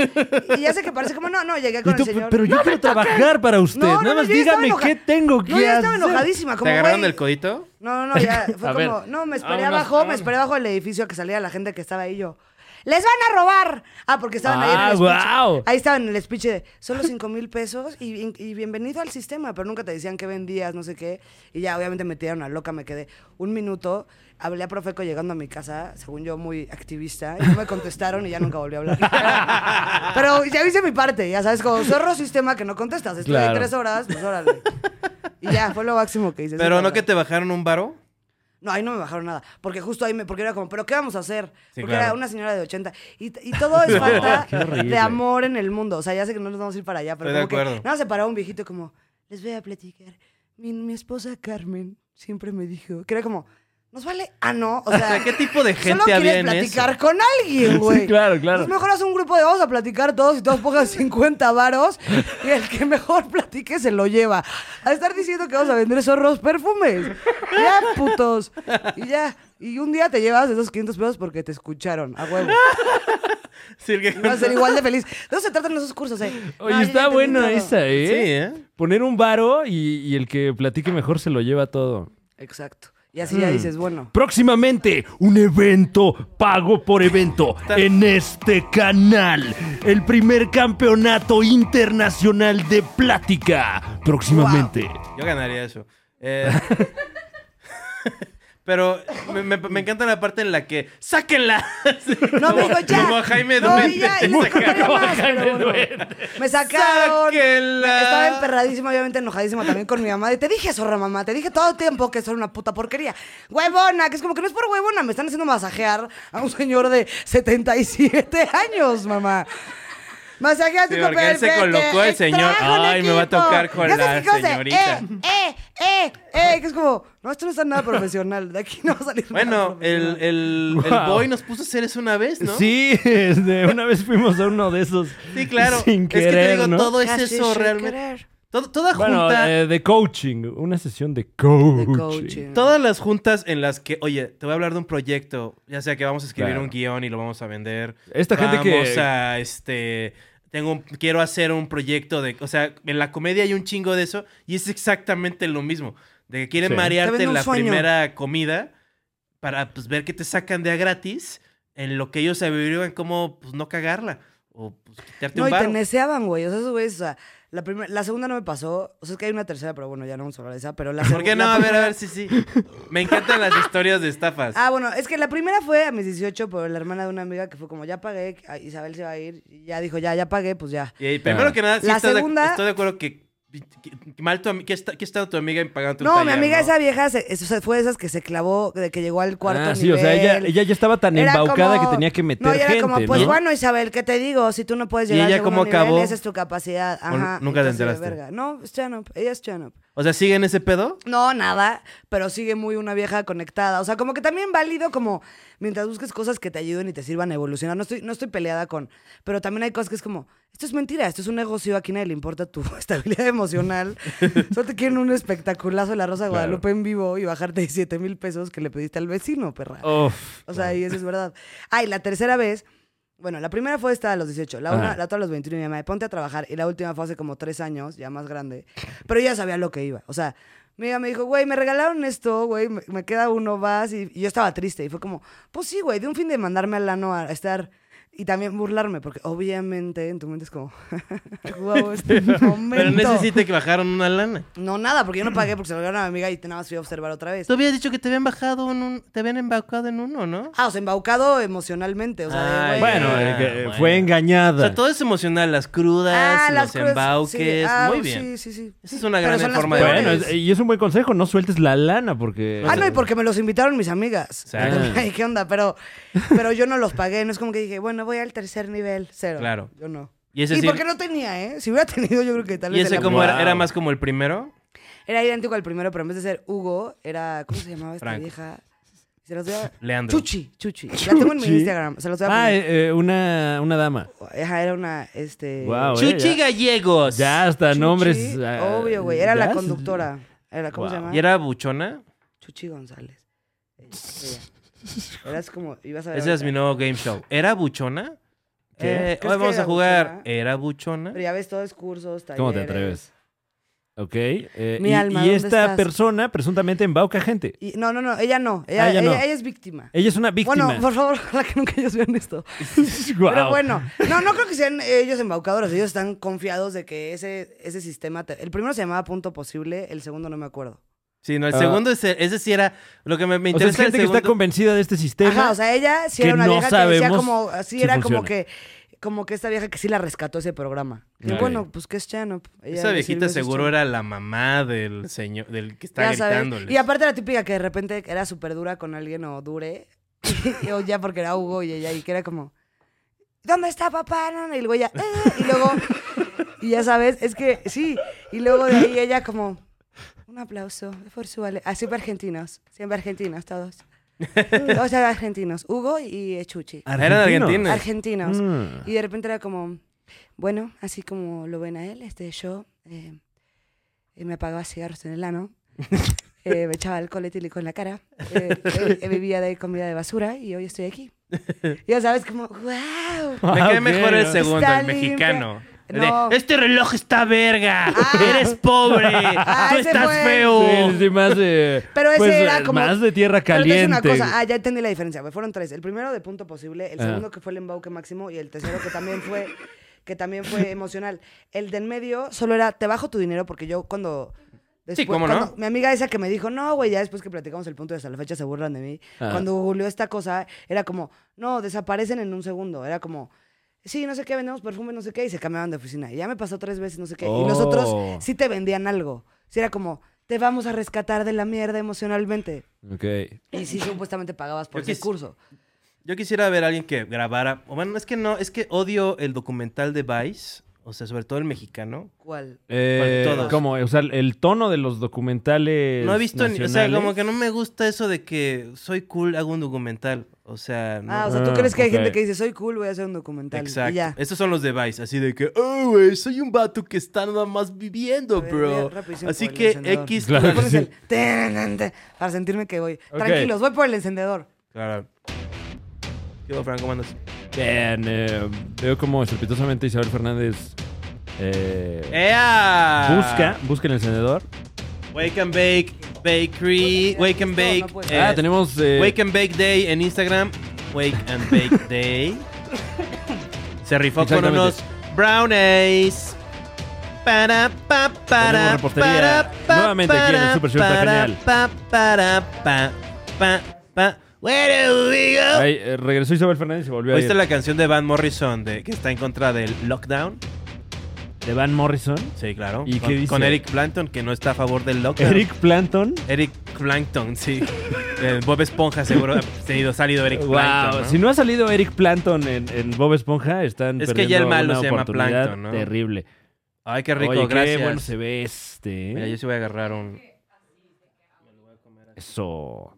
Speaker 2: Y ya sé que parece como, no, no, llegué
Speaker 4: Y
Speaker 2: con
Speaker 4: tú,
Speaker 2: el señor.
Speaker 4: pero yo quiero trabajar para usted.
Speaker 2: No, no,
Speaker 4: Nada
Speaker 2: no,
Speaker 4: más
Speaker 2: yo ya
Speaker 4: dígame
Speaker 2: estaba
Speaker 4: qué
Speaker 2: enoja-
Speaker 4: tengo que
Speaker 2: No, yo estaba
Speaker 4: hacer.
Speaker 2: enojadísima. Como,
Speaker 3: ¿Te agarraron
Speaker 2: güey,
Speaker 3: el codito?
Speaker 2: no, no, no, ya. Fue
Speaker 4: A ver.
Speaker 2: como, no, me esperé
Speaker 3: Vámonos,
Speaker 2: abajo, me
Speaker 3: vámonos.
Speaker 2: esperé abajo del edificio a que saliera la gente que estaba ahí yo. ¡Les van a robar! Ah, porque estaban ahí en
Speaker 4: Ah,
Speaker 2: el speech.
Speaker 4: guau.
Speaker 2: Ahí estaban en el speech de solo 5 mil pesos y, y bienvenido al sistema, pero nunca te decían qué vendías, no sé qué. Y ya, obviamente, me tiraron a loca, me quedé un minuto. Hablé a Profeco llegando a mi casa, según yo, muy activista, y no me contestaron y ya nunca volví a hablar. pero ya hice mi parte, ya sabes, como zorro sistema que no contestas. Estuve ahí
Speaker 4: Claro.
Speaker 2: tres horas, pues órale. Y ya, fue lo máximo que hice.
Speaker 3: Pero
Speaker 2: sí,
Speaker 3: no
Speaker 2: la
Speaker 3: que
Speaker 2: verdad.
Speaker 3: te bajaron un varo.
Speaker 2: No, ahí no me bajaron nada. Porque justo ahí me. Porque era como, ¿pero qué vamos a hacer?
Speaker 3: Sí,
Speaker 2: porque
Speaker 3: claro.
Speaker 2: era una señora de 80. Y, t- y todo es falta
Speaker 4: qué horrible.
Speaker 2: de amor en el mundo. O sea, ya sé que no nos vamos a ir para allá. Pero
Speaker 3: Estoy
Speaker 2: como
Speaker 3: de
Speaker 2: que
Speaker 3: acuerdo.
Speaker 2: nada, se paraba un viejito como, les voy a platicar. Mi, mi esposa Carmen siempre me dijo. Que era como, ¿nos vale? Ah, no. O
Speaker 3: O
Speaker 2: sea,
Speaker 3: sea, ¿qué tipo de
Speaker 2: solo
Speaker 3: gente había
Speaker 2: quieres
Speaker 3: en
Speaker 2: platicar
Speaker 3: eso?
Speaker 2: con alguien, güey.
Speaker 4: Sí, claro, claro.
Speaker 2: Pues mejor haz un grupo de vamos a platicar todos y todos pongan 50 varos y el que mejor platique se lo lleva. A estar diciendo que vamos a vender zorros perfumes. Ya, putos. Y ya. Y un día te llevas esos 500 pesos porque te escucharon, a huevo.
Speaker 3: Sí, el que-
Speaker 2: Y vas a ser igual de feliz. De eso se tratan esos cursos, ¿eh?
Speaker 4: Oye,
Speaker 2: No, yo ya
Speaker 4: está
Speaker 2: entendí todo.
Speaker 4: buena esa,
Speaker 3: Sí,
Speaker 4: ¿eh?
Speaker 3: ¿eh?
Speaker 4: Poner un varo y, y el que platique mejor se lo lleva todo.
Speaker 2: Exacto. Y así
Speaker 4: Mm.
Speaker 2: ya dices, bueno.
Speaker 4: Próximamente, un evento pago por evento en este canal. El primer campeonato internacional de plática. Próximamente.
Speaker 3: Yo ganaría eso. Eh, pero me, me- me encanta la parte en la que ¡sáquenla! Sí,
Speaker 2: No, me dijo ya.
Speaker 3: Como a Jaime
Speaker 2: no,
Speaker 3: Duende.
Speaker 2: y ya, y no sacaría más, pero bueno. Me sacaron.
Speaker 3: Sáquenla.
Speaker 2: Estaba emperradísima, obviamente enojadísima también con mi mamá. Y te dije, zorra mamá, te dije todo el tiempo que son una puta porquería. Huevona, que es como que no es por huevona, me están haciendo masajear a un señor de 77 años, mamá. Masajeaste
Speaker 3: Sí, porque él se colocó el señor. Ay, me va a tocar con la señorita.
Speaker 2: Eh, eh, eh, eh, que es como, no, esto no está nada profesional, de aquí no va a salir nada
Speaker 3: Bueno, el,
Speaker 2: profesional.
Speaker 3: el, el
Speaker 4: Wow.
Speaker 3: boy nos puso a hacer eso una vez, ¿no?
Speaker 4: Sí, este, una vez fuimos a uno de esos.
Speaker 3: Sí, claro.
Speaker 4: Sin querer,
Speaker 3: es que te digo,
Speaker 4: ¿no?
Speaker 3: todo es
Speaker 2: Casi
Speaker 3: eso
Speaker 2: sin
Speaker 3: realmente.
Speaker 2: querer.
Speaker 3: Todo- toda
Speaker 4: Bueno,
Speaker 3: junta.
Speaker 4: eh, de coaching. Una sesión de coaching.
Speaker 2: De coaching.
Speaker 3: Todas las juntas en las que, oye, te voy a hablar de un proyecto, ya sea que vamos a escribir
Speaker 4: Claro.
Speaker 3: un guión y lo vamos a vender.
Speaker 4: Esta gente que-
Speaker 3: Vamos a, este, tengo, un- quiero hacer un proyecto de, o sea, en la comedia hay un chingo de eso y es exactamente lo mismo. De que quieren
Speaker 4: Sí.
Speaker 3: marearte
Speaker 2: Te
Speaker 3: en
Speaker 2: venden
Speaker 3: la
Speaker 2: un sueño.
Speaker 3: primera comida para, pues, ver que te sacan de a gratis en lo que ellos se averiguan cómo, pues, no cagarla o, pues, quitarte
Speaker 2: No,
Speaker 3: un
Speaker 2: y te
Speaker 3: varo.
Speaker 2: neseaban, güey. O sea, esos güeyes, o sea, la, primer- la segunda no me pasó. O sea, es que hay una tercera, pero bueno, ya no vamos a hablar de esa. Pero la
Speaker 3: ¿Por
Speaker 2: segu-
Speaker 3: qué no?
Speaker 2: la
Speaker 3: A ver, a
Speaker 2: primera-
Speaker 3: ver, sí, sí. Me encantan las historias de estafas.
Speaker 2: Ah, bueno, es que la primera fue a mis 18 por la hermana de una amiga que fue como, ya pagué, que- ah, Isabel se va a ir. Y ya dijo, ya, ya pagué, pues ya.
Speaker 3: Y primero que nada, sí
Speaker 2: La
Speaker 3: estás de-
Speaker 2: segunda-
Speaker 3: estoy de acuerdo que, que- que mal tu, ami- que, está, que está tu amiga en pagando tu
Speaker 2: No, mi
Speaker 3: taller,
Speaker 2: amiga
Speaker 3: ¿no?
Speaker 2: esa vieja se- es- o sea, fue de esas que se clavó, de que llegó al cuarto
Speaker 4: Ah, sí, o sea,
Speaker 2: nivel.
Speaker 4: ella, ella ya estaba tan
Speaker 2: Era
Speaker 4: embaucada
Speaker 2: como-
Speaker 4: que tenía que meter
Speaker 2: No, y era
Speaker 4: gente,
Speaker 2: como, pues
Speaker 4: ¿no?
Speaker 2: bueno, Isabel, ¿qué te digo? Si tú no puedes
Speaker 3: ¿Y
Speaker 2: llegar
Speaker 3: ella
Speaker 2: al segundo
Speaker 3: cómo
Speaker 2: nivel,
Speaker 3: acabó?
Speaker 2: esa es tu capacidad.
Speaker 3: ¿O
Speaker 2: Ajá.
Speaker 3: nunca te
Speaker 2: entonces, de
Speaker 3: enteraste?
Speaker 2: verga. No, es Chanop. Ella es Chanop.
Speaker 3: O sea, ¿siguen ese pedo?
Speaker 2: No, nada, pero sigue muy una vieja conectada. O sea, como que también válido como mientras busques cosas que te ayuden y te sirvan a evolucionar. No estoy, no estoy peleada con, pero también hay cosas que es como, esto es mentira, esto es un negocio, aquí nadie le importa tu estabilidad emocional. Solo te quieren un espectaculazo de la Rosa de Guadalupe en vivo y bajarte de 7 mil pesos que le pediste al vecino, perra.
Speaker 4: Uf.
Speaker 2: O sea, y eso es verdad. Ay, la tercera vez. Bueno, la primera fue esta a los 18, la, una,
Speaker 4: Ajá.
Speaker 2: la otra a los 21 y mi mamá, de, ponte a trabajar. Y la última fue hace como tres años, ya más grande. Pero yo ya sabía lo que iba. O sea, mi amiga me dijo, güey, me regalaron esto, güey, me, me queda uno, vas. Y, y yo estaba triste. Y fue como, pues sí, güey, de un fin de mandarme al ano a estar... Y también burlarme, porque obviamente en tu mente es como, wow, este momento.
Speaker 3: Pero necesité que bajaron una lana.
Speaker 2: No, nada, porque yo no pagué porque se lo regalaron a mi amiga y nada más fui a observar otra vez.
Speaker 3: Tú habías dicho que te habían bajado en un... Te habían embaucado en uno, ¿no?
Speaker 2: Ah, o sea, embaucado emocionalmente. O sea, de,
Speaker 3: Ay,
Speaker 2: güey,
Speaker 4: Bueno,
Speaker 3: Ah,
Speaker 4: eh, que
Speaker 3: bueno.
Speaker 4: fue
Speaker 3: O
Speaker 4: engañada.
Speaker 3: sea, todo es emocional. Las crudas, los
Speaker 2: cruces,
Speaker 3: embauques.
Speaker 2: Ah, sí, ah,
Speaker 3: Muy bien.
Speaker 2: Sí, sí, sí.
Speaker 3: Esa es una
Speaker 2: Pero
Speaker 3: gran
Speaker 2: son las
Speaker 3: forma de
Speaker 4: bueno,
Speaker 3: ver.
Speaker 2: peores.
Speaker 4: es- y es un buen consejo, no sueltes la lana porque...
Speaker 3: Pues
Speaker 2: Ah, no, y porque me los invitaron mis amigas.
Speaker 3: Exacto.
Speaker 2: Ay, qué onda, pero, pero yo no los pagué. No es como que dije, bueno, voy al tercer nivel, cero.
Speaker 3: Claro.
Speaker 2: Yo no.
Speaker 3: Y ese
Speaker 2: y
Speaker 3: sí-
Speaker 2: porque no tenía, ¿eh? Si hubiera tenido, yo creo que tal
Speaker 3: ¿Y
Speaker 2: vez.
Speaker 3: ese
Speaker 2: el
Speaker 3: como era,
Speaker 4: Wow.
Speaker 3: era más como el primero?
Speaker 2: Era idéntico al primero, pero en vez de ser Hugo, era. ¿Cómo se llamaba esta
Speaker 3: Franco.
Speaker 2: vieja? Se los voy a-
Speaker 3: Leandro.
Speaker 2: Chuchi, Chuchi. La tengo en mi
Speaker 4: Chuchi.
Speaker 2: Instagram. Se los voy a
Speaker 4: Ah,
Speaker 2: poner.
Speaker 4: eh, eh, una, una dama.
Speaker 3: eh.
Speaker 2: Ajá, era una. Este...
Speaker 4: Guau, eh,
Speaker 3: ¡Chuchi
Speaker 4: ya-
Speaker 3: Gallegos!
Speaker 4: Ya hasta
Speaker 2: Chuchi,
Speaker 4: nombres... ah,
Speaker 2: Obvio, güey. Era
Speaker 4: ya
Speaker 2: la
Speaker 4: se-
Speaker 2: conductora. Era, ¿Cómo se
Speaker 4: Wow.
Speaker 2: llamaba?
Speaker 3: eh, ¿Y era buchona?
Speaker 2: Chuchi González. Eh, Ella. Eras como, ibas a ver.
Speaker 3: Ese es
Speaker 2: ahorita.
Speaker 3: mi nuevo game show. ¿Era buchona?
Speaker 2: ¿Qué?
Speaker 3: Eh,
Speaker 2: ¿Crees
Speaker 3: hoy
Speaker 2: que
Speaker 3: vamos
Speaker 2: era
Speaker 3: a jugar.
Speaker 2: buchona?
Speaker 3: ¿Era buchona?
Speaker 2: Pero ya ves, todos cursos, talleres.
Speaker 4: ¿Cómo te atreves? Ok. eh,
Speaker 2: Mi
Speaker 4: y,
Speaker 2: alma,
Speaker 4: y
Speaker 2: ¿dónde
Speaker 4: esta
Speaker 2: estás?
Speaker 4: persona presuntamente embauca gente.
Speaker 2: Y- no, no, no, ella no. Ella,
Speaker 4: Ah, ella
Speaker 2: ella,
Speaker 4: no.
Speaker 2: ella es víctima.
Speaker 4: Ella es una víctima.
Speaker 2: Bueno, por favor, ojalá que nunca ellos vean esto.
Speaker 4: Guau.
Speaker 2: Pero bueno, no, no creo que sean ellos embaucadores. Ellos están confiados de que ese, ese sistema. te- el primero se llamaba Punto Posible, el segundo no me acuerdo.
Speaker 3: Sí, no, el
Speaker 4: Ah.
Speaker 3: segundo ese, ese sí era lo que me, me
Speaker 4: O sea, es
Speaker 3: interesa. el
Speaker 4: gente que está
Speaker 3: segundo-
Speaker 4: convencida de este sistema.
Speaker 2: Ajá, o sea, ella sí era
Speaker 4: que
Speaker 2: una
Speaker 4: no
Speaker 2: vieja que decía
Speaker 4: sabemos
Speaker 2: como, así
Speaker 4: si
Speaker 2: era como
Speaker 4: funciona.
Speaker 2: que como que esta vieja que sí la rescató ese programa. Y
Speaker 3: Claro.
Speaker 2: bueno, pues que es Chanop. Ella
Speaker 3: Esa
Speaker 2: le sirvió
Speaker 3: viejita
Speaker 2: sus
Speaker 3: seguro
Speaker 2: Chanop.
Speaker 3: era la mamá del señor, del que está
Speaker 2: Ya sabes.
Speaker 3: gritándoles.
Speaker 2: Y aparte la típica que de repente era súper dura con alguien o dure. o ya porque era Hugo y ella, y que era como, ¿dónde está papá? No, no, Y luego ella, "Eh", y luego, y ya sabes, es que sí. Y luego de ahí ella como, un aplauso por su vale. Así para argentinos, siempre argentinos todos. todos eran argentinos, Hugo y eh, Chuchi.
Speaker 3: Eran argentinos.
Speaker 2: Argentinos.
Speaker 4: Mm.
Speaker 2: Y de repente era como, bueno, así como lo ven a él, este, yo eh, eh, me apagaba cigarros en el ano, eh, me echaba alcohol etílico en la cara, eh, eh, eh, vivía de comida de basura y hoy estoy aquí. Y ya sabes, como, wow.
Speaker 3: Me
Speaker 4: Ah,
Speaker 3: cae
Speaker 4: ok,
Speaker 3: mejor el
Speaker 4: ¿no?
Speaker 3: segundo,
Speaker 2: Está
Speaker 3: el
Speaker 2: limpia.
Speaker 3: mexicano. El de,
Speaker 2: No.
Speaker 3: este reloj está verga.
Speaker 2: Ah.
Speaker 3: Eres pobre.
Speaker 2: Ah,
Speaker 3: tú
Speaker 2: ese
Speaker 3: estás
Speaker 2: fue-
Speaker 3: feo.
Speaker 4: Sí, sí, más de.
Speaker 2: Pero ese
Speaker 4: pues,
Speaker 2: era como...
Speaker 4: Más de tierra
Speaker 2: Pero te voy a decir
Speaker 4: caliente.
Speaker 2: una cosa. Ah, ya entendí la diferencia. güey. Fueron tres. El primero de punto posible, el
Speaker 4: Ah.
Speaker 2: segundo que fue el embauque máximo y el tercero que también fue que también fue emocional. El del medio solo era te bajo tu dinero porque yo cuando
Speaker 3: Sí, ¿cómo no?
Speaker 2: cuando Mi amiga esa que me dijo, no, güey, ya después que platicamos el punto de hasta la fecha se burlan de mí.
Speaker 4: Ah.
Speaker 2: Cuando googleó esta cosa, era como, no, desaparecen en un segundo. Era como, sí, no sé qué, vendemos perfume, no sé qué, y se cambiaban de oficina. Y ya me pasó tres veces, no sé qué. Y los
Speaker 4: Oh.
Speaker 2: otros sí te vendían algo. Sí, era como, te vamos a rescatar de la mierda emocionalmente.
Speaker 4: Ok.
Speaker 2: Y sí, supuestamente pagabas por
Speaker 3: Creo que
Speaker 2: ese
Speaker 3: es-
Speaker 2: curso.
Speaker 3: Yo quisiera ver a alguien que grabara. O bueno, es que no, es que odio el documental de Vice. O sea, sobre todo el mexicano.
Speaker 2: ¿Cuál?
Speaker 4: Eh,
Speaker 3: Bueno, todos.
Speaker 4: ¿Cómo? O sea, el tono de los documentales.
Speaker 3: No he visto, ni- o sea,
Speaker 4: nacionales.
Speaker 3: como que no me gusta eso de que soy cool, hago un documental. O sea, no.
Speaker 2: Ah, o sea, ¿tú
Speaker 4: Ah,
Speaker 2: crees que hay
Speaker 4: ok.
Speaker 2: gente que dice, soy cool, voy a hacer un documental?
Speaker 3: Exacto.
Speaker 2: Y ya.
Speaker 3: Estos son los de Vice, así de que, oh, güey, soy un vato que está nada más viviendo,
Speaker 2: A ver,
Speaker 3: bro.
Speaker 2: ve rapidísimo
Speaker 3: Así
Speaker 2: por el
Speaker 3: que
Speaker 2: encendedor.
Speaker 3: X. pues,
Speaker 4: Claro.
Speaker 2: Me pones
Speaker 4: Sí.
Speaker 2: el ten, ten, ten, para sentirme que voy.
Speaker 4: Ok.
Speaker 2: Tranquilos, voy por el encendedor.
Speaker 3: Claro. ¿Qué hubo, Franco? ¿Cómo andas?
Speaker 4: Bien, eh, veo como estrepitosamente Isabel Fernández. Eh,
Speaker 3: ¡Ea!
Speaker 4: Busca, busca el encendedor.
Speaker 3: Wake and Bake Bakery. Wake and
Speaker 2: No, no
Speaker 3: Bake.
Speaker 2: puede.
Speaker 3: eh,
Speaker 4: ah, tenemos. eh,
Speaker 3: Wake and Bake Day en Instagram. Wake and Bake Day. Se rifó con
Speaker 4: Exactamente.
Speaker 3: unos brownies. Para, pa, para,
Speaker 4: Tenemos repostería. Nuevamente aquí en el Super Show, está genial.
Speaker 3: pa, para, pa, pa, pa. Where do we go?
Speaker 4: ahí, eh, regresó Isabel Fernández y se volvió a
Speaker 3: ¿Oíste
Speaker 4: ir.
Speaker 3: la canción de Van Morrison de, que está en contra del lockdown?
Speaker 4: De Van Morrison.
Speaker 3: Sí, claro.
Speaker 4: ¿Y
Speaker 3: con,
Speaker 4: qué dice?
Speaker 3: con Eric Plankton, que no está a favor del lockdown.
Speaker 4: Eric Planton.
Speaker 3: Eric Plankton, sí. Eh, Bob Esponja seguro ha tenido salido Eric Plankton.
Speaker 4: Wow,
Speaker 3: ¿no?
Speaker 4: si no ha salido Eric Planton en, en Bob Esponja, están
Speaker 3: Es que ya el
Speaker 4: perdiendo
Speaker 3: malo
Speaker 4: una
Speaker 3: se llama
Speaker 4: oportunidad
Speaker 3: Plankton, ¿no?
Speaker 4: Terrible.
Speaker 3: Ay, qué rico,
Speaker 4: Oye,
Speaker 3: gracias.
Speaker 4: qué bueno se ve este.
Speaker 3: Mira, yo sí voy a agarrar un.
Speaker 4: Eso.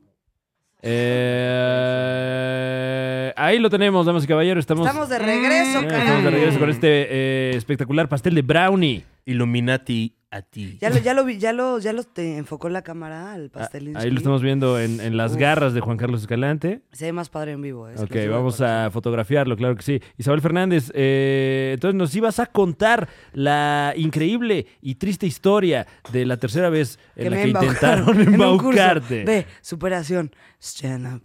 Speaker 4: Eh, ahí lo tenemos, damas y caballeros. Estamos,
Speaker 2: Estamos de regreso,
Speaker 4: Eh,
Speaker 2: carajo.
Speaker 4: estamos de regreso con este eh, espectacular pastel de brownie.
Speaker 3: Illuminati a ti.
Speaker 2: Ya lo, ya lo vi, ya lo, ya lo te enfocó la cámara al pastelín.
Speaker 4: Ah, Ahí lo estamos viendo en, en las
Speaker 2: Uf.
Speaker 4: garras de Juan Carlos Escalante.
Speaker 2: Se ve más padre en vivo. eh, se
Speaker 4: Ok,
Speaker 2: los juro
Speaker 4: vamos
Speaker 2: por
Speaker 4: a fotografiarlo, claro que sí. Isabel Fernández, eh, entonces nos ibas a contar la increíble y triste historia de la tercera vez en la
Speaker 2: me
Speaker 4: que
Speaker 2: embaucaron
Speaker 4: intentaron
Speaker 2: en un
Speaker 4: embaucarte.
Speaker 2: curso de superación. Stand up.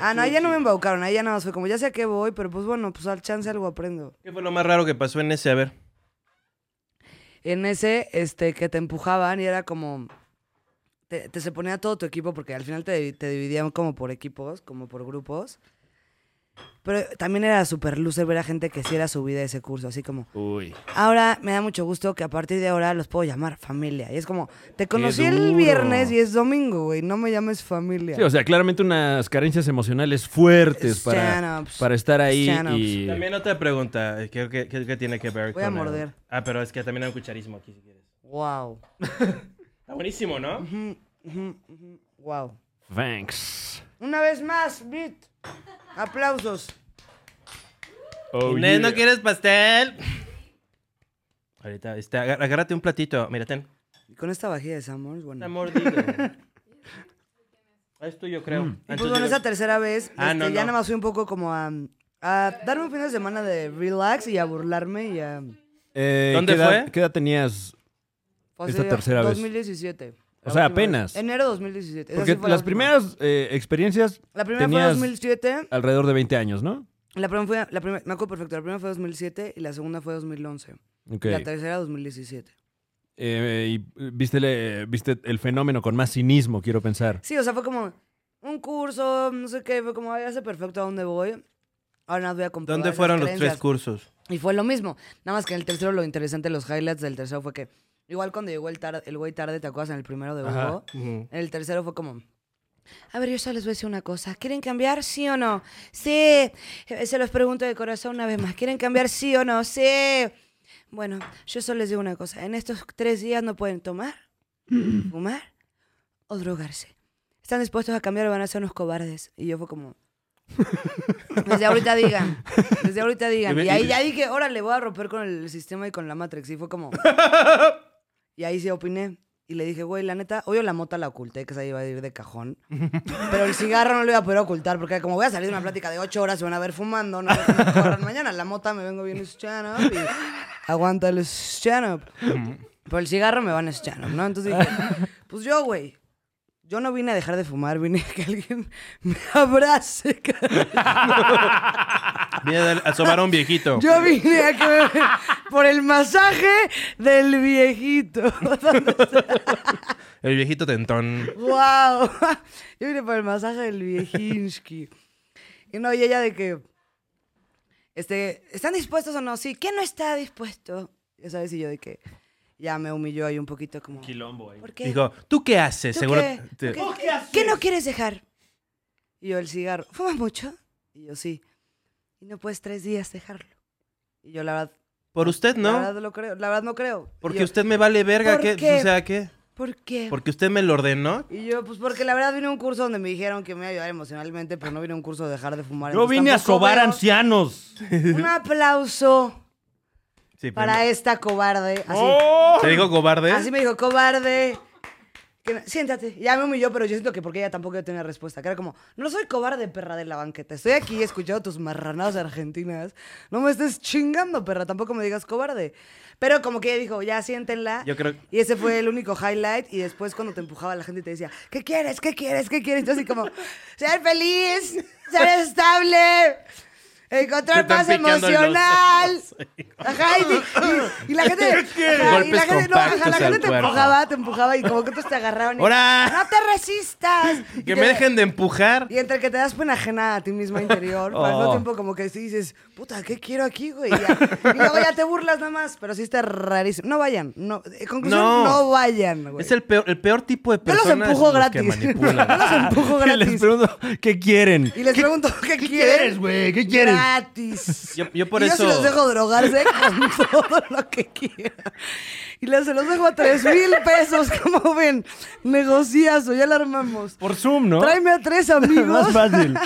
Speaker 2: Ah, no, ahí ya no me embaucaron, ahí ya nada más fue como, ya sé a qué voy, pero pues bueno, pues al chance algo aprendo.
Speaker 3: ¿Qué fue lo más raro que pasó en ese? A ver.
Speaker 2: En ese, este, que te empujaban y era como, te, te se ponía todo tu equipo, porque al final te, te dividían como por equipos, como por grupos. Pero también era súper loser ver a gente que sí era su vida ese curso, así como,
Speaker 4: Uy,
Speaker 2: Ahora me da mucho gusto que a partir de ahora los puedo llamar familia. Y es como, te conocí el
Speaker 4: duro.
Speaker 2: viernes y es domingo, güey. No me llames familia.
Speaker 4: sí, o sea, claramente unas carencias emocionales fuertes para,
Speaker 2: Stand-ups.
Speaker 4: para estar ahí
Speaker 2: Stand-ups.
Speaker 4: y...
Speaker 3: También otra pregunta. eh, ¿Qué, qué- qué- qué tiene que ver
Speaker 2: Voy
Speaker 3: con.
Speaker 2: a
Speaker 3: el-
Speaker 2: morder.
Speaker 3: Ah, pero es que también hay un cucharismo aquí si quieres.
Speaker 2: Wow.
Speaker 3: Está buenísimo, ¿no?
Speaker 2: Wow.
Speaker 4: Thanks.
Speaker 2: Una vez más, Beat. Aplausos.
Speaker 4: Oh,
Speaker 3: Inés,
Speaker 4: yeah.
Speaker 3: ¿no quieres pastel? Ahorita, este, agar- agárrate un platito. Mira, ten.
Speaker 2: Y con esta vajilla de Samor, bueno.
Speaker 3: Está mordido. Ah, es tuyo, creo. Ah,
Speaker 2: Y pues
Speaker 3: entonces
Speaker 2: bueno,
Speaker 3: yo-
Speaker 2: esa tercera vez,
Speaker 3: Ah,
Speaker 2: este,
Speaker 3: no,
Speaker 2: ya
Speaker 3: no.
Speaker 2: nada más fui un poco como a, a darme un fin de semana de relax y a burlarme y a...
Speaker 4: Eh,
Speaker 3: ¿Dónde
Speaker 4: ¿qué edad-
Speaker 3: fue?
Speaker 4: ¿Qué edad tenías?
Speaker 2: Pues,
Speaker 4: Esta
Speaker 2: sí,
Speaker 4: tercera vez.
Speaker 2: 2017.
Speaker 4: O
Speaker 2: La última
Speaker 4: sea,
Speaker 2: vez.
Speaker 4: apenas.
Speaker 2: Enero 2017. Esa
Speaker 4: Porque
Speaker 2: sí fue la
Speaker 4: las
Speaker 2: última.
Speaker 4: primeras eh, experiencias
Speaker 2: La primera fue
Speaker 4: tenías
Speaker 2: 2007.
Speaker 4: alrededor de 20 años, ¿no?
Speaker 2: La primera fue, la primera, me acuerdo perfecto, la primera fue 2007 y la segunda fue 2011.
Speaker 4: Ok.
Speaker 2: Y la tercera 2017.
Speaker 4: Eh, y eh, viste, el, eh, viste el fenómeno con más cinismo, quiero pensar.
Speaker 2: Sí, o sea, fue como un curso, no sé qué, fue como, ay, ya sé perfecto a dónde voy. Ahora nada más voy a comprobar
Speaker 3: ¿Dónde
Speaker 2: esas
Speaker 3: fueron los tres
Speaker 2: creencias.
Speaker 3: cursos?
Speaker 2: Y fue lo mismo. Nada más que en el tercero, lo interesante, los highlights del tercero fue que, igual cuando llegó el, tar- el güey tarde, ¿te acuerdas en el primero de Hugo? En el tercero fue como. A ver, yo solo les voy a decir una cosa. ¿Quieren cambiar? ¿Sí o no? Sí. Eh, Se los pregunto de corazón una vez más. ¿Quieren cambiar? ¿Sí o no? Sí. Bueno, yo solo les digo una cosa. En estos tres días no pueden tomar, fumar o drogarse. Están dispuestos a cambiar o van a ser unos cobardes. Y yo fue como... Desde ahorita digan. Desde ahorita digan. Y ahí ya dije, órale, voy a romper con el sistema y con la Matrix. Y fue como... Y ahí sí opiné. Y le dije, güey, la neta, obvio la mota la oculté, que esa iba a ir de cajón. Pero el cigarro no lo iba a poder ocultar, porque como voy a salir de una plática de ocho horas, se van a ver fumando, no voy a tener que correr mañana. La mota me vengo bien un stand-up y aguanta el stand-up. Pero el cigarro me van a stand-up, ¿no? Entonces dije, pues yo, güey, yo no vine a dejar de fumar, vine a que alguien me abrace. cabrón.
Speaker 3: Vine a dar- a sobar a un viejito.
Speaker 2: Yo vine a que me- por el masaje del viejito.
Speaker 3: El viejito tentón.
Speaker 2: ¡Wow! Yo vine por el masaje del viejinsky. Y no, y ella de que. Este, ¿Están dispuestos o no? Sí, ¿quién no está dispuesto? Ya sabes, y yo de que. Ya me humilló ahí un poquito como.
Speaker 4: Quilombo ahí.
Speaker 2: ¿Por qué?
Speaker 3: Dijo, ¿tú qué haces?
Speaker 2: ¿Tú
Speaker 3: Seguro.
Speaker 2: qué?
Speaker 3: te-
Speaker 2: ¿Tú qué? ¿Qué no quieres dejar? Y yo, el cigarro. ¿Fumas mucho? Y yo, sí. Y no puedes tres días dejarlo. Y yo, la verdad.
Speaker 3: Por usted,
Speaker 2: La
Speaker 3: ¿no?
Speaker 2: verdad, lo creo. La verdad no creo. Y
Speaker 3: Porque
Speaker 2: yo,
Speaker 3: usted me vale verga.
Speaker 2: ¿Por
Speaker 3: ¿qué?
Speaker 2: qué?
Speaker 3: O sea, ¿qué?
Speaker 2: ¿Por qué?
Speaker 3: Porque usted me lo ordenó.
Speaker 2: Y yo, pues porque la verdad vine a un curso donde me dijeron que me iba a ayudar emocionalmente, pero no vine a un curso de dejar de fumar.
Speaker 4: Yo
Speaker 2: entonces
Speaker 4: vine a
Speaker 2: Pues tampoco
Speaker 4: sobar
Speaker 2: veo-
Speaker 4: ancianos.
Speaker 2: Un aplauso
Speaker 3: Sí,
Speaker 2: para
Speaker 3: pero-
Speaker 2: esta cobarde. Así,
Speaker 3: ¿Te digo cobarde?
Speaker 2: así me dijo, cobarde. Que no- siéntate. Ya me humilló, pero yo siento que porque ella tampoco yo tenía respuesta. Que era como, no soy cobarde, perra de la banqueta. Estoy aquí escuchando tus marranadas argentinas. No me estés chingando, perra. Tampoco me digas cobarde. Pero como que ella dijo, ya siéntenla.
Speaker 3: Yo creo-
Speaker 2: Y ese fue el único highlight. Y después cuando te empujaba la gente te decía, ¿qué quieres? ¿Qué quieres? ¿Qué quieres? Entonces como, ser feliz, ser estable, encontrar
Speaker 3: Te están
Speaker 2: paz
Speaker 3: picando los
Speaker 2: emocional.
Speaker 3: ojos, hijo.
Speaker 2: Ajá, y, y- y la gente... ajá, y
Speaker 3: Golpes
Speaker 2: la gente, no, ajá, la
Speaker 3: compactos
Speaker 2: gente
Speaker 3: al
Speaker 2: te
Speaker 3: cuerpo.
Speaker 2: empujaba, te empujaba y como que otros te agarraban. y-
Speaker 3: ¡Hora!
Speaker 2: ¡No te resistas! Y
Speaker 3: Que
Speaker 2: te-
Speaker 3: me dejen de empujar.
Speaker 2: Y entre que te das pena ajena a ti misma interior, al mismo
Speaker 3: Oh.
Speaker 2: tiempo como que sí dices, puta, ¿qué quiero aquí, güey? Y, ya- y luego ya te burlas nada más, pero sí está rarísimo. No vayan, no. eh, Conclusión, no,
Speaker 3: No.
Speaker 2: vayan, güey.
Speaker 3: Es el peor, el peor tipo de
Speaker 2: Yo los
Speaker 3: personas.
Speaker 2: empujo
Speaker 3: los que
Speaker 2: gratis. Yo
Speaker 3: manipulan.
Speaker 2: los empujo
Speaker 4: Que les
Speaker 2: gratis.
Speaker 4: pregunto, ¿qué quieren?
Speaker 2: Y les pregunto, ¿qué,
Speaker 5: quieres,
Speaker 2: quieres,
Speaker 5: güey? ¿Qué quieres?
Speaker 2: Gratis.
Speaker 3: Yo- yo por
Speaker 2: Y
Speaker 3: eso-
Speaker 2: Yo se los dejo drogarse con todo lo que quieran. Y les, se los dejo a tres mil pesos, como ven. Negociazo, ya la armamos.
Speaker 4: Por Zoom, ¿no?
Speaker 2: Tráeme a tres amigos.
Speaker 4: Más fácil.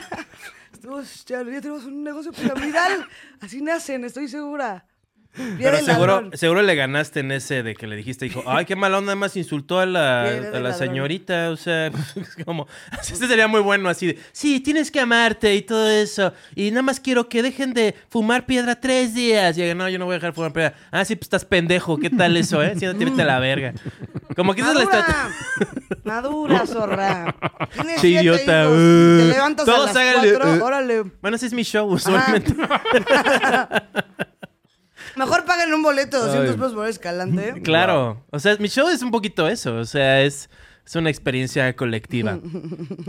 Speaker 2: Estamos- ya, ya tenemos un negocio piramidal. Así nacen, estoy segura. Viene
Speaker 3: Pero
Speaker 2: el
Speaker 3: seguro,
Speaker 2: ladrón.
Speaker 3: seguro le ganaste en ese de que le dijiste, dijo, ay, qué mala onda, más insultó a la,
Speaker 2: Viene
Speaker 3: a
Speaker 2: el
Speaker 3: la
Speaker 2: ladrón.
Speaker 3: señorita, o sea, es como, este sería muy bueno así de, sí, tienes que amarte y todo eso, y nada más quiero que dejen de fumar piedra tres días, y ella, no, yo no voy a dejar de fumar piedra, ah, sí, pues estás pendejo, ¿qué tal eso, eh? Siéntate, vete a la verga. Como que esa es la
Speaker 2: Madura,
Speaker 3: estrategia.
Speaker 2: madura, zorra. Tienes
Speaker 3: Sí,
Speaker 2: siete
Speaker 3: idiota,
Speaker 2: hijos,
Speaker 3: uh.
Speaker 2: Te levantas
Speaker 3: Todos
Speaker 2: a las
Speaker 3: háganle,
Speaker 2: cuatro,
Speaker 3: uh.
Speaker 2: órale.
Speaker 3: Bueno, ese es mi show usualmente.
Speaker 2: Mejor paguen un boleto de 200 pesos por escalante.
Speaker 3: Claro, o sea, mi show es un poquito eso, o sea, es, es una experiencia colectiva.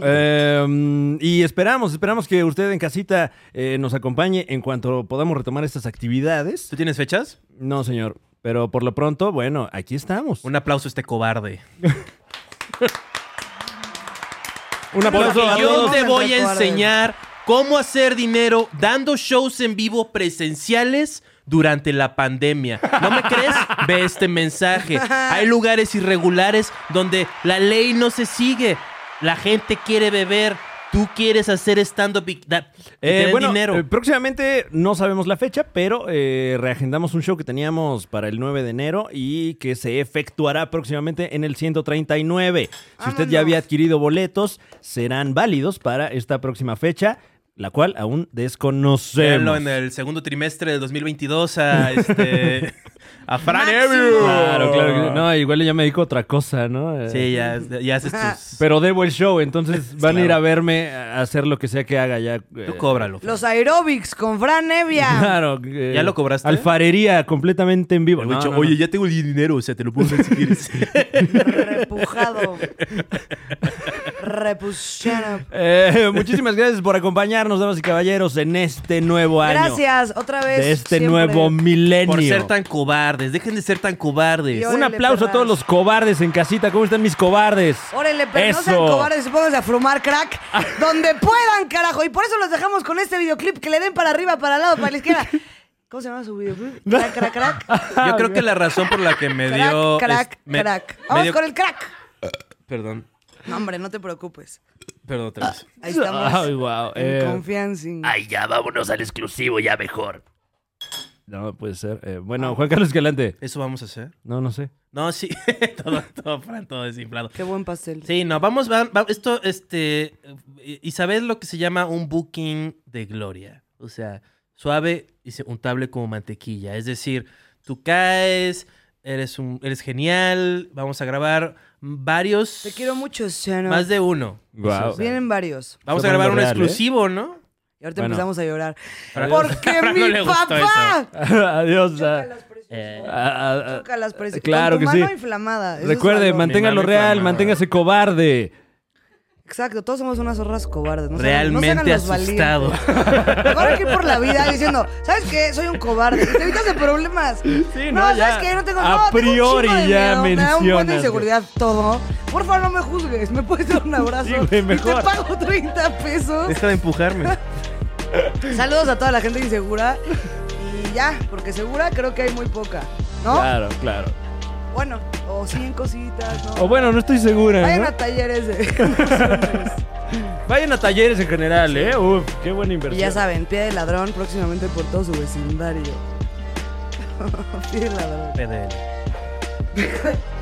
Speaker 4: Eh, y esperamos, esperamos que usted en casita eh, nos acompañe en cuanto podamos retomar estas actividades.
Speaker 3: ¿Tú tienes fechas?
Speaker 4: No, señor. Pero por lo pronto, bueno, aquí estamos.
Speaker 3: Un aplauso a este cobarde.
Speaker 4: Un aplauso
Speaker 3: Porque
Speaker 4: a
Speaker 3: yo
Speaker 4: todos.
Speaker 3: te voy a
Speaker 2: Recuerden.
Speaker 3: enseñar cómo hacer dinero dando shows en vivo presenciales durante la pandemia. ¿No me crees? Ve este mensaje. Hay lugares irregulares donde la ley no se sigue. La gente quiere beber. Tú quieres hacer stand-up y, da- y
Speaker 4: Eh,
Speaker 3: tener
Speaker 4: bueno,
Speaker 3: dinero.
Speaker 4: eh, próximamente no sabemos la fecha, pero eh, reagendamos un show que teníamos para el 9 de enero y que se efectuará próximamente en el 139. Si usted ya
Speaker 2: Vámonos.
Speaker 4: había adquirido boletos, serán válidos para esta próxima fecha, la cual aún
Speaker 3: Véanlo
Speaker 4: desconocemos.
Speaker 3: en el segundo trimestre del 2022 a, este, a Fran
Speaker 2: Máximo.
Speaker 3: Evia.
Speaker 4: Claro, claro. que- No, igual ya me dedico a otra cosa, ¿no? Eh,
Speaker 3: Sí, ya, ya haces tus...
Speaker 4: Pero debo el show, entonces van a ir
Speaker 3: Claro.
Speaker 4: a verme a hacer lo que sea que haga ya. eh,
Speaker 3: Tú cóbralo. Fran.
Speaker 2: Los aeróbics con Fran Nevia.
Speaker 4: Claro. eh,
Speaker 3: ¿Ya lo cobraste?
Speaker 4: Alfarería completamente en vivo. No, no, no.
Speaker 5: ya tengo el dinero, o sea, te lo puedo dar si quieres.
Speaker 2: Repujado. repusieron.
Speaker 4: Eh, muchísimas gracias por acompañarnos, damas y caballeros, en este nuevo año.
Speaker 2: Gracias, otra vez.
Speaker 4: De este
Speaker 2: siempre.
Speaker 4: nuevo milenio.
Speaker 3: Por ser tan cobardes. Dejen de ser tan cobardes.
Speaker 2: Yo-
Speaker 4: Un
Speaker 2: Órale,
Speaker 4: aplauso a
Speaker 2: perras.
Speaker 4: todos los cobardes en casita. ¿Cómo están mis cobardes?
Speaker 2: Órale, pero no sean
Speaker 4: Eso.
Speaker 2: cobardes y pónganse a fumar crack
Speaker 3: Ah.
Speaker 2: donde puedan, carajo. Y por eso los dejamos con este videoclip que le den para arriba, para el lado, para la izquierda. ¿Cómo se llama su videoclip? Crack, crack, crack.
Speaker 3: Yo creo que la razón por la que me dio.
Speaker 2: Crack, crack,
Speaker 3: es- me-
Speaker 2: crack.
Speaker 3: me
Speaker 2: Vamos
Speaker 3: dio-
Speaker 2: con el crack.
Speaker 3: Perdón,
Speaker 2: No, hombre, no te preocupes.
Speaker 3: perdón, otra vez.
Speaker 2: Ahí estamos.
Speaker 4: Ay, wow.
Speaker 2: En
Speaker 4: eh,
Speaker 2: confianza.
Speaker 7: Ay, ya vámonos al exclusivo, ya mejor.
Speaker 4: no puede ser. Eh, bueno, Juan Carlos Escalante.
Speaker 3: ¿Eso vamos a hacer?
Speaker 4: No, no sé.
Speaker 3: No, sí. todo, todo, Fran, todo desinflado.
Speaker 2: Qué buen pastel.
Speaker 3: Sí, no, vamos, va- va- esto, este, eh, Isabel lo que se llama un booking de gloria. O sea, suave y se- untable como mantequilla. Es decir, tú caes, eres un, eres genial, vamos a grabar varios.
Speaker 2: Te quiero mucho, Shannon.
Speaker 3: Más de uno.
Speaker 4: Guau.
Speaker 3: O sea,
Speaker 2: Vienen varios.
Speaker 3: vamos a
Speaker 4: Está
Speaker 3: grabar un
Speaker 4: poniendo real, ¿eh?
Speaker 3: exclusivo, ¿no?
Speaker 2: Y ahorita
Speaker 4: Bueno.
Speaker 2: empezamos a llorar.
Speaker 3: Para-
Speaker 2: Porque
Speaker 3: Para- no
Speaker 2: mi
Speaker 3: le gustó
Speaker 2: papá.
Speaker 4: Adiós. ah,
Speaker 3: Eh,
Speaker 4: ah, ah,
Speaker 2: Choca las precios.
Speaker 4: Claro
Speaker 2: Con tu
Speaker 4: que
Speaker 2: mano
Speaker 4: sí.
Speaker 2: inflamada. eso es
Speaker 4: Recuerde,
Speaker 2: algo.
Speaker 4: manténgalo
Speaker 3: Mi mano
Speaker 4: real,
Speaker 3: inflamada.
Speaker 4: manténgase cobarde.
Speaker 2: Exacto, todos somos unas zorras cobardes. No se hagan- no se hagan
Speaker 3: realmente
Speaker 2: los valientes.
Speaker 3: asustado.
Speaker 2: Mejor hay que ir por la vida diciendo, ¿sabes qué? Soy un cobarde. Y te evitas de problemas.
Speaker 4: Sí, no, ya.
Speaker 2: ¿sabes qué? No tengo
Speaker 4: A
Speaker 2: no, tengo un chingo
Speaker 4: priori
Speaker 2: de
Speaker 4: ya
Speaker 2: miedo, Me da un buen de
Speaker 4: mencionas,
Speaker 2: inseguridad todo. Por favor, no me juzgues. ¿Me puedes dar un abrazo?
Speaker 4: Sí, güey, mejor.
Speaker 2: Y te pago 30 pesos.
Speaker 3: Deja de empujarme.
Speaker 2: Saludos a toda la gente insegura. Y ya, porque segura creo que hay muy poca. ¿No?
Speaker 4: Claro, claro.
Speaker 2: Bueno, o 100 cositas, ¿no?
Speaker 4: O bueno, no estoy segura. ¿eh?
Speaker 2: Vayan
Speaker 4: ¿no?
Speaker 2: a talleres de...
Speaker 4: Vayan a talleres en general, ¿eh? Uf, qué buena
Speaker 2: Y
Speaker 4: inversión.
Speaker 2: ya saben, pie de ladrón próximamente por todo su vecindario. pie de ladrón.
Speaker 3: PDL.